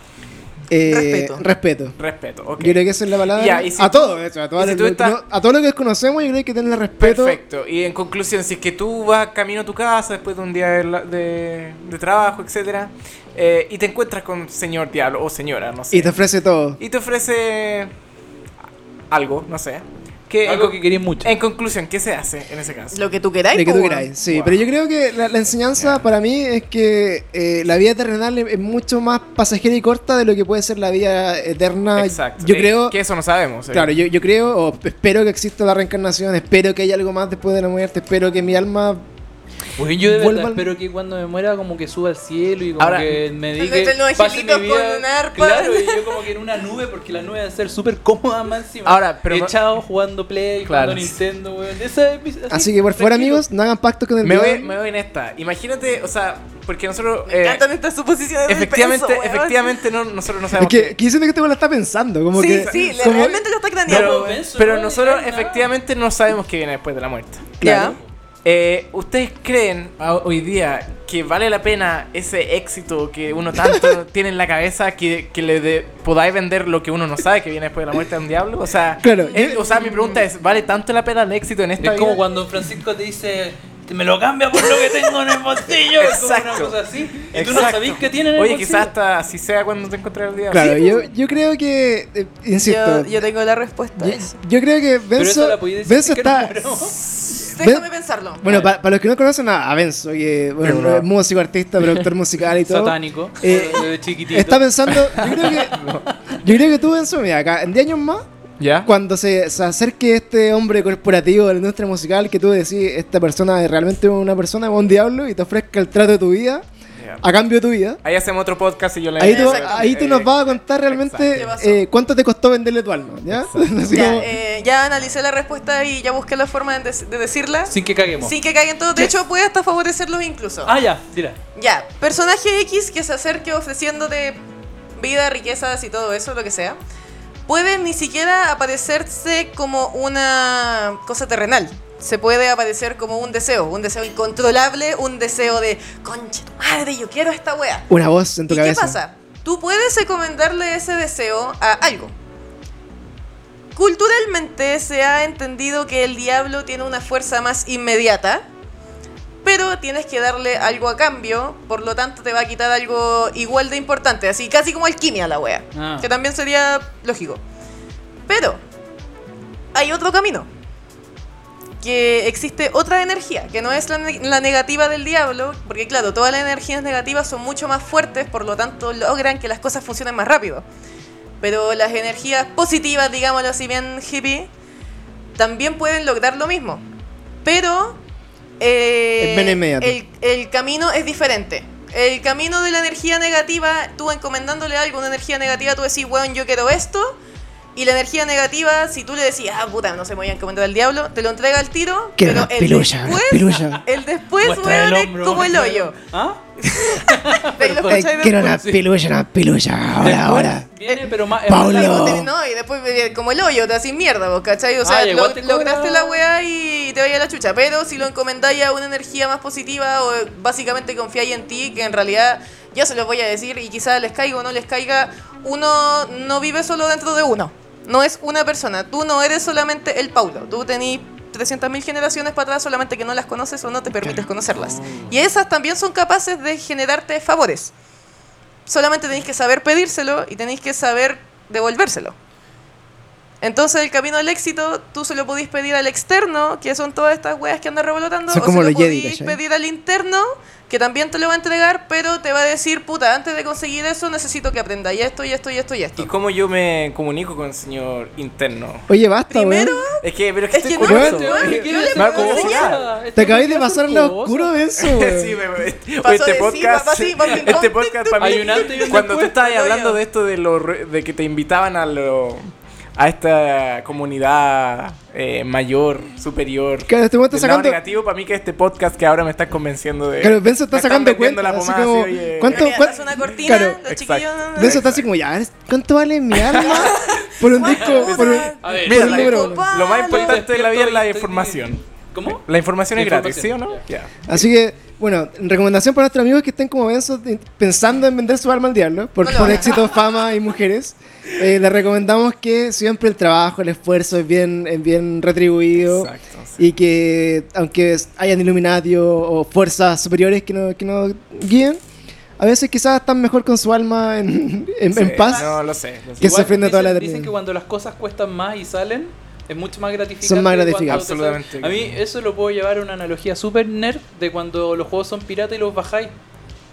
Speaker 1: eh,
Speaker 4: respeto.
Speaker 1: Respeto.
Speaker 2: Respeto, ok.
Speaker 1: Yo creo que esa es la palabra.
Speaker 2: Ya, y si
Speaker 1: a
Speaker 2: tú-
Speaker 1: todo, de hecho, a, todas
Speaker 2: y si
Speaker 1: las-
Speaker 2: tú
Speaker 1: no-
Speaker 2: estás-
Speaker 1: a todo lo que desconocemos, yo creo que hay que tener respeto.
Speaker 2: Perfecto. Y en conclusión, si es que tú vas camino a tu casa después de un día de, la- de- de trabajo, etcétera, eh, y te encuentras con señor diablo o señora, no sé,
Speaker 1: Y te ofrece todo.
Speaker 2: y te ofrece algo, no sé. Que,
Speaker 3: Eh, Algo que quería mucho.
Speaker 2: En conclusión, ¿qué se hace en ese caso?
Speaker 4: Lo que tú queráis.
Speaker 1: De que
Speaker 4: po,
Speaker 1: tú
Speaker 4: weón.
Speaker 1: queráis, sí.
Speaker 2: Wow.
Speaker 1: Pero yo creo que la, la enseñanza para mí es que eh, la vida terrenal es, es mucho más pasajera y corta de lo que puede ser la vida eterna.
Speaker 2: Exacto.
Speaker 1: Yo
Speaker 2: Eh,
Speaker 1: creo,
Speaker 2: que eso no sabemos. eh.
Speaker 1: claro, yo, yo creo, o espero que exista la reencarnación, espero que haya algo más después de la muerte, espero que mi alma
Speaker 3: Bueno, yo de verdad
Speaker 1: Vuelva al-
Speaker 3: espero que cuando me muera como que suba al cielo y como
Speaker 2: Ahora-
Speaker 3: que me diga
Speaker 4: Están los angelitos con un arpa.
Speaker 3: Claro, y yo como que en una nube porque la nube va a ser súper cómoda más encima.
Speaker 2: Ahora, pero no-
Speaker 3: echado jugando Play,
Speaker 2: Claro.
Speaker 3: jugando Nintendo, weón. Esa es mi-
Speaker 1: Así que por favor,
Speaker 3: tranquilo.
Speaker 1: amigos, no hagan pacto con el
Speaker 2: Me voy,
Speaker 1: diablo.
Speaker 2: me voy en esta. Imagínate, o sea, porque nosotros.
Speaker 4: Me
Speaker 2: eh,
Speaker 4: encantan estas suposiciones. del
Speaker 2: efectivamente,
Speaker 4: penso, weón.
Speaker 2: efectivamente, no, nosotros no
Speaker 1: Es
Speaker 2: sabemos.
Speaker 1: que, que yo siento que este weón la está pensando. Como
Speaker 4: Sí,
Speaker 1: que,
Speaker 4: sí, le-
Speaker 1: como-
Speaker 4: realmente lo está
Speaker 2: qué- pero,
Speaker 4: craneando.
Speaker 3: No, eso
Speaker 2: pero
Speaker 3: no
Speaker 2: nosotros,
Speaker 3: digan nada.
Speaker 2: efectivamente, no sabemos qué viene después de la muerte.
Speaker 1: claro.
Speaker 4: Ya.
Speaker 2: Eh, ¿Ustedes creen a- hoy día que vale la pena ese éxito que uno tanto tiene en la cabeza que, que le de- podáis vender lo que uno no sabe que viene después de la muerte de un diablo? O sea,
Speaker 1: Claro,
Speaker 2: es-
Speaker 1: yo-
Speaker 2: o sea mi pregunta es, ¿vale tanto la pena el éxito en esta
Speaker 3: Es como
Speaker 2: vida?
Speaker 3: cuando Francisco te dice, "Te- me lo cambia por lo que tengo en el bolsillo. Es como
Speaker 2: Exacto.
Speaker 3: Una cosa así. Y tú no
Speaker 2: Exacto.
Speaker 3: sabés qué tiene en el
Speaker 2: Oye,
Speaker 3: bolsillo.
Speaker 2: quizás hasta así sea cuando te encontré el diablo. pues.
Speaker 1: Claro, yo, yo creo que. eh, insisto.
Speaker 4: Yo, yo tengo la respuesta a
Speaker 1: yo-
Speaker 4: eso.
Speaker 1: yo creo que Benzo,
Speaker 3: eso la podía decir
Speaker 1: Benzo
Speaker 3: que no,
Speaker 1: está.
Speaker 3: ¿no?
Speaker 4: Déjame pensarlo.
Speaker 1: Bueno, pa- para los que no conocen a, a Benzo, que bueno,
Speaker 2: Pero no.
Speaker 1: es músico, artista, productor musical y todo.
Speaker 3: Satánico.
Speaker 1: Eh,
Speaker 3: de chiquitito.
Speaker 1: Está pensando, yo creo que, yo creo que tú, Benzo, mira, acá, en 10 años más,
Speaker 2: ¿Ya?
Speaker 1: cuando se, se acerque este hombre corporativo de la industria musical, que tú decís, esta persona es realmente una persona, un diablo, y te ofrezca el trato de tu vida,
Speaker 2: Ya.
Speaker 1: a cambio de tu vida,
Speaker 2: Ahí hacemos otro podcast y yo le
Speaker 1: ahí tú,
Speaker 4: Exacto.
Speaker 1: ahí tú
Speaker 2: Eh,
Speaker 1: nos vas a contar realmente
Speaker 4: Exacto.
Speaker 1: eh, cuánto te costó venderle tu alma, ¿ya? Así
Speaker 4: ya,
Speaker 1: como-
Speaker 4: eh, ya analicé la respuesta y ya busqué la forma de, de decirla.
Speaker 3: Sin que caguemos.
Speaker 4: Sin que caigan todos. De hecho, puede hasta favorecerlos incluso.
Speaker 3: Ah, ya, tira.
Speaker 4: Ya, personaje X que se acerque ofreciéndote vida, riquezas y todo eso, lo que sea, puede ni siquiera aparecerse como una cosa terrenal. Se puede aparecer como un deseo, un deseo incontrolable, un deseo de, concha tu madre, yo quiero esta wea.
Speaker 1: una voz en tu
Speaker 4: ¿Y
Speaker 1: cabeza.
Speaker 4: qué pasa? Tú puedes encomendarle ese deseo a algo. Culturalmente se ha entendido que el diablo tiene una fuerza más inmediata, pero tienes que darle algo a cambio, por lo tanto te va a quitar algo igual de importante, así casi como alquimia la wea,
Speaker 3: Ah.
Speaker 4: que también sería lógico. Pero hay otro camino, que existe otra energía, que no es la, ne- la negativa del diablo, porque claro, todas las energías negativas son mucho más fuertes, por lo tanto logran que las cosas funcionen más rápido. Pero las energías positivas, digámoslo así bien hippie, también pueden lograr lo mismo. Pero eh,
Speaker 1: Es menos inmediato.
Speaker 4: el, el camino es diferente. El camino de la energía negativa, tú encomendándole algo, una energía negativa, tú decís, weón, yo quiero esto. Y la energía negativa, si tú le decís, ah, puta, no se me voy a encomendar al diablo, te lo entrega al tiro,
Speaker 1: Qué
Speaker 4: pero el
Speaker 1: pilulla,
Speaker 4: después,
Speaker 1: pilulla.
Speaker 4: el después,
Speaker 3: Muestra
Speaker 4: weón,
Speaker 3: el
Speaker 4: es
Speaker 3: hombro.
Speaker 4: como el hoyo.
Speaker 3: ¿Ah?
Speaker 4: Te lo
Speaker 1: Eh,
Speaker 4: escucháis
Speaker 1: quiero
Speaker 4: después.
Speaker 1: una
Speaker 3: sí.
Speaker 1: pilulla, una pilulla, ahora,
Speaker 3: Después
Speaker 1: ahora.
Speaker 3: Viene, pero más.
Speaker 1: Paulo.
Speaker 4: Y
Speaker 3: es más
Speaker 4: vos
Speaker 1: No.
Speaker 4: tenés- no, y después eh, como el hoyo, te haces mierda, vos, ¿cachai? O sea,
Speaker 3: Ah, igual
Speaker 4: lo-
Speaker 3: te cobra.
Speaker 4: lograste la weá y te vaya a la chucha. Pero si lo encomendáis a una energía más positiva o eh, básicamente confiáis en ti, que en realidad yo se los voy a decir y quizás les caiga o no les caiga, uno no vive solo dentro de uno. No es una persona. Tú no eres solamente el Paulo. Tú tenés 300.000 generaciones para atrás solamente que no las conoces o no te permites conocerlas. Y esas también son capaces de generarte favores. Solamente tenéis que saber pedírselo y tenéis que saber devolvérselo. Entonces el camino al éxito, tú se lo podís pedir al externo, que son todas estas weas que andan revolotando,
Speaker 1: Son
Speaker 4: o
Speaker 1: como
Speaker 4: se lo
Speaker 1: los Jedi,
Speaker 4: podís
Speaker 1: ¿cachai?
Speaker 4: pedir al interno, que también te lo va a entregar, pero te va a decir, puta, antes de conseguir eso necesito que aprendáis esto y esto y esto y
Speaker 2: ¿Y
Speaker 4: esto.
Speaker 2: cómo yo me comunico con el señor interno?
Speaker 1: Oye, basta, weón.
Speaker 4: Primero,
Speaker 2: Es que, pero es que
Speaker 4: es
Speaker 2: estoy
Speaker 4: que no,
Speaker 2: curioso.
Speaker 1: Weón,
Speaker 4: weón,
Speaker 3: Oye,
Speaker 4: yo le
Speaker 3: ¿quieres
Speaker 2: Marco,
Speaker 4: puedo
Speaker 2: vos
Speaker 4: enseñar.
Speaker 1: Te acabáis de pasar lo
Speaker 3: Curioso.
Speaker 1: oscuro ¿eh? de eso,
Speaker 2: Sí, me- me-
Speaker 4: Pasó
Speaker 2: este
Speaker 4: de
Speaker 2: podcast,
Speaker 4: sí, papá, sí, porque
Speaker 2: este
Speaker 4: no-
Speaker 2: podcast para mí,
Speaker 3: Hay un antes y un
Speaker 2: cuando tú
Speaker 3: después,
Speaker 2: estabas
Speaker 4: pero
Speaker 2: hablando
Speaker 4: yo.
Speaker 2: de esto de lo re- de que te invitaban a lo a esta comunidad eh, mayor, superior.
Speaker 1: Claro, este momento
Speaker 2: del
Speaker 1: sacando-
Speaker 2: lado negativo para mí que este podcast que ahora me estás convenciendo de.
Speaker 1: Claro, Benzo está
Speaker 2: me están
Speaker 1: sacando
Speaker 2: vendiendo
Speaker 1: cuentas,
Speaker 2: la
Speaker 1: así
Speaker 2: pomada,
Speaker 1: como,
Speaker 2: oye.
Speaker 1: ¿cuánto-
Speaker 4: Mira,
Speaker 1: cuál-
Speaker 4: hace una cortina,
Speaker 1: claro,
Speaker 4: los
Speaker 2: exacto.
Speaker 4: chiquillos...
Speaker 1: Benzo está así como, ya, ¿cuánto vale mi alma? Por un disco, por un,
Speaker 3: A ver,
Speaker 1: por
Speaker 2: Mira,
Speaker 1: un
Speaker 2: la-
Speaker 1: número uno.
Speaker 4: Compadre.
Speaker 2: lo más importante de la vida es la
Speaker 3: Estoy- estoy-
Speaker 2: información.
Speaker 3: ¿Cómo?
Speaker 2: La información es
Speaker 3: La
Speaker 2: gratis, ¿sí o
Speaker 3: información,
Speaker 2: no? Ya.
Speaker 1: Así que, bueno, recomendación para nuestros amigos que estén como Benzo de- pensando en vender su alma al diablo, por,
Speaker 4: No lo
Speaker 1: por
Speaker 4: hagan.
Speaker 1: éxito, fama y mujeres. Eh, les recomendamos que siempre el trabajo, el esfuerzo es bien, es bien retribuido.
Speaker 2: Exacto. sí.
Speaker 1: Y que aunque es- hayan iluminatio o fuerzas superiores que nos que nos guíen, a veces quizás están mejor con su alma en, en-
Speaker 2: Sí,
Speaker 1: en paz.
Speaker 2: No, lo sé. lo sé.
Speaker 1: Que se
Speaker 3: Igual
Speaker 1: ofrenda toda la
Speaker 3: dicen-
Speaker 1: eternidad.
Speaker 3: Dicen que cuando las cosas cuestan más y salen, es mucho más gratificante.
Speaker 1: Son más
Speaker 3: cuando
Speaker 1: gratificantes.
Speaker 3: te
Speaker 2: Absolutamente.
Speaker 3: salen. A mí eso lo puedo llevar a una analogía super nerd de cuando los juegos son piratas y los bajáis.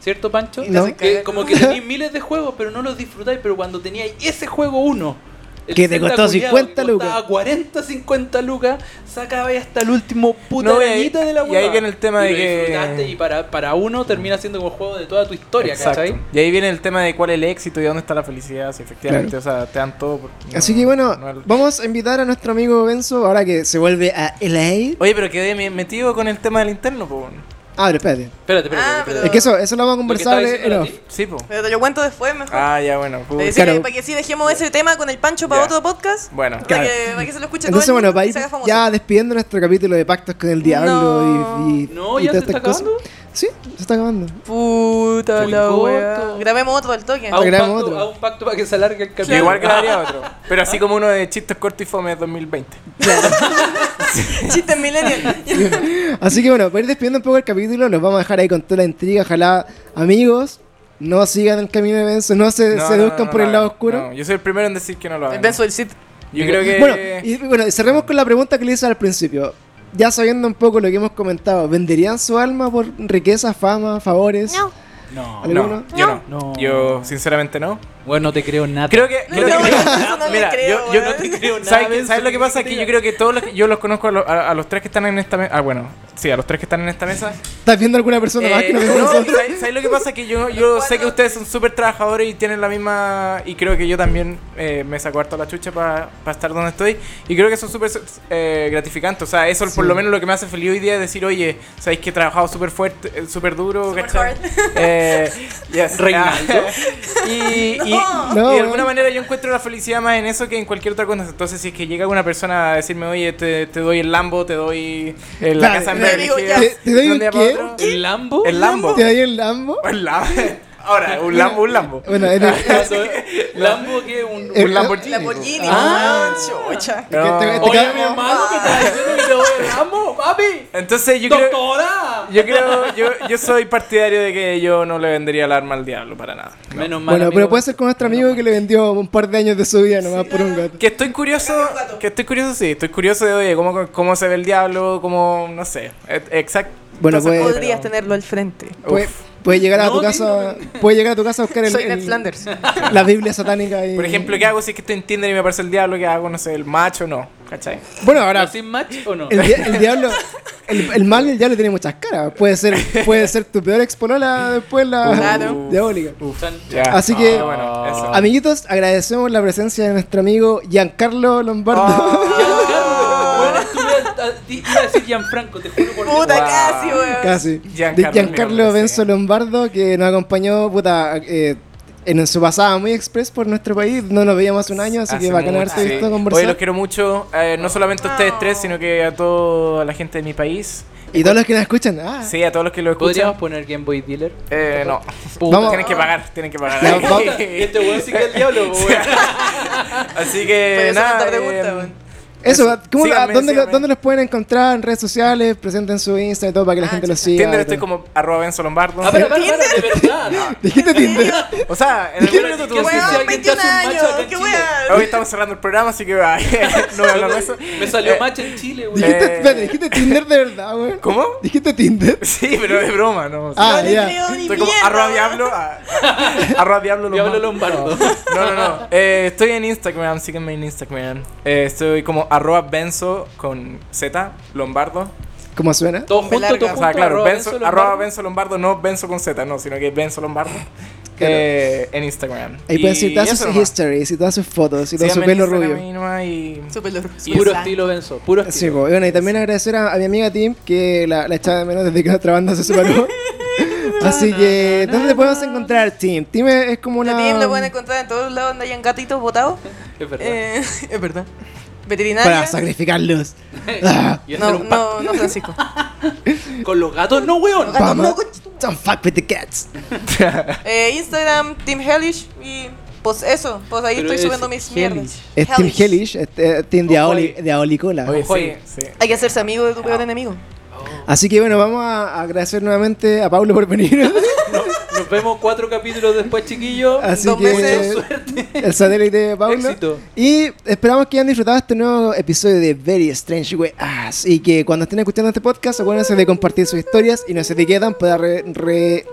Speaker 3: ¿Cierto, Pancho?
Speaker 1: No.
Speaker 3: Que como que tenéis miles de juegos, pero no los disfrutáis. Pero cuando teníais ese juego uno, El
Speaker 1: Que te
Speaker 3: Zelda
Speaker 1: costó
Speaker 3: culiao que
Speaker 1: 50 lucas.
Speaker 3: costaba 40, 50 lucas. Sacaba ahí hasta el último puta
Speaker 2: No, y-
Speaker 3: arañita de la
Speaker 2: y
Speaker 3: hueá.
Speaker 2: ahí viene el tema
Speaker 3: Y
Speaker 2: de
Speaker 3: lo
Speaker 2: que-
Speaker 3: disfrutaste Y para, para uno termina siendo como el juego de toda tu historia,
Speaker 2: Exacto.
Speaker 3: ¿cachai?
Speaker 2: Y ahí viene el tema de cuál es el éxito y dónde está la felicidad. Si efectivamente, o sea, te dan todo. porque no-
Speaker 1: Así que bueno,
Speaker 2: no es-
Speaker 1: vamos a invitar a nuestro amigo Benzo ahora que se vuelve a LA.
Speaker 2: Oye, pero quedé me- metido con el tema del interno, po. weón.
Speaker 1: Ah, pero espérate.
Speaker 3: Espérate, espérate.
Speaker 4: Ah,
Speaker 3: espérate.
Speaker 1: Es que eso, eso lo vamos a conversar
Speaker 3: Lo que estaba
Speaker 1: en
Speaker 3: diciendo
Speaker 1: off.
Speaker 3: era
Speaker 2: Sí, po.
Speaker 4: Pero te lo cuento después mejor.
Speaker 2: Ah, ya, bueno.
Speaker 4: Para
Speaker 2: puta.
Speaker 4: decirle-
Speaker 1: claro.
Speaker 4: para que Eh, sí dejemos ese tema con el Pancho para
Speaker 2: Ya.
Speaker 4: otro podcast.
Speaker 2: Bueno.
Speaker 4: Para,
Speaker 1: Claro.
Speaker 4: que, para que se lo escuche
Speaker 1: Entonces
Speaker 4: todo el
Speaker 1: bueno,
Speaker 4: mundo
Speaker 1: para
Speaker 4: y
Speaker 1: ir
Speaker 4: se haga famoso.
Speaker 1: ya despidiendo nuestro capítulo de pactos con el diablo
Speaker 4: No.
Speaker 1: y, y-
Speaker 3: No,
Speaker 1: y
Speaker 3: ya se
Speaker 1: todas
Speaker 3: está
Speaker 1: estas cosas.
Speaker 3: acabando.
Speaker 1: Sí, se está acabando.
Speaker 4: Puta
Speaker 3: Muy
Speaker 4: la
Speaker 3: corto. Ah,
Speaker 4: wea. Grabemos otro al toque.
Speaker 3: A un,
Speaker 1: Hagamos
Speaker 3: pacto,
Speaker 1: otro.
Speaker 3: a un pacto para que se alargue el capítulo.
Speaker 2: Igual que daría otro. Pero así como uno de chistes cortos y fome 2020.
Speaker 4: Chistes millennial. Ya.
Speaker 1: Así que bueno, para ir despidiendo un poco el capítulo, los vamos a dejar ahí con toda la intriga. Ojalá, amigos, no sigan el camino de Benzo, no se
Speaker 2: No,
Speaker 1: seduzcan
Speaker 2: no, no,
Speaker 1: por
Speaker 2: no,
Speaker 1: el lado
Speaker 2: no.
Speaker 1: oscuro.
Speaker 2: No, yo soy el primero en decir que no lo hagan.
Speaker 4: El Benzo del Cid.
Speaker 2: Yo creo que.
Speaker 1: Bueno, y bueno, cerremos con la pregunta que le hice al principio. Ya sabiendo un poco lo que hemos comentado, ¿venderían su alma por riqueza, fama, favores?
Speaker 5: No.
Speaker 3: No.
Speaker 1: ¿Alguno?
Speaker 2: no, yo no.
Speaker 3: No.
Speaker 2: Yo, sinceramente, no.
Speaker 3: Bueno, no te creo nada.
Speaker 2: Creo que.
Speaker 4: No,
Speaker 2: creo
Speaker 4: no,
Speaker 2: que-
Speaker 4: eso no le
Speaker 2: Mira,
Speaker 4: creo,
Speaker 2: yo, yo no
Speaker 4: weón.
Speaker 2: te creo nada.
Speaker 3: ¿Sabes
Speaker 2: ¿Sabes,
Speaker 3: qué?
Speaker 2: lo que pasa? Es que yo creo que todos los, yo los conozco a, los- a- a los tres que están en esta mesa. Ah, bueno, sí, a los tres que están en esta mesa.
Speaker 1: ¿Estás viendo alguna persona más que
Speaker 2: Eh,
Speaker 1: no vemos
Speaker 2: no,
Speaker 1: nosotros?
Speaker 2: ¿sabes, sabes lo que pasa? Que yo, yo sé que ustedes son súper trabajadores y tienen la misma. Y creo que yo también eh, me saco harto la chucha para estar donde estoy. Y creo que son súper eh, gratificantes. O sea, eso es por
Speaker 1: Sí.
Speaker 2: lo menos lo que me hace feliz hoy día es decir, oye, sabéis que he trabajado súper fuerte, eh, súper duro.
Speaker 4: Súper
Speaker 2: ¿cachai?
Speaker 4: hard.
Speaker 2: Eh, yes.
Speaker 3: Reinaldo.
Speaker 2: y, y-
Speaker 4: No.
Speaker 2: y
Speaker 1: No,
Speaker 2: de
Speaker 1: bueno.
Speaker 2: alguna manera yo encuentro la felicidad más en eso que en cualquier otra cosa. Entonces, si es que llega una persona a decirme, oye, te, te doy el Lambo, te doy eh, la
Speaker 1: Claro,
Speaker 2: casa en
Speaker 1: le
Speaker 2: Beverly
Speaker 4: digo,
Speaker 2: Hills,
Speaker 4: ya.
Speaker 1: ¿Te- te doy
Speaker 2: de
Speaker 1: un
Speaker 2: día para
Speaker 1: qué?
Speaker 2: otro.
Speaker 3: ¿El Lambo?
Speaker 2: El Lambo.
Speaker 1: ¿Te da ahí el Lambo?
Speaker 2: Un Lambo. Ahora, un Lambo, un Lambo.
Speaker 1: Bueno, en el-
Speaker 3: ¿Lambo que un,
Speaker 1: Eh,
Speaker 3: un Lamborghini?
Speaker 4: Lamborghini.
Speaker 3: Ah.
Speaker 4: weón, chocha.
Speaker 2: No.
Speaker 1: te- te-
Speaker 3: Oye, mi hermano, ¿qué estás diciendo que te voy el Lambo, papi?
Speaker 2: Entonces yo creo,
Speaker 3: ¡Doctora!
Speaker 2: yo creo, yo, yo soy partidario de que yo no le vendería el arma al diablo para nada. No.
Speaker 3: Menos mal.
Speaker 1: Bueno,
Speaker 3: amigo.
Speaker 1: pero puede ser con nuestro amigo que le vendió un par de años de su vida nomás por un gato.
Speaker 2: Que estoy curioso, que estoy curioso, sí, estoy curioso de, oye, cómo, cómo se ve el diablo, cómo, no sé, exacto.
Speaker 1: Bueno, pues-
Speaker 4: Podrías tenerlo al frente.
Speaker 1: Puede, puede llegar a
Speaker 3: No,
Speaker 1: tu
Speaker 3: tío.
Speaker 1: casa, puede llegar a tu casa a buscar el,
Speaker 4: Soy Ned
Speaker 1: el-
Speaker 4: Flanders.
Speaker 1: la Biblia satánica y...
Speaker 2: Por ejemplo, ¿qué hago si es que estoy en Tinder y me aparece el diablo? ¿Qué hago? No sé, el macho, no, ¿cachai?
Speaker 1: bueno, ahora
Speaker 3: ¿Pero sin match o no?
Speaker 1: el, di- el diablo el, el mal del diablo tiene muchas caras. Puede ser puede ser tu peor expolola después la
Speaker 4: Claro.
Speaker 1: diabólica.
Speaker 3: Chan,
Speaker 2: Ya.
Speaker 1: Así que-
Speaker 2: Ah, bueno, eso.
Speaker 1: Amiguitos, agradecemos la presencia de nuestro amigo Giancarlo
Speaker 2: Ah.
Speaker 1: Lombardo.
Speaker 3: Giancarlo, bueno, estuve a- a- di- iba a decir Gianfranco, te juro por Dios.
Speaker 4: Puta,
Speaker 2: Wow.
Speaker 4: casi, weón.
Speaker 1: Casi.
Speaker 2: Giancarlo,
Speaker 1: De Giancarlo
Speaker 2: mi
Speaker 1: Benzo
Speaker 2: hombre, sí.
Speaker 1: Lombardo, que nos acompañó puta, eh, en su pasada muy express por nuestro país. No nos veíamos hace un año, así
Speaker 2: Hace
Speaker 1: que bacán
Speaker 2: mucho,
Speaker 1: haberte
Speaker 2: sí.
Speaker 1: visto
Speaker 2: Oye,
Speaker 1: conversar.
Speaker 2: los quiero mucho, eh, no solamente a ustedes
Speaker 4: Oh.
Speaker 2: tres, sino que a toda la gente de mi país.
Speaker 1: Y todos los que nos escuchan, ah,
Speaker 2: Sí, a todos los que lo escuchan.
Speaker 3: ¿Podríamos poner Game Boy Dealer?
Speaker 2: Eh, no.
Speaker 3: Puta.
Speaker 1: Vamos.
Speaker 2: Tienen que pagar, tienen que pagar.
Speaker 1: Ya, vamos.
Speaker 3: Este weón sí que es el diablo, weón. Ah,
Speaker 2: Así
Speaker 4: Pero
Speaker 2: que
Speaker 4: esa
Speaker 2: nada.
Speaker 4: es la pregunta,
Speaker 2: eh,
Speaker 4: weón.
Speaker 1: Eso, ¿cómo-
Speaker 2: Síganme,
Speaker 1: a- ¿dónde, lo-
Speaker 2: síganme.
Speaker 1: dónde los pueden encontrar en redes sociales? Presenten su Insta y todo para que la
Speaker 4: Ah,
Speaker 1: gente los
Speaker 4: chucha.
Speaker 1: siga. y
Speaker 2: Tinder estoy
Speaker 1: todo.
Speaker 2: como arroba Benzo Lombardo.
Speaker 3: Ah, pero, pero, pero, de verdad.
Speaker 1: Dijiste Tinder.
Speaker 2: O sea, en algún minuto tú
Speaker 4: Qué
Speaker 3: Entonces, si
Speaker 4: weón,
Speaker 3: alguien te
Speaker 4: 21
Speaker 3: hace un macho acá
Speaker 4: años.
Speaker 3: en
Speaker 4: Qué
Speaker 3: Chile,
Speaker 4: weón.
Speaker 2: Hoy estamos cerrando el programa, así que ay, no voy a hablar de eso.
Speaker 3: Me salió
Speaker 2: Eh,
Speaker 3: match en Chile, weón.
Speaker 1: Dijiste,
Speaker 2: Eh.
Speaker 1: espérate, dijiste Tinder de verdad, güey.
Speaker 2: ¿Cómo?
Speaker 1: Dijiste Tinder.
Speaker 2: Sí, pero de broma, no.
Speaker 1: Ah,
Speaker 4: No le
Speaker 1: ya.
Speaker 4: creo ni
Speaker 2: estoy como
Speaker 4: mierda,
Speaker 2: arroba
Speaker 4: weón.
Speaker 2: diablo. ah, Arroba diablo
Speaker 3: Diablo
Speaker 2: Lombardo.
Speaker 3: Lombardo.
Speaker 2: No, no, no. Eh, estoy en Instagram, sígueme en Instagram. Eh, estoy como arroba Benzo con Z, Lombardo.
Speaker 1: ¿Cómo suena?
Speaker 3: Todo
Speaker 4: Me larga.
Speaker 3: junto, todo
Speaker 2: O
Speaker 3: junto.
Speaker 2: sea, claro, Benzo, arroba
Speaker 3: Lombardo.
Speaker 2: Benzo Lombardo, no Benzo con Z, no, sino que Benzo Lombardo
Speaker 1: Claro.
Speaker 2: eh, en Instagram.
Speaker 1: Ahí pueden seguir todas
Speaker 2: eso
Speaker 1: sus
Speaker 2: nomás.
Speaker 1: histories y todas sus fotos y todo su
Speaker 2: Síganme en
Speaker 1: pelo
Speaker 2: Instagram
Speaker 1: rubio.
Speaker 2: ahí nomás y-
Speaker 4: Súper loco.
Speaker 3: Y Puro estilo Benzo, puro
Speaker 1: Sí,
Speaker 3: estilo.
Speaker 1: pues, bueno, y también agradecer a, a mi amiga Tim, que la, la echaba de menos desde que nuestra banda se separó. Así que, ¿dónde te podemos encontrar, Tim? Tim es es como una...
Speaker 4: La team la pueden encontrar en todos lados donde hayan gatitos botados.
Speaker 3: Es verdad.
Speaker 4: Eh, es verdad. Veterinaria.
Speaker 1: Para sacrificarlos.
Speaker 3: y hacer
Speaker 4: No,
Speaker 3: un pacto
Speaker 4: no, no, Francisco.
Speaker 3: con los gatos, no, weón.
Speaker 1: Vamos. Don't fuck with the cats.
Speaker 4: Eh, Instagram, Team Hellish. Y pues eso, pues ahí
Speaker 3: Pero
Speaker 4: estoy
Speaker 3: es
Speaker 4: subiendo mis mierdas.
Speaker 3: Hellish.
Speaker 1: Es Tim Hellish, es, eh, Tim de,
Speaker 3: Ojo
Speaker 1: Aoli-
Speaker 3: ahí.
Speaker 1: de Aolicola.
Speaker 2: Oye,
Speaker 3: Ojo
Speaker 2: sí,
Speaker 3: ahí.
Speaker 2: sí.
Speaker 4: Hay que hacerse amigo de tu peor enemigo.
Speaker 1: Así que bueno, vamos a agradecer nuevamente a Pablo por venir.
Speaker 3: Nos vemos cuatro capítulos después, chiquillos.
Speaker 1: Así
Speaker 4: Dos
Speaker 1: que
Speaker 4: meses.
Speaker 1: el satélite de Pablo.
Speaker 3: Éxito.
Speaker 1: Y esperamos que hayan disfrutado este nuevo episodio de Very Strange Way Us. Y que cuando estén escuchando este podcast, acuérdense de compartir sus historias y nos etiquetan para re- re-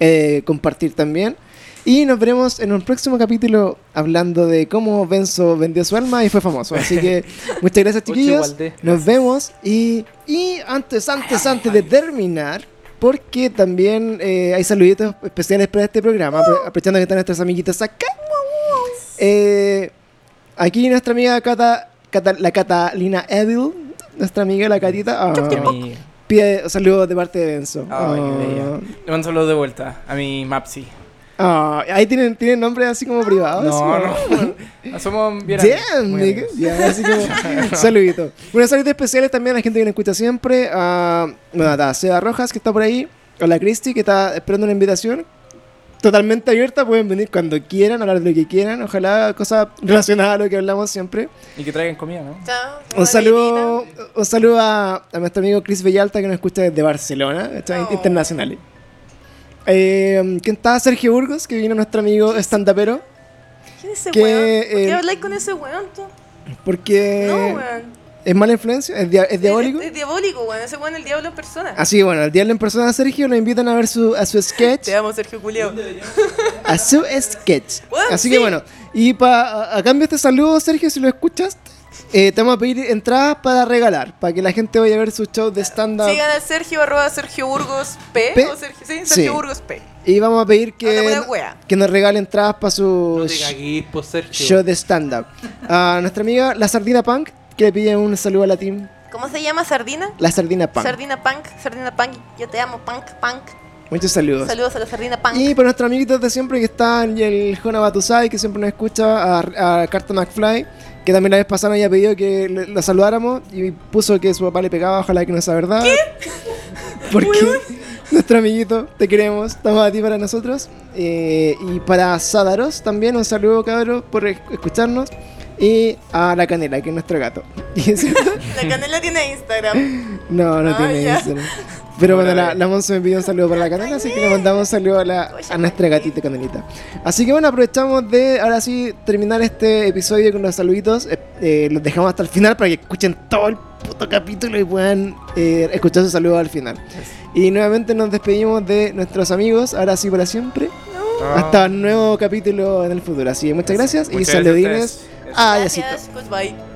Speaker 1: eh, compartir también. Y nos veremos en un próximo capítulo hablando de cómo Benzo vendió su alma y fue famoso. Así que muchas gracias, chiquillos.
Speaker 3: Ocho, Valdés.
Speaker 1: Nos vemos. Y, y antes, antes, antes de terminar, porque también eh, hay saluditos especiales para este programa, apro-
Speaker 2: ¡Uh!
Speaker 1: aprovechando que están nuestras amiguitas acá. Eh, aquí nuestra amiga Cata, Cata- la Catalina Evil, nuestra amiga la Catita, ah,
Speaker 2: Amigo.
Speaker 1: pide un saludo de parte de Benzo.
Speaker 2: Ay,
Speaker 1: Ah.
Speaker 2: qué bella. Le mando saludos de vuelta a mi Mapsi.
Speaker 1: Ah, ahí tienen, tienen nombres así como privados.
Speaker 2: No,
Speaker 1: como-
Speaker 2: no. Somos bien amigos,
Speaker 1: Ah, Damn,
Speaker 2: muy
Speaker 1: nigga.
Speaker 2: amigos.
Speaker 1: Ya, así como, saludito. Unos saludos especiales también a la gente que nos escucha siempre. A, bueno, a Seba Rojas, que está por ahí. A la Cristi, que está esperando una invitación. Totalmente abierta, pueden venir cuando quieran, hablar de lo que quieran. Ojalá cosas relacionadas a lo que hablamos siempre.
Speaker 2: Y que traigan comida, ¿no?
Speaker 4: Chao.
Speaker 1: Un saludo, un saludo a, a nuestro amigo Chris Bellalta, que nos escucha desde Barcelona, ¿cachai?
Speaker 4: Oh.
Speaker 1: internacionales. Eh, ¿Quién está? Sergio Burgos, que vino nuestro amigo stand-upero.
Speaker 4: ¿Quién es ese
Speaker 1: Que,
Speaker 4: weón? ¿Por qué
Speaker 1: eh,
Speaker 4: habláis con ese weón tú?
Speaker 1: Porque
Speaker 4: no, weón.
Speaker 1: es mala influencia, es, dia- es Eh, diabólico. Ah,
Speaker 4: Es, es diabólico, weón. Ese weón es el diablo en persona.
Speaker 1: Así que bueno, el diablo en persona a Sergio lo invitan a ver su, a su sketch.
Speaker 4: Te amo, Sergio Culeo.
Speaker 1: A su sketch.
Speaker 4: Bueno,
Speaker 1: Así
Speaker 4: sí.
Speaker 1: que bueno, y pa, a, a cambio de este saludo, Sergio, si lo escuchas, eh, te vamos a pedir entradas para regalar, para que la gente vaya a ver su show de stand-up.
Speaker 4: Sigan a Sergio arroba Sergio Burgos P.
Speaker 1: P.
Speaker 4: o Sergio, sí,
Speaker 1: Sí.
Speaker 4: Sergio Burgos P.
Speaker 1: Y vamos a pedir
Speaker 4: Habla
Speaker 1: que,
Speaker 4: pura wea.
Speaker 1: que nos regalen entradas para su
Speaker 3: No te
Speaker 1: sh-
Speaker 3: caguís, po, Sergio.
Speaker 1: show de stand-up. A nuestra amiga La Sardina Punk, que le pide un saludo a la team.
Speaker 4: ¿Cómo se llama Sardina?
Speaker 1: La Sardina Punk.
Speaker 4: Sardina Punk, Sardina Punk. Yo te amo, Punk, Punk.
Speaker 1: Muchos saludos.
Speaker 4: Saludos a la Sardina Punk.
Speaker 1: Y por nuestros amiguitos de siempre que están, y el Jona Batusai, que siempre nos escucha, a, a Carta McFly, que también la vez pasada nos había pedido que le- la saludáramos y puso que su papá le pegaba, ojalá que no sea verdad. Porque nuestro amiguito, te queremos, estamos a ti para nosotros. Eh, y para Sadaros también, un saludo cabros por esc- escucharnos. Y a la canela, que es nuestro gato.
Speaker 4: La canela tiene Instagram.
Speaker 1: no, no
Speaker 4: Ah,
Speaker 1: tiene
Speaker 4: ya. eh.
Speaker 1: Instagram. Pero bueno,
Speaker 2: Ahora
Speaker 1: la, la Monse me pidió un saludo para la canela, así que le mandamos un saludo a, la- a nuestra gatita canelita. Así que bueno, aprovechamos de ahora sí terminar este episodio con los saluditos. Eh, eh, los dejamos hasta el final para que escuchen todo el puto capítulo y puedan eh, escuchar su saludo al final. Y nuevamente nos despedimos de nuestros amigos, ahora sí para siempre. Hasta un nuevo capítulo en el futuro. Así que muchas gracias,
Speaker 2: Ah. Muchas
Speaker 1: y
Speaker 2: gracias a
Speaker 1: saludines.
Speaker 2: ustedes.
Speaker 1: Ah,
Speaker 4: Gracias. pues, Goodbye.